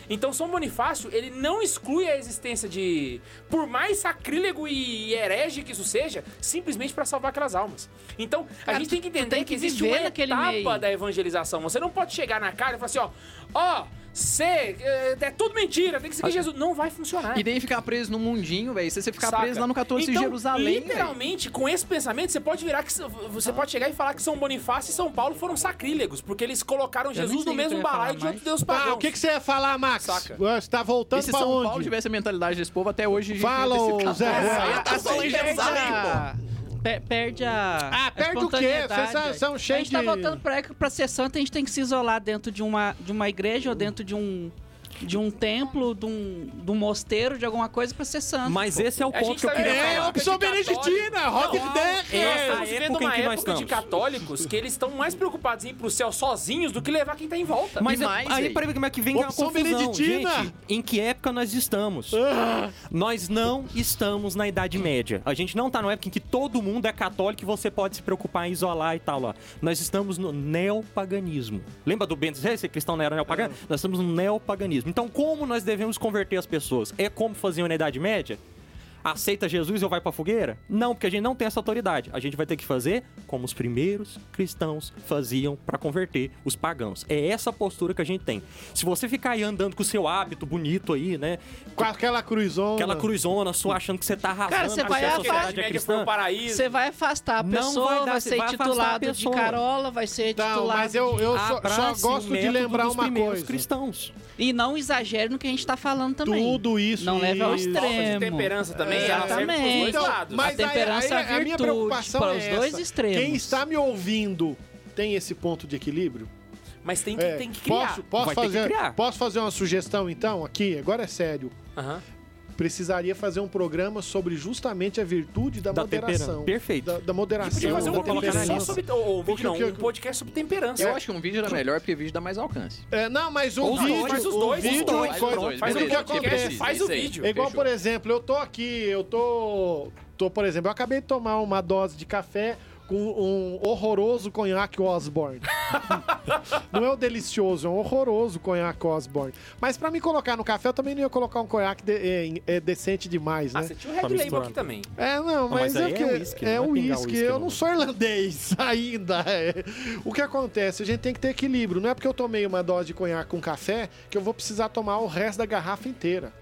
Speaker 1: Então São Bonifácio, ele não exclui a existência de... Por mais sacrílego e herege que isso seja, simplesmente para salvar aquelas almas. Então, a
Speaker 3: Cara,
Speaker 1: gente
Speaker 3: tu-
Speaker 1: tem que
Speaker 3: tu
Speaker 1: entender
Speaker 3: tem
Speaker 1: que,
Speaker 3: que
Speaker 1: existe
Speaker 3: viver
Speaker 1: uma
Speaker 3: naquele
Speaker 1: etapa
Speaker 3: meio.
Speaker 1: da evangelização. Você não pode chegar na cara e falar assim, ó... Ó, cê, é, é tudo mentira, tem que seguir Jesus. Não vai funcionar.
Speaker 5: E nem ficar preso num mundinho, velho. Se você ficar
Speaker 1: Saca?
Speaker 5: preso lá no 14
Speaker 1: Então,
Speaker 5: de Jerusalém, velho.
Speaker 1: Literalmente, com esse pensamento, você pode virar que você pode chegar e falar que São Bonifácio e São Paulo foram sacrílegos, porque eles colocaram
Speaker 3: nem
Speaker 1: Jesus
Speaker 3: sei
Speaker 1: no
Speaker 3: o que eu
Speaker 1: mesmo
Speaker 3: ia falar
Speaker 1: balaio de
Speaker 3: mais.
Speaker 1: outro Deus
Speaker 4: Tá,
Speaker 1: pagão.
Speaker 4: o que, que você ia falar, Max?
Speaker 1: Saca.
Speaker 4: Você tá
Speaker 5: E
Speaker 4: voltando
Speaker 5: se
Speaker 4: pra
Speaker 5: São
Speaker 4: onde?
Speaker 5: Paulo tivesse a mentalidade desse povo, até hoje a gente
Speaker 4: Fala,
Speaker 5: não
Speaker 4: ô, Zé Ruela.
Speaker 5: tá só lá em Jerusalém, pô.
Speaker 3: a... Pe- perde a.
Speaker 4: Ah,
Speaker 3: a
Speaker 4: perde o quê?
Speaker 3: espontaneidade.
Speaker 4: Vocês são
Speaker 3: A
Speaker 4: cheios
Speaker 3: gente
Speaker 4: de...
Speaker 3: tá voltando pra época pra ser santo, a gente tem que se isolar dentro de uma, de uma igreja ou dentro de um. De um templo, de um, de um mosteiro, de alguma coisa pra ser santo.
Speaker 7: Mas esse é o
Speaker 1: A
Speaker 7: ponto
Speaker 1: gente
Speaker 7: que eu
Speaker 1: tá
Speaker 7: queria
Speaker 1: vendo-
Speaker 4: É,
Speaker 7: falar.
Speaker 4: opção beneditina, Robert Decker.
Speaker 1: nós
Speaker 7: É,
Speaker 1: estamos
Speaker 7: a
Speaker 1: vivendo
Speaker 7: época em
Speaker 1: uma
Speaker 7: que nós
Speaker 1: época de
Speaker 7: estamos.
Speaker 1: católicos que eles estão mais preocupados em ir pro céu sozinhos do que levar quem tá em volta.
Speaker 7: Mas
Speaker 5: E mais,
Speaker 7: aí,
Speaker 5: véi?
Speaker 7: peraí, como é que vem uma
Speaker 4: Opção
Speaker 7: confusão,
Speaker 4: beneditina.
Speaker 7: gente? Em que época nós estamos? Nós não estamos na Idade Média. A gente não tá numa época em que todo mundo é católico e você pode se preocupar em isolar e tal lá. Nós estamos no neopaganismo. Lembra do Bento XVI, ser cristão não era neopagano? Nós estamos no neopaganismo. Então, como nós devemos converter as pessoas? É como faziam na Idade Média? aceita Jesus ou vai pra fogueira? Não, porque a gente não tem essa autoridade. A gente vai ter que fazer como os primeiros cristãos faziam pra converter os pagãos. É essa a postura que a gente tem. Se você ficar aí andando com o seu hábito bonito aí, né?
Speaker 4: Com aquela cruzona.
Speaker 7: Aquela cruzona sua achando que você tá arrasando.
Speaker 3: Cara, você
Speaker 7: achando
Speaker 3: vai
Speaker 7: que a
Speaker 3: afastar-
Speaker 7: sociedade
Speaker 1: média
Speaker 7: é
Speaker 1: foi
Speaker 7: cristã.
Speaker 1: um paraíso.
Speaker 3: Você vai afastar a
Speaker 7: Não
Speaker 3: pessoa,
Speaker 7: vai
Speaker 3: vai,
Speaker 7: dar-
Speaker 3: ser
Speaker 7: vai afastar a
Speaker 3: titulado de
Speaker 7: pessoa.
Speaker 3: carola, vai ser
Speaker 4: Não,
Speaker 3: titulado
Speaker 4: mas eu, eu
Speaker 3: de...
Speaker 4: só, só
Speaker 7: Abrace o
Speaker 4: gosto de
Speaker 7: método
Speaker 4: lembrar
Speaker 7: dos
Speaker 4: uma
Speaker 7: primeiros
Speaker 4: coisa.
Speaker 7: cristãos.
Speaker 3: E não exagere no que a gente tá falando também.
Speaker 4: Tudo isso.
Speaker 3: Não leva ao
Speaker 4: e-
Speaker 1: Falta de
Speaker 3: extremo.
Speaker 1: temperança também, ela serve pros
Speaker 3: Exatamente.
Speaker 1: dois
Speaker 4: Então,
Speaker 1: lados.
Speaker 4: mas aí-
Speaker 3: temperança
Speaker 4: aí
Speaker 3: é a
Speaker 4: minha
Speaker 3: virtude
Speaker 4: preocupação
Speaker 3: para
Speaker 4: é
Speaker 3: os dois
Speaker 4: essa.
Speaker 3: extremos.
Speaker 4: Quem está me ouvindo tem esse ponto de equilíbrio?
Speaker 1: Mas tem que,
Speaker 4: É,
Speaker 1: tem que criar.
Speaker 4: Posso, posso
Speaker 7: Vai ter que
Speaker 4: fazer,
Speaker 7: criar.
Speaker 4: posso fazer uma sugestão então aqui? Agora é sério.
Speaker 1: Aham.
Speaker 4: Precisaria fazer um programa sobre justamente a virtude da,
Speaker 7: Da
Speaker 4: É moderação.
Speaker 7: temperança. Perfeito.
Speaker 4: Da, da moderação.
Speaker 1: Podia fazer
Speaker 7: Eu
Speaker 1: um
Speaker 7: vou colocar
Speaker 1: vídeo
Speaker 7: na
Speaker 1: só
Speaker 7: lista.
Speaker 1: sobre... Ou, ou vídeo
Speaker 4: Porque o
Speaker 1: não,
Speaker 4: que-
Speaker 1: um podcast sobre temperança.
Speaker 5: Eu acho que um vídeo era melhor porque vídeo dá mais alcance.
Speaker 4: É, não, mas um
Speaker 1: Os
Speaker 4: vídeo.
Speaker 1: dois, faz os
Speaker 4: um
Speaker 1: dois, os
Speaker 4: vídeo,
Speaker 1: dois,
Speaker 4: uma
Speaker 1: faz
Speaker 4: coisa-
Speaker 1: os dois,
Speaker 4: faz o
Speaker 1: beleza,
Speaker 4: que
Speaker 1: porque
Speaker 4: acontece.
Speaker 1: faz o
Speaker 5: isso aí.
Speaker 1: vídeo.
Speaker 4: É igual,
Speaker 5: Fechou.
Speaker 4: por exemplo, eu tô aqui, eu tô. tô, por exemplo, eu acabei de tomar uma dose de café com um horroroso conhaque Osborne. não é o delicioso, é um horroroso conhaque Osborne. Mas pra me colocar no café, eu também não ia colocar um conhaque de- é, é decente demais,
Speaker 1: Ah,
Speaker 4: né?
Speaker 1: você tinha o Red Label
Speaker 7: misturar.
Speaker 1: aqui também.
Speaker 4: É, não, mas,
Speaker 7: mas aí
Speaker 4: é, que
Speaker 7: é uísque,
Speaker 4: é
Speaker 7: não vai pingar
Speaker 4: uísque.
Speaker 7: uísque,
Speaker 4: Eu
Speaker 7: não.
Speaker 4: não sou irlandês ainda. é. O que acontece? A gente tem que ter equilíbrio. Não é porque eu tomei uma dose de conhaque com café que eu vou precisar tomar o resto da garrafa inteira.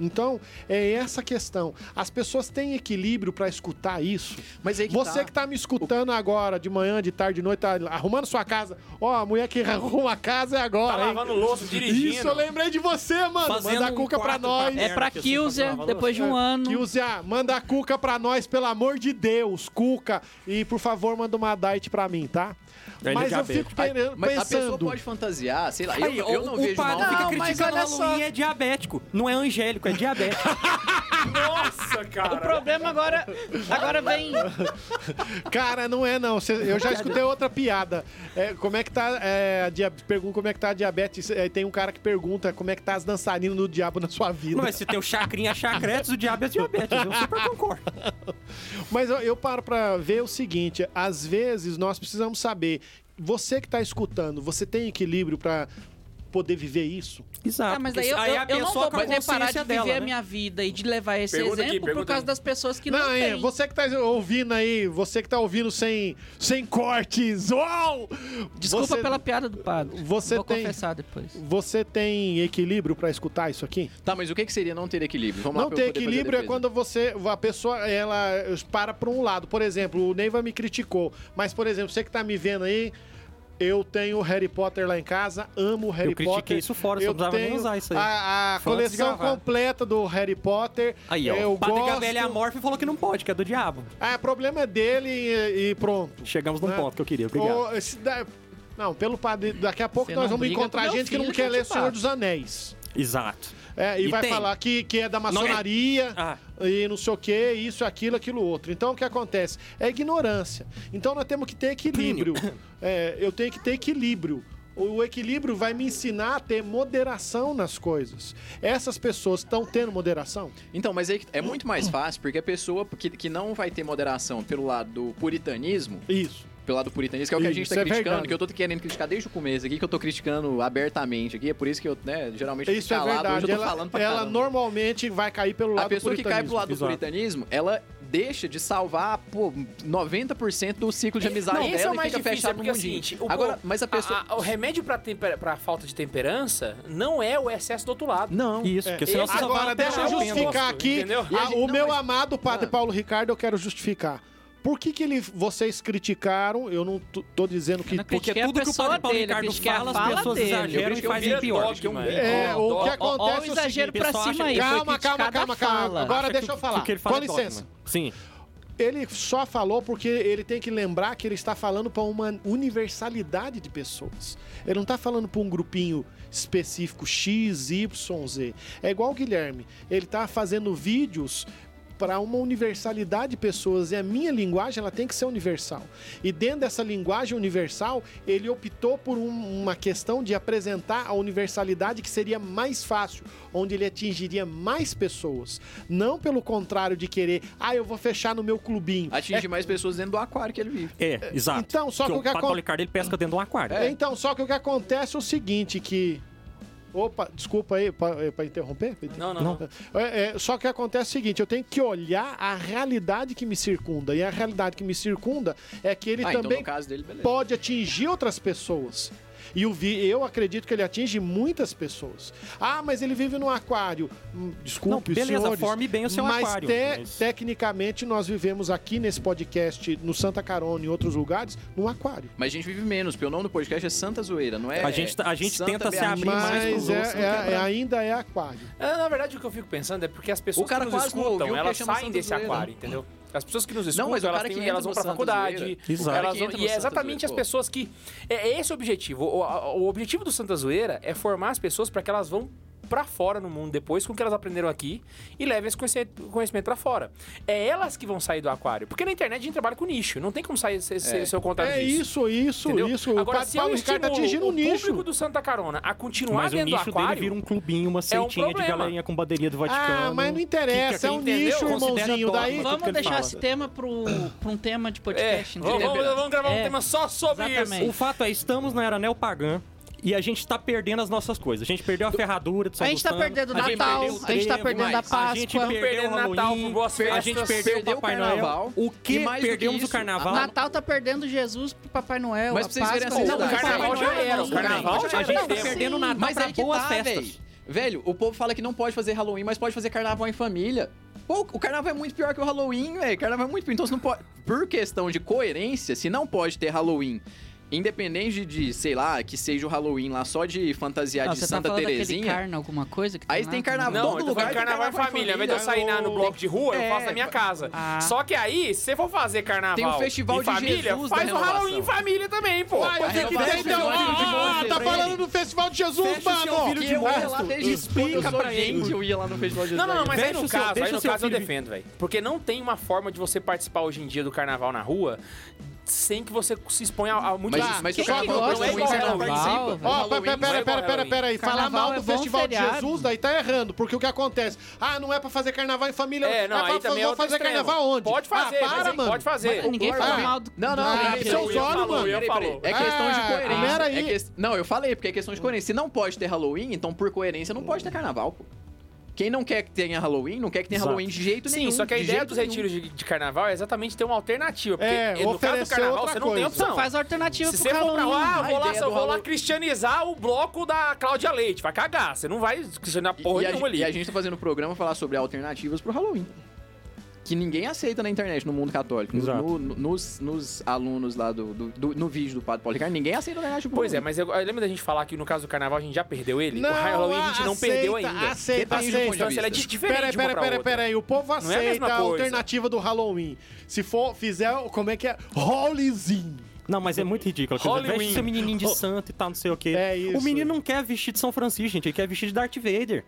Speaker 4: Então, é essa a questão. As pessoas têm equilíbrio pra escutar isso.
Speaker 5: Mas aí que
Speaker 4: Você
Speaker 5: tá.
Speaker 4: que tá me escutando agora, de manhã, de tarde, de noite, tá arrumando sua casa. Ó, a mulher que arruma a casa é
Speaker 1: Tá
Speaker 4: agora, hein?
Speaker 1: lavando louça, dirigindo.
Speaker 4: Isso, é eu lembrei de você, mano.
Speaker 7: Fazendo
Speaker 4: Manda a
Speaker 7: um
Speaker 4: cuca pra
Speaker 7: quarto pra
Speaker 4: nós.
Speaker 7: perto.
Speaker 3: É pra
Speaker 7: Porque
Speaker 3: Kilzer,
Speaker 4: tá
Speaker 7: assim, pra
Speaker 3: depois de um
Speaker 4: é.
Speaker 3: ano.
Speaker 4: Kilzia, manda a Cuca pra nós, pelo amor de Deus, Cuca. E, por favor, manda uma diet pra mim, tá?
Speaker 7: Ele
Speaker 4: Mas
Speaker 7: já
Speaker 4: eu
Speaker 7: veio.
Speaker 4: fico
Speaker 5: Aí-
Speaker 4: pen-
Speaker 5: mas a pessoa
Speaker 4: pensando...
Speaker 5: pode fantasiar, sei lá. Eu,
Speaker 7: Aí,
Speaker 5: eu não
Speaker 7: o, o
Speaker 5: vejo
Speaker 7: padre
Speaker 5: mal.
Speaker 7: fica
Speaker 3: Não, mas
Speaker 7: criticando o
Speaker 3: olha só.
Speaker 7: Halloween é diabético. Não é angélico, é diabético.
Speaker 1: Nossa, cara.
Speaker 3: O problema agora, agora vem...
Speaker 4: Cara, não é não. Cê- Eu já escutei outra piada. É, como é que tá é, a dia... Pergunta como é que tá a diabetes. É, tem um cara que pergunta como é que tá as dançarinas do diabo na sua vida.
Speaker 7: não é se tem o chacrinha chacretes, o diabo é diabetes. Eu super concordo.
Speaker 4: Mas eu, eu paro pra ver o seguinte: às vezes nós precisamos saber. Você que tá escutando, você tem equilíbrio pra poder viver isso?
Speaker 7: Exato.
Speaker 3: Ah, mas
Speaker 7: porque
Speaker 3: aí eu,
Speaker 7: aí
Speaker 3: eu-
Speaker 7: a
Speaker 3: eu não
Speaker 7: pessoa
Speaker 3: vou
Speaker 7: com a
Speaker 3: poder parar de
Speaker 7: consciência
Speaker 3: viver
Speaker 7: dela,
Speaker 3: a
Speaker 7: né?
Speaker 3: minha vida e de levar esse
Speaker 1: Pergunta aqui,
Speaker 3: exemplo por
Speaker 1: pergunta
Speaker 3: causa
Speaker 1: aí.
Speaker 3: das pessoas que não,
Speaker 4: Não, é,
Speaker 3: têm.
Speaker 4: você que tá ouvindo aí, você que tá ouvindo sem, sem cortes, uau!
Speaker 3: Desculpa
Speaker 4: você,
Speaker 3: pela piada do padre.
Speaker 4: Você
Speaker 3: Vou
Speaker 4: tem-
Speaker 3: confessar depois.
Speaker 4: Você tem equilíbrio pra escutar isso aqui?
Speaker 5: Tá, mas o que, que seria não ter equilíbrio? Vamos lá
Speaker 4: Não
Speaker 5: pra eu
Speaker 4: ter
Speaker 5: poder fazer a
Speaker 4: equilíbrio é
Speaker 5: defesa.
Speaker 4: quando você, a pessoa, ela para pra um lado. Por exemplo, o Neiva me criticou, mas, por exemplo, você que tá me vendo aí, eu tenho Harry Potter lá em casa, amo Harry
Speaker 7: Eu critiquei
Speaker 4: Potter.
Speaker 7: isso fora, você não precisava nem usar isso aí.
Speaker 4: A, a
Speaker 7: Foi antes de
Speaker 4: coleção
Speaker 7: gravar.
Speaker 4: completa do Harry Potter.
Speaker 7: Aí, ó.
Speaker 4: eu
Speaker 7: o padre
Speaker 4: gosto.
Speaker 7: Gabriel é Amorfe falou que não pode, que é do diabo.
Speaker 4: Ah, problema é dele e, e pronto.
Speaker 7: Chegamos num
Speaker 4: É.
Speaker 7: ponto que eu queria. Obrigado.
Speaker 4: Ô, esse da- Não, pelo padre. Daqui a pouco
Speaker 3: Você
Speaker 4: nós
Speaker 3: não
Speaker 4: vamos
Speaker 3: briga
Speaker 4: encontrar
Speaker 3: com meu
Speaker 4: gente que não
Speaker 3: filho,
Speaker 4: quer
Speaker 3: que eu
Speaker 4: ler
Speaker 3: te
Speaker 4: Senhor
Speaker 3: bato.
Speaker 4: dos Anéis.
Speaker 7: Exato.
Speaker 4: É, e,
Speaker 7: E
Speaker 4: vai
Speaker 7: tem.
Speaker 4: falar que, que é da
Speaker 7: é.
Speaker 4: maçonaria
Speaker 7: Ah.
Speaker 4: e não sei o que, isso, aquilo, aquilo outro. Então o que acontece? É ignorância. Então nós temos que ter equilíbrio. É, eu tenho que ter equilíbrio. O o equilíbrio vai me ensinar a ter moderação nas coisas. Essas pessoas estão tendo moderação?
Speaker 5: Então, mas aí que- é muito mais fácil, porque a pessoa que, que não vai ter moderação pelo lado do puritanismo,
Speaker 4: Isso.
Speaker 5: pelo lado do puritanismo, que é o que a gente
Speaker 4: Isso,
Speaker 5: tá
Speaker 4: é
Speaker 5: criticando,
Speaker 4: verdade.
Speaker 5: que eu tô querendo criticar desde o começo aqui, que eu tô criticando abertamente aqui, é por isso que eu, né, geralmente
Speaker 4: Isso é
Speaker 5: fico calado, hoje
Speaker 4: verdade.
Speaker 5: eu tô
Speaker 4: Ela,
Speaker 5: falando pra
Speaker 4: ela
Speaker 5: caramba.
Speaker 4: normalmente vai cair pelo lado
Speaker 5: A pessoa
Speaker 4: do
Speaker 5: que cai pro lado do
Speaker 7: exato.
Speaker 5: puritanismo, ela deixa de salvar, pô, 90% do ciclo de amizade
Speaker 1: Não, esse é
Speaker 5: dela
Speaker 1: o mais
Speaker 5: e fica
Speaker 1: difícil, é
Speaker 5: fechado no
Speaker 1: porque,
Speaker 5: mundinho.
Speaker 1: assim, o-
Speaker 5: Agora, mas a pessoa...
Speaker 1: a- o remédio pra, temper... pra falta de temperança não é o excesso do outro lado.
Speaker 7: Não. Isso, porque senão você só vai
Speaker 4: Agora, deixa eu
Speaker 7: alterar o pêndulo.
Speaker 4: justificar
Speaker 1: gosto,
Speaker 4: aqui.
Speaker 1: entendeu?
Speaker 4: Ah,
Speaker 5: E a gente-
Speaker 4: o
Speaker 5: não,
Speaker 4: meu
Speaker 5: mas-
Speaker 4: amado padre
Speaker 5: Ah.
Speaker 4: Paulo Ricardo, eu quero justificar. Por que, que ele, vocês criticaram? Eu não t- tô dizendo que.
Speaker 3: Eu não
Speaker 7: Porque
Speaker 3: critiquei a
Speaker 7: tudo que o
Speaker 3: pessoa
Speaker 7: padre Paulo
Speaker 3: dele, eu
Speaker 7: Ricardo
Speaker 3: critiquei a
Speaker 7: fala, as
Speaker 3: fala
Speaker 7: pessoas
Speaker 3: dele.
Speaker 7: exagram e
Speaker 1: Eu
Speaker 7: fazem
Speaker 1: vira
Speaker 7: pior.
Speaker 1: dogma,
Speaker 7: que um-
Speaker 1: hein?
Speaker 4: É,
Speaker 1: Ó,
Speaker 4: o que
Speaker 1: ó,
Speaker 3: Ó,
Speaker 4: acontece.
Speaker 3: ó o
Speaker 4: é o
Speaker 3: exagero
Speaker 7: seguinte,
Speaker 3: pra
Speaker 7: pessoal
Speaker 3: cima
Speaker 7: acha-
Speaker 3: aí. foi
Speaker 4: Calma, calma,
Speaker 3: criticada
Speaker 4: calma,
Speaker 3: a
Speaker 4: calma.
Speaker 3: fala.
Speaker 4: Agora
Speaker 7: Acha
Speaker 4: deixa
Speaker 7: que
Speaker 4: eu
Speaker 7: o-
Speaker 4: falar.
Speaker 7: o que ele fala
Speaker 4: Com
Speaker 7: é dogma.
Speaker 4: licença.
Speaker 7: Sim.
Speaker 4: Ele só falou porque ele tem que lembrar que ele está falando para uma universalidade de pessoas. Ele não está falando para um grupinho específico X, Y, Z. É igual o Guilherme. Ele está fazendo vídeos para uma universalidade de pessoas e Né, a minha linguagem ela tem que ser universal. E dentro dessa linguagem universal, ele optou por um- uma questão de apresentar a universalidade que seria mais fácil, onde ele atingiria mais pessoas, não pelo contrário de querer, ah, eu vou fechar no meu clubinho.
Speaker 5: Atinge
Speaker 1: é-
Speaker 5: mais pessoas dentro do aquário que ele vive.
Speaker 7: É, exato.
Speaker 4: Então, só
Speaker 7: Porque
Speaker 4: que o que
Speaker 7: o é. padre
Speaker 4: acon- É,
Speaker 7: Paulo Ricardo, ele pesca dentro de um aquário.
Speaker 4: Então, só que o que acontece é o seguinte que Opa, desculpa aí, para interromper? Pra
Speaker 1: Não, não,
Speaker 2: Não.
Speaker 1: não.
Speaker 4: É, é, só que acontece o seguinte, eu tenho que olhar a realidade que me circunda. E a realidade que me circunda é que ele
Speaker 5: ah, então
Speaker 4: também
Speaker 5: no caso dele, beleza.
Speaker 4: pode atingir outras pessoas. E o vi, eu acredito que ele atinge muitas pessoas. Ah, mas ele vive num aquário. Hum,
Speaker 7: Não,
Speaker 4: Desculpe, os
Speaker 7: beleza,
Speaker 4: senhores,
Speaker 7: forme bem o seu
Speaker 4: mas,
Speaker 7: aquário.
Speaker 4: te-
Speaker 7: mas-
Speaker 4: tecnicamente nós vivemos aqui nesse podcast, no Santa Carona e em outros lugares, num aquário.
Speaker 5: Mas a gente vive menos, porque o nome do podcast é Santa Zoeira, não é?
Speaker 7: A gente tá- a gente
Speaker 5: Santa
Speaker 7: tenta se
Speaker 5: Beatriz,
Speaker 7: abrir mais pros
Speaker 4: Mas
Speaker 5: pros
Speaker 4: é-
Speaker 5: outros, não
Speaker 4: é-
Speaker 5: quebra.
Speaker 4: é- ainda é aquário.
Speaker 1: É, na verdade, o que eu fico pensando é porque as pessoas
Speaker 5: O cara
Speaker 1: que nos
Speaker 5: quase não ouviu
Speaker 1: escutam,
Speaker 5: que
Speaker 1: elas
Speaker 5: chama
Speaker 1: saem
Speaker 5: Santa
Speaker 1: desse
Speaker 5: Zoeira.
Speaker 1: aquário, entendeu? As pessoas que nos escutam,
Speaker 5: mas o
Speaker 1: elas,
Speaker 5: cara
Speaker 1: têm-
Speaker 5: que entra
Speaker 1: elas vão
Speaker 5: no
Speaker 1: pra
Speaker 5: Santa
Speaker 1: faculdade.
Speaker 5: Zoeira. O cara
Speaker 1: Elas
Speaker 5: que
Speaker 1: vão,
Speaker 5: entra no
Speaker 1: e é
Speaker 5: Santa
Speaker 1: exatamente as
Speaker 5: Zoeira, pô.
Speaker 1: pessoas que. É é esse o objetivo. O, a- o objetivo do Santa Zoeira é formar as pessoas para que elas vão pra fora no mundo depois com o que elas aprenderam aqui e levem esse conhece- conhecimento pra fora. É elas que vão sair do aquário. Porque na internet a gente trabalha com nicho, não tem como sair ser, ser, ser o
Speaker 7: Tá
Speaker 1: contrário
Speaker 4: É
Speaker 1: disso.
Speaker 4: isso, isso,
Speaker 1: entendeu?
Speaker 4: isso. o
Speaker 1: Agora,
Speaker 4: Padre
Speaker 1: se
Speaker 7: é
Speaker 1: eu
Speaker 4: Paulo Ricardo tá
Speaker 1: estimulo
Speaker 4: atingindo
Speaker 5: um
Speaker 4: o
Speaker 1: o
Speaker 4: nicho.
Speaker 1: público do Santa Carona a continuar
Speaker 7: Mas o
Speaker 1: dentro do
Speaker 7: nicho
Speaker 1: aquário...
Speaker 7: dele vira um clubinho, uma seitinha de
Speaker 1: problema.
Speaker 7: galerinha com bandeirinha do Vaticano.
Speaker 4: Ah, mas não
Speaker 7: que- que-
Speaker 4: interessa, é um
Speaker 7: entendeu?
Speaker 4: nicho,
Speaker 7: Considera
Speaker 4: irmãozinho.
Speaker 7: dogma
Speaker 4: Daí
Speaker 7: tudo que
Speaker 3: Vamos
Speaker 7: ele
Speaker 3: deixar
Speaker 7: fala.
Speaker 3: esse tema pro, pra um tema de
Speaker 1: É,
Speaker 3: podcast,
Speaker 1: vamos,
Speaker 3: entendeu?
Speaker 1: vamos- vamos gravar um
Speaker 3: É,
Speaker 1: tema só sobre
Speaker 3: exatamente.
Speaker 1: isso.
Speaker 7: O fato é, estamos na era neopagã e a gente tá perdendo as nossas coisas. A gente perdeu a ferradura de São
Speaker 3: A gente tá
Speaker 7: Lutano,
Speaker 3: perdendo o
Speaker 7: a gente
Speaker 3: Natal,
Speaker 7: perdeu o
Speaker 3: a gente tá
Speaker 7: trevo,
Speaker 3: perdendo a
Speaker 7: A gente
Speaker 3: Páscoa.
Speaker 7: perdeu o
Speaker 1: Tá Perdendo Natal,
Speaker 7: Halloween,
Speaker 1: boas
Speaker 7: a
Speaker 1: festas.
Speaker 7: gente perdeu o
Speaker 5: Perdeu o
Speaker 7: Papai
Speaker 5: Carnaval.
Speaker 7: Noel. O que
Speaker 5: E mais do que
Speaker 7: perdemos o
Speaker 5: isso,
Speaker 7: Carnaval?
Speaker 3: Natal tá perdendo Jesus pro Papai Noel.
Speaker 5: Mas
Speaker 3: a
Speaker 5: pra vocês verem
Speaker 3: Páscoa,
Speaker 5: essa
Speaker 3: não,
Speaker 1: O
Speaker 5: cidade,
Speaker 1: carnaval já era, o carnaval já
Speaker 7: A gente
Speaker 1: era.
Speaker 7: tá perdendo o Natal
Speaker 5: Mas
Speaker 7: pra
Speaker 5: aí que
Speaker 7: boas
Speaker 5: tá,
Speaker 7: festas.
Speaker 5: Véio. Velho, o povo fala que não pode fazer Halloween, mas pode fazer carnaval em família. Pô, o carnaval é muito pior que o Halloween, velho. Carnaval é muito pior. Então você não pode. Por questão de coerência, se não pode ter Halloween. Independente de, de, sei lá, que seja o Halloween lá só de fantasiar
Speaker 3: Não,
Speaker 5: de
Speaker 3: você tá
Speaker 5: Santa
Speaker 3: falando daquele
Speaker 5: Terezinha.
Speaker 3: carna, alguma coisa? Que
Speaker 5: Aí
Speaker 3: lá
Speaker 5: tem
Speaker 3: também?
Speaker 5: carnaval.
Speaker 1: Não,
Speaker 5: Todo
Speaker 1: eu tô falando
Speaker 5: lugar tem
Speaker 1: carnaval em
Speaker 5: carnaval em
Speaker 1: família. Ao invés de eu sair
Speaker 4: família.
Speaker 1: na- no bloco de rua, eu
Speaker 5: É,
Speaker 1: faço na minha casa.
Speaker 3: Ah.
Speaker 1: Só que aí, se você for fazer carnaval
Speaker 5: Tem o festival
Speaker 1: em
Speaker 5: de
Speaker 1: família,
Speaker 5: Jesus da
Speaker 1: faz o Halloween em
Speaker 5: renovação.
Speaker 1: família também, pô.
Speaker 4: Ah, eu
Speaker 5: Aí
Speaker 4: tenho que
Speaker 5: vai
Speaker 4: ter,
Speaker 5: o
Speaker 4: então.
Speaker 5: episódio de
Speaker 4: Ah,
Speaker 5: vocês
Speaker 4: tá
Speaker 5: pra
Speaker 4: falando
Speaker 5: ele.
Speaker 4: do Festival de Jesus,
Speaker 7: Fecha o seu
Speaker 4: mano.
Speaker 7: filho
Speaker 5: Que
Speaker 7: de
Speaker 5: eu ia lá
Speaker 7: monstro.
Speaker 5: desde
Speaker 7: Explica
Speaker 5: Explica
Speaker 7: pra
Speaker 5: pra
Speaker 7: gente.
Speaker 5: gente, eu ia lá no festival de
Speaker 1: Não, não, não, mas aí
Speaker 7: Deixa
Speaker 1: no
Speaker 7: o seu-
Speaker 1: caso, aí
Speaker 7: deixa o
Speaker 1: no
Speaker 7: seu
Speaker 1: caso eu
Speaker 7: filho-
Speaker 1: defendo, velho. Porque não tem uma forma de você participar hoje em dia do carnaval na rua sem que você se exponha a, a muito
Speaker 5: Mas,
Speaker 1: risco.
Speaker 5: mas
Speaker 4: Quem
Speaker 5: o carnaval
Speaker 4: gosta
Speaker 5: não é
Speaker 4: de
Speaker 5: igual
Speaker 4: carnaval,
Speaker 5: participa.
Speaker 3: velho?
Speaker 4: Ó,
Speaker 5: Halloween
Speaker 4: pera,
Speaker 5: não é
Speaker 4: pera, pera,
Speaker 5: igual
Speaker 4: pera,
Speaker 1: Halloween.
Speaker 4: pera aí. Falar
Speaker 3: Carnaval
Speaker 4: mal do
Speaker 3: é bom
Speaker 4: Festival
Speaker 3: feriado.
Speaker 4: de Jesus, daí tá errando, porque o que acontece? Ah, não é pra fazer carnaval em família.
Speaker 1: É, não,
Speaker 4: Ah,
Speaker 1: aí
Speaker 4: pra-
Speaker 1: também é
Speaker 4: vou
Speaker 1: outro
Speaker 4: fazer
Speaker 1: extremo.
Speaker 4: carnaval onde?
Speaker 1: Pode fazer,
Speaker 4: ah,
Speaker 1: mas
Speaker 4: para,
Speaker 1: aí
Speaker 4: mano.
Speaker 1: pode fazer.
Speaker 3: Ninguém
Speaker 5: Pô,
Speaker 3: fala
Speaker 4: ah,
Speaker 3: mal do
Speaker 5: Não, não,
Speaker 4: Ah, seus
Speaker 5: peraí, peraí, eu
Speaker 4: olhos,
Speaker 5: falo,
Speaker 1: mano.
Speaker 5: peraí, peraí.
Speaker 1: Falou.
Speaker 5: É questão de
Speaker 4: Ah,
Speaker 5: coerência.
Speaker 4: pera aí.
Speaker 5: É que- Não, eu falei, porque é questão
Speaker 1: Hum.
Speaker 5: de coerência. Se não pode ter Halloween, então por coerência não pode ter carnaval, pô. Quem não quer que tenha Halloween, não quer que tenha
Speaker 7: Exato.
Speaker 5: Halloween de jeito
Speaker 1: Sim,
Speaker 5: nenhum.
Speaker 1: só que a
Speaker 5: de
Speaker 1: ideia
Speaker 5: jeito
Speaker 1: dos
Speaker 5: nenhum.
Speaker 1: retiros de, de carnaval é exatamente ter uma alternativa. Porque
Speaker 4: É,
Speaker 1: no caso do
Speaker 4: oferecer
Speaker 1: carnaval,
Speaker 4: outra
Speaker 1: você não tem
Speaker 4: coisa.
Speaker 1: opção.
Speaker 3: Faz alternativa
Speaker 1: Se
Speaker 3: pro um.
Speaker 1: você for pra
Speaker 3: Halloween.
Speaker 1: lá,
Speaker 5: A
Speaker 1: vou lá,
Speaker 5: ideia
Speaker 1: eu
Speaker 5: do
Speaker 1: vou lá
Speaker 5: Halloween.
Speaker 1: cristianizar o bloco da Cláudia Leite. Vai cagar, você não vai cristianizar porra
Speaker 5: E, a,
Speaker 1: nenhuma
Speaker 5: gente-
Speaker 1: ali.
Speaker 5: e a gente tá fazendo um programa falar sobre alternativas pro Halloween. Que ninguém aceita na internet, no mundo católico. No-
Speaker 7: Exato.
Speaker 5: no- nos, nos alunos lá do, do- do- No vídeo do Padre Paulo Ricardo, ninguém aceita alternativa pro
Speaker 1: Pois é,
Speaker 5: Halloween.
Speaker 1: mas eu, eu lembro da gente falar que no caso do carnaval a gente já perdeu ele?
Speaker 4: Não,
Speaker 1: o Halloween a gente não
Speaker 4: aceita,
Speaker 1: perdeu ainda.
Speaker 4: aceita,
Speaker 1: Depende do ponto de
Speaker 4: aceita.
Speaker 1: vista, Ela é di- diferente
Speaker 4: Pera,
Speaker 1: uma
Speaker 4: pera,
Speaker 1: pra
Speaker 4: pera,
Speaker 1: outra.
Speaker 4: pera aí. O povo
Speaker 1: Não é a
Speaker 4: aceita
Speaker 1: mesma
Speaker 4: a,
Speaker 1: coisa.
Speaker 4: alternativa do Halloween. Se for, fizer, como é que é? Holizinho.
Speaker 7: Não, mas é muito ridículo. Quer dizer,
Speaker 1: Halloween.
Speaker 7: Veste seu menininho de santo e tal, não sei o quê.
Speaker 4: É isso.
Speaker 7: O menino não quer vestir de São Francisco, gente. Ele quer vestir de Darth Vader.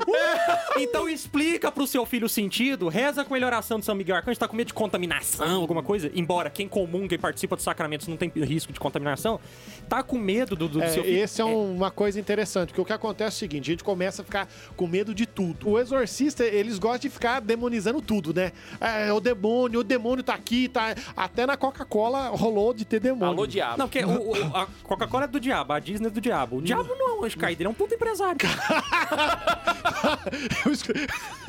Speaker 7: Uh, então explica pro seu filho o sentido. Reza com a oração de São Miguel Arcanjo. Tá com medo de contaminação, alguma coisa. Embora quem comunga e participa dos sacramentos não tem risco de contaminação. Tá com medo do, do
Speaker 4: É,
Speaker 7: seu filho.
Speaker 4: esse é, um- uma coisa interessante, porque o que acontece é o seguinte, a gente começa a ficar com medo de tudo. O exorcista, eles gostam de ficar demonizando tudo, né? É, o demônio, o demônio tá aqui, tá... Até na Coca-Cola rolou de ter demônio.
Speaker 1: Alô, diabo.
Speaker 7: Não, porque o- o- a Coca-Cola é do diabo, a Disney é do diabo. O diabo não é um anjo caído, ele é um puto empresário.
Speaker 4: Eu escu-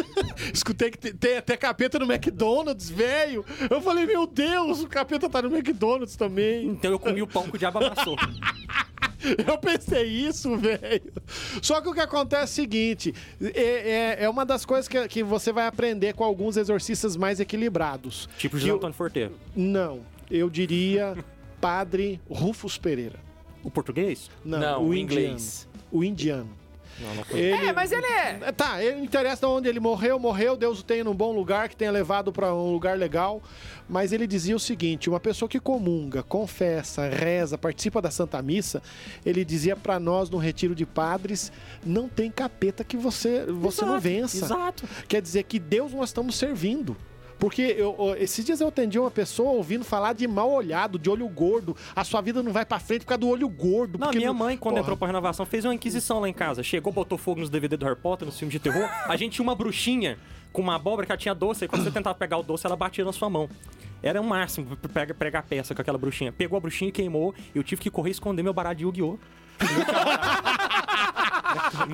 Speaker 4: escutei que te- tem até capeta no McDonald's, velho. Eu falei, meu Deus, o capeta tá no McDonald's também.
Speaker 7: Então eu comi o pão que o diabo amassou.
Speaker 4: Eu pensei isso, velho. Só que o que acontece é o seguinte: é, é- é uma das coisas que, que você vai aprender com alguns exorcistas mais equilibrados.
Speaker 7: tipo o
Speaker 4: Que
Speaker 7: José
Speaker 4: o-
Speaker 7: Antônio Forteiro.
Speaker 4: Não, eu diria Padre Rufus Pereira.
Speaker 7: O português?
Speaker 4: Não,
Speaker 1: Não,
Speaker 4: o
Speaker 1: o
Speaker 4: indiano.
Speaker 1: inglês.
Speaker 4: O indiano.
Speaker 7: Não, não foi.
Speaker 4: Ele...
Speaker 1: É, mas ele é.
Speaker 4: É, Tá, ele não interessa de onde ele morreu, morreu, Deus o tenha num bom lugar, que tenha levado pra um lugar legal. Mas ele dizia o seguinte: uma pessoa que comunga, confessa, reza, participa da Santa Missa, ele dizia pra nós no retiro de padres, não tem capeta que você você não
Speaker 7: Exato,
Speaker 4: vença.
Speaker 7: Exato.
Speaker 4: Quer dizer que Deus nós estamos servindo. Porque eu- eu- esses dias eu atendi uma pessoa ouvindo falar de mal olhado, de olho gordo. A sua vida não vai pra frente por causa do olho gordo.
Speaker 7: Não,
Speaker 4: porque
Speaker 7: minha mãe, quando
Speaker 4: Porra.
Speaker 7: entrou pra renovação, fez uma inquisição lá em casa. Chegou, botou fogo nos DVD do Harry Potter, nos filmes de terror. A gente tinha uma bruxinha com uma abóbora que ela tinha doce, e quando você tentava pegar o doce, ela batia na sua mão. Era o máximo pra pega- pregar peça com aquela bruxinha. Pegou a bruxinha e queimou. Eu tive que correr e esconder meu baralho de Yu-Gi-Oh!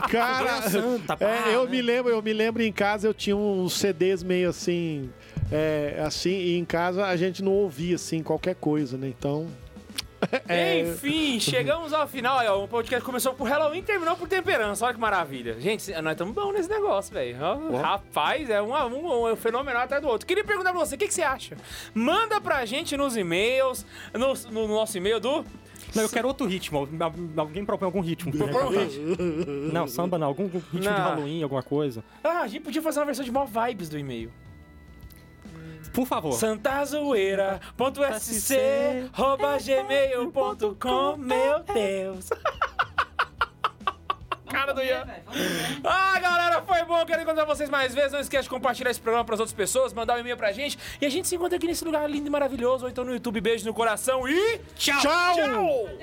Speaker 4: Cara,
Speaker 7: Santa, pá,
Speaker 4: é, eu
Speaker 7: né?
Speaker 4: me lembro, eu me lembro em casa eu tinha uns CDs meio assim, é, assim, e em casa a gente não ouvia assim qualquer coisa, né? Então,
Speaker 1: Enfim, chegamos ao final. Aí, ó, o podcast começou por Halloween e terminou por temperança. Olha que maravilha. Gente, nós estamos bons nesse negócio, velho. Ó, Rapaz, é um, a um, um fenomenal atrás do outro. Queria perguntar pra você, o que, que você acha? Manda pra gente nos e-mails, no, no nosso e-mail do...
Speaker 7: Não, eu quero outro ritmo. Al- Alguém propõe algum ritmo. Não, samba não. Algum algum ritmo de
Speaker 1: Não.
Speaker 7: Halloween, alguma coisa.
Speaker 1: Ah, a gente podia fazer uma versão de mó vibes do e-mail.
Speaker 7: Por favor.
Speaker 1: santazoeira.sc arroba gmail.com Meu Deus. Cara do Ian. Ah, galera, foi bom. Quero encontrar vocês mais vezes. Não esquece de compartilhar esse programa para as outras pessoas, mandar um e-mail pra gente. E a gente se encontra aqui nesse lugar lindo e maravilhoso. Ou então no YouTube. Beijo no coração e.
Speaker 4: tchau!
Speaker 1: Tchau!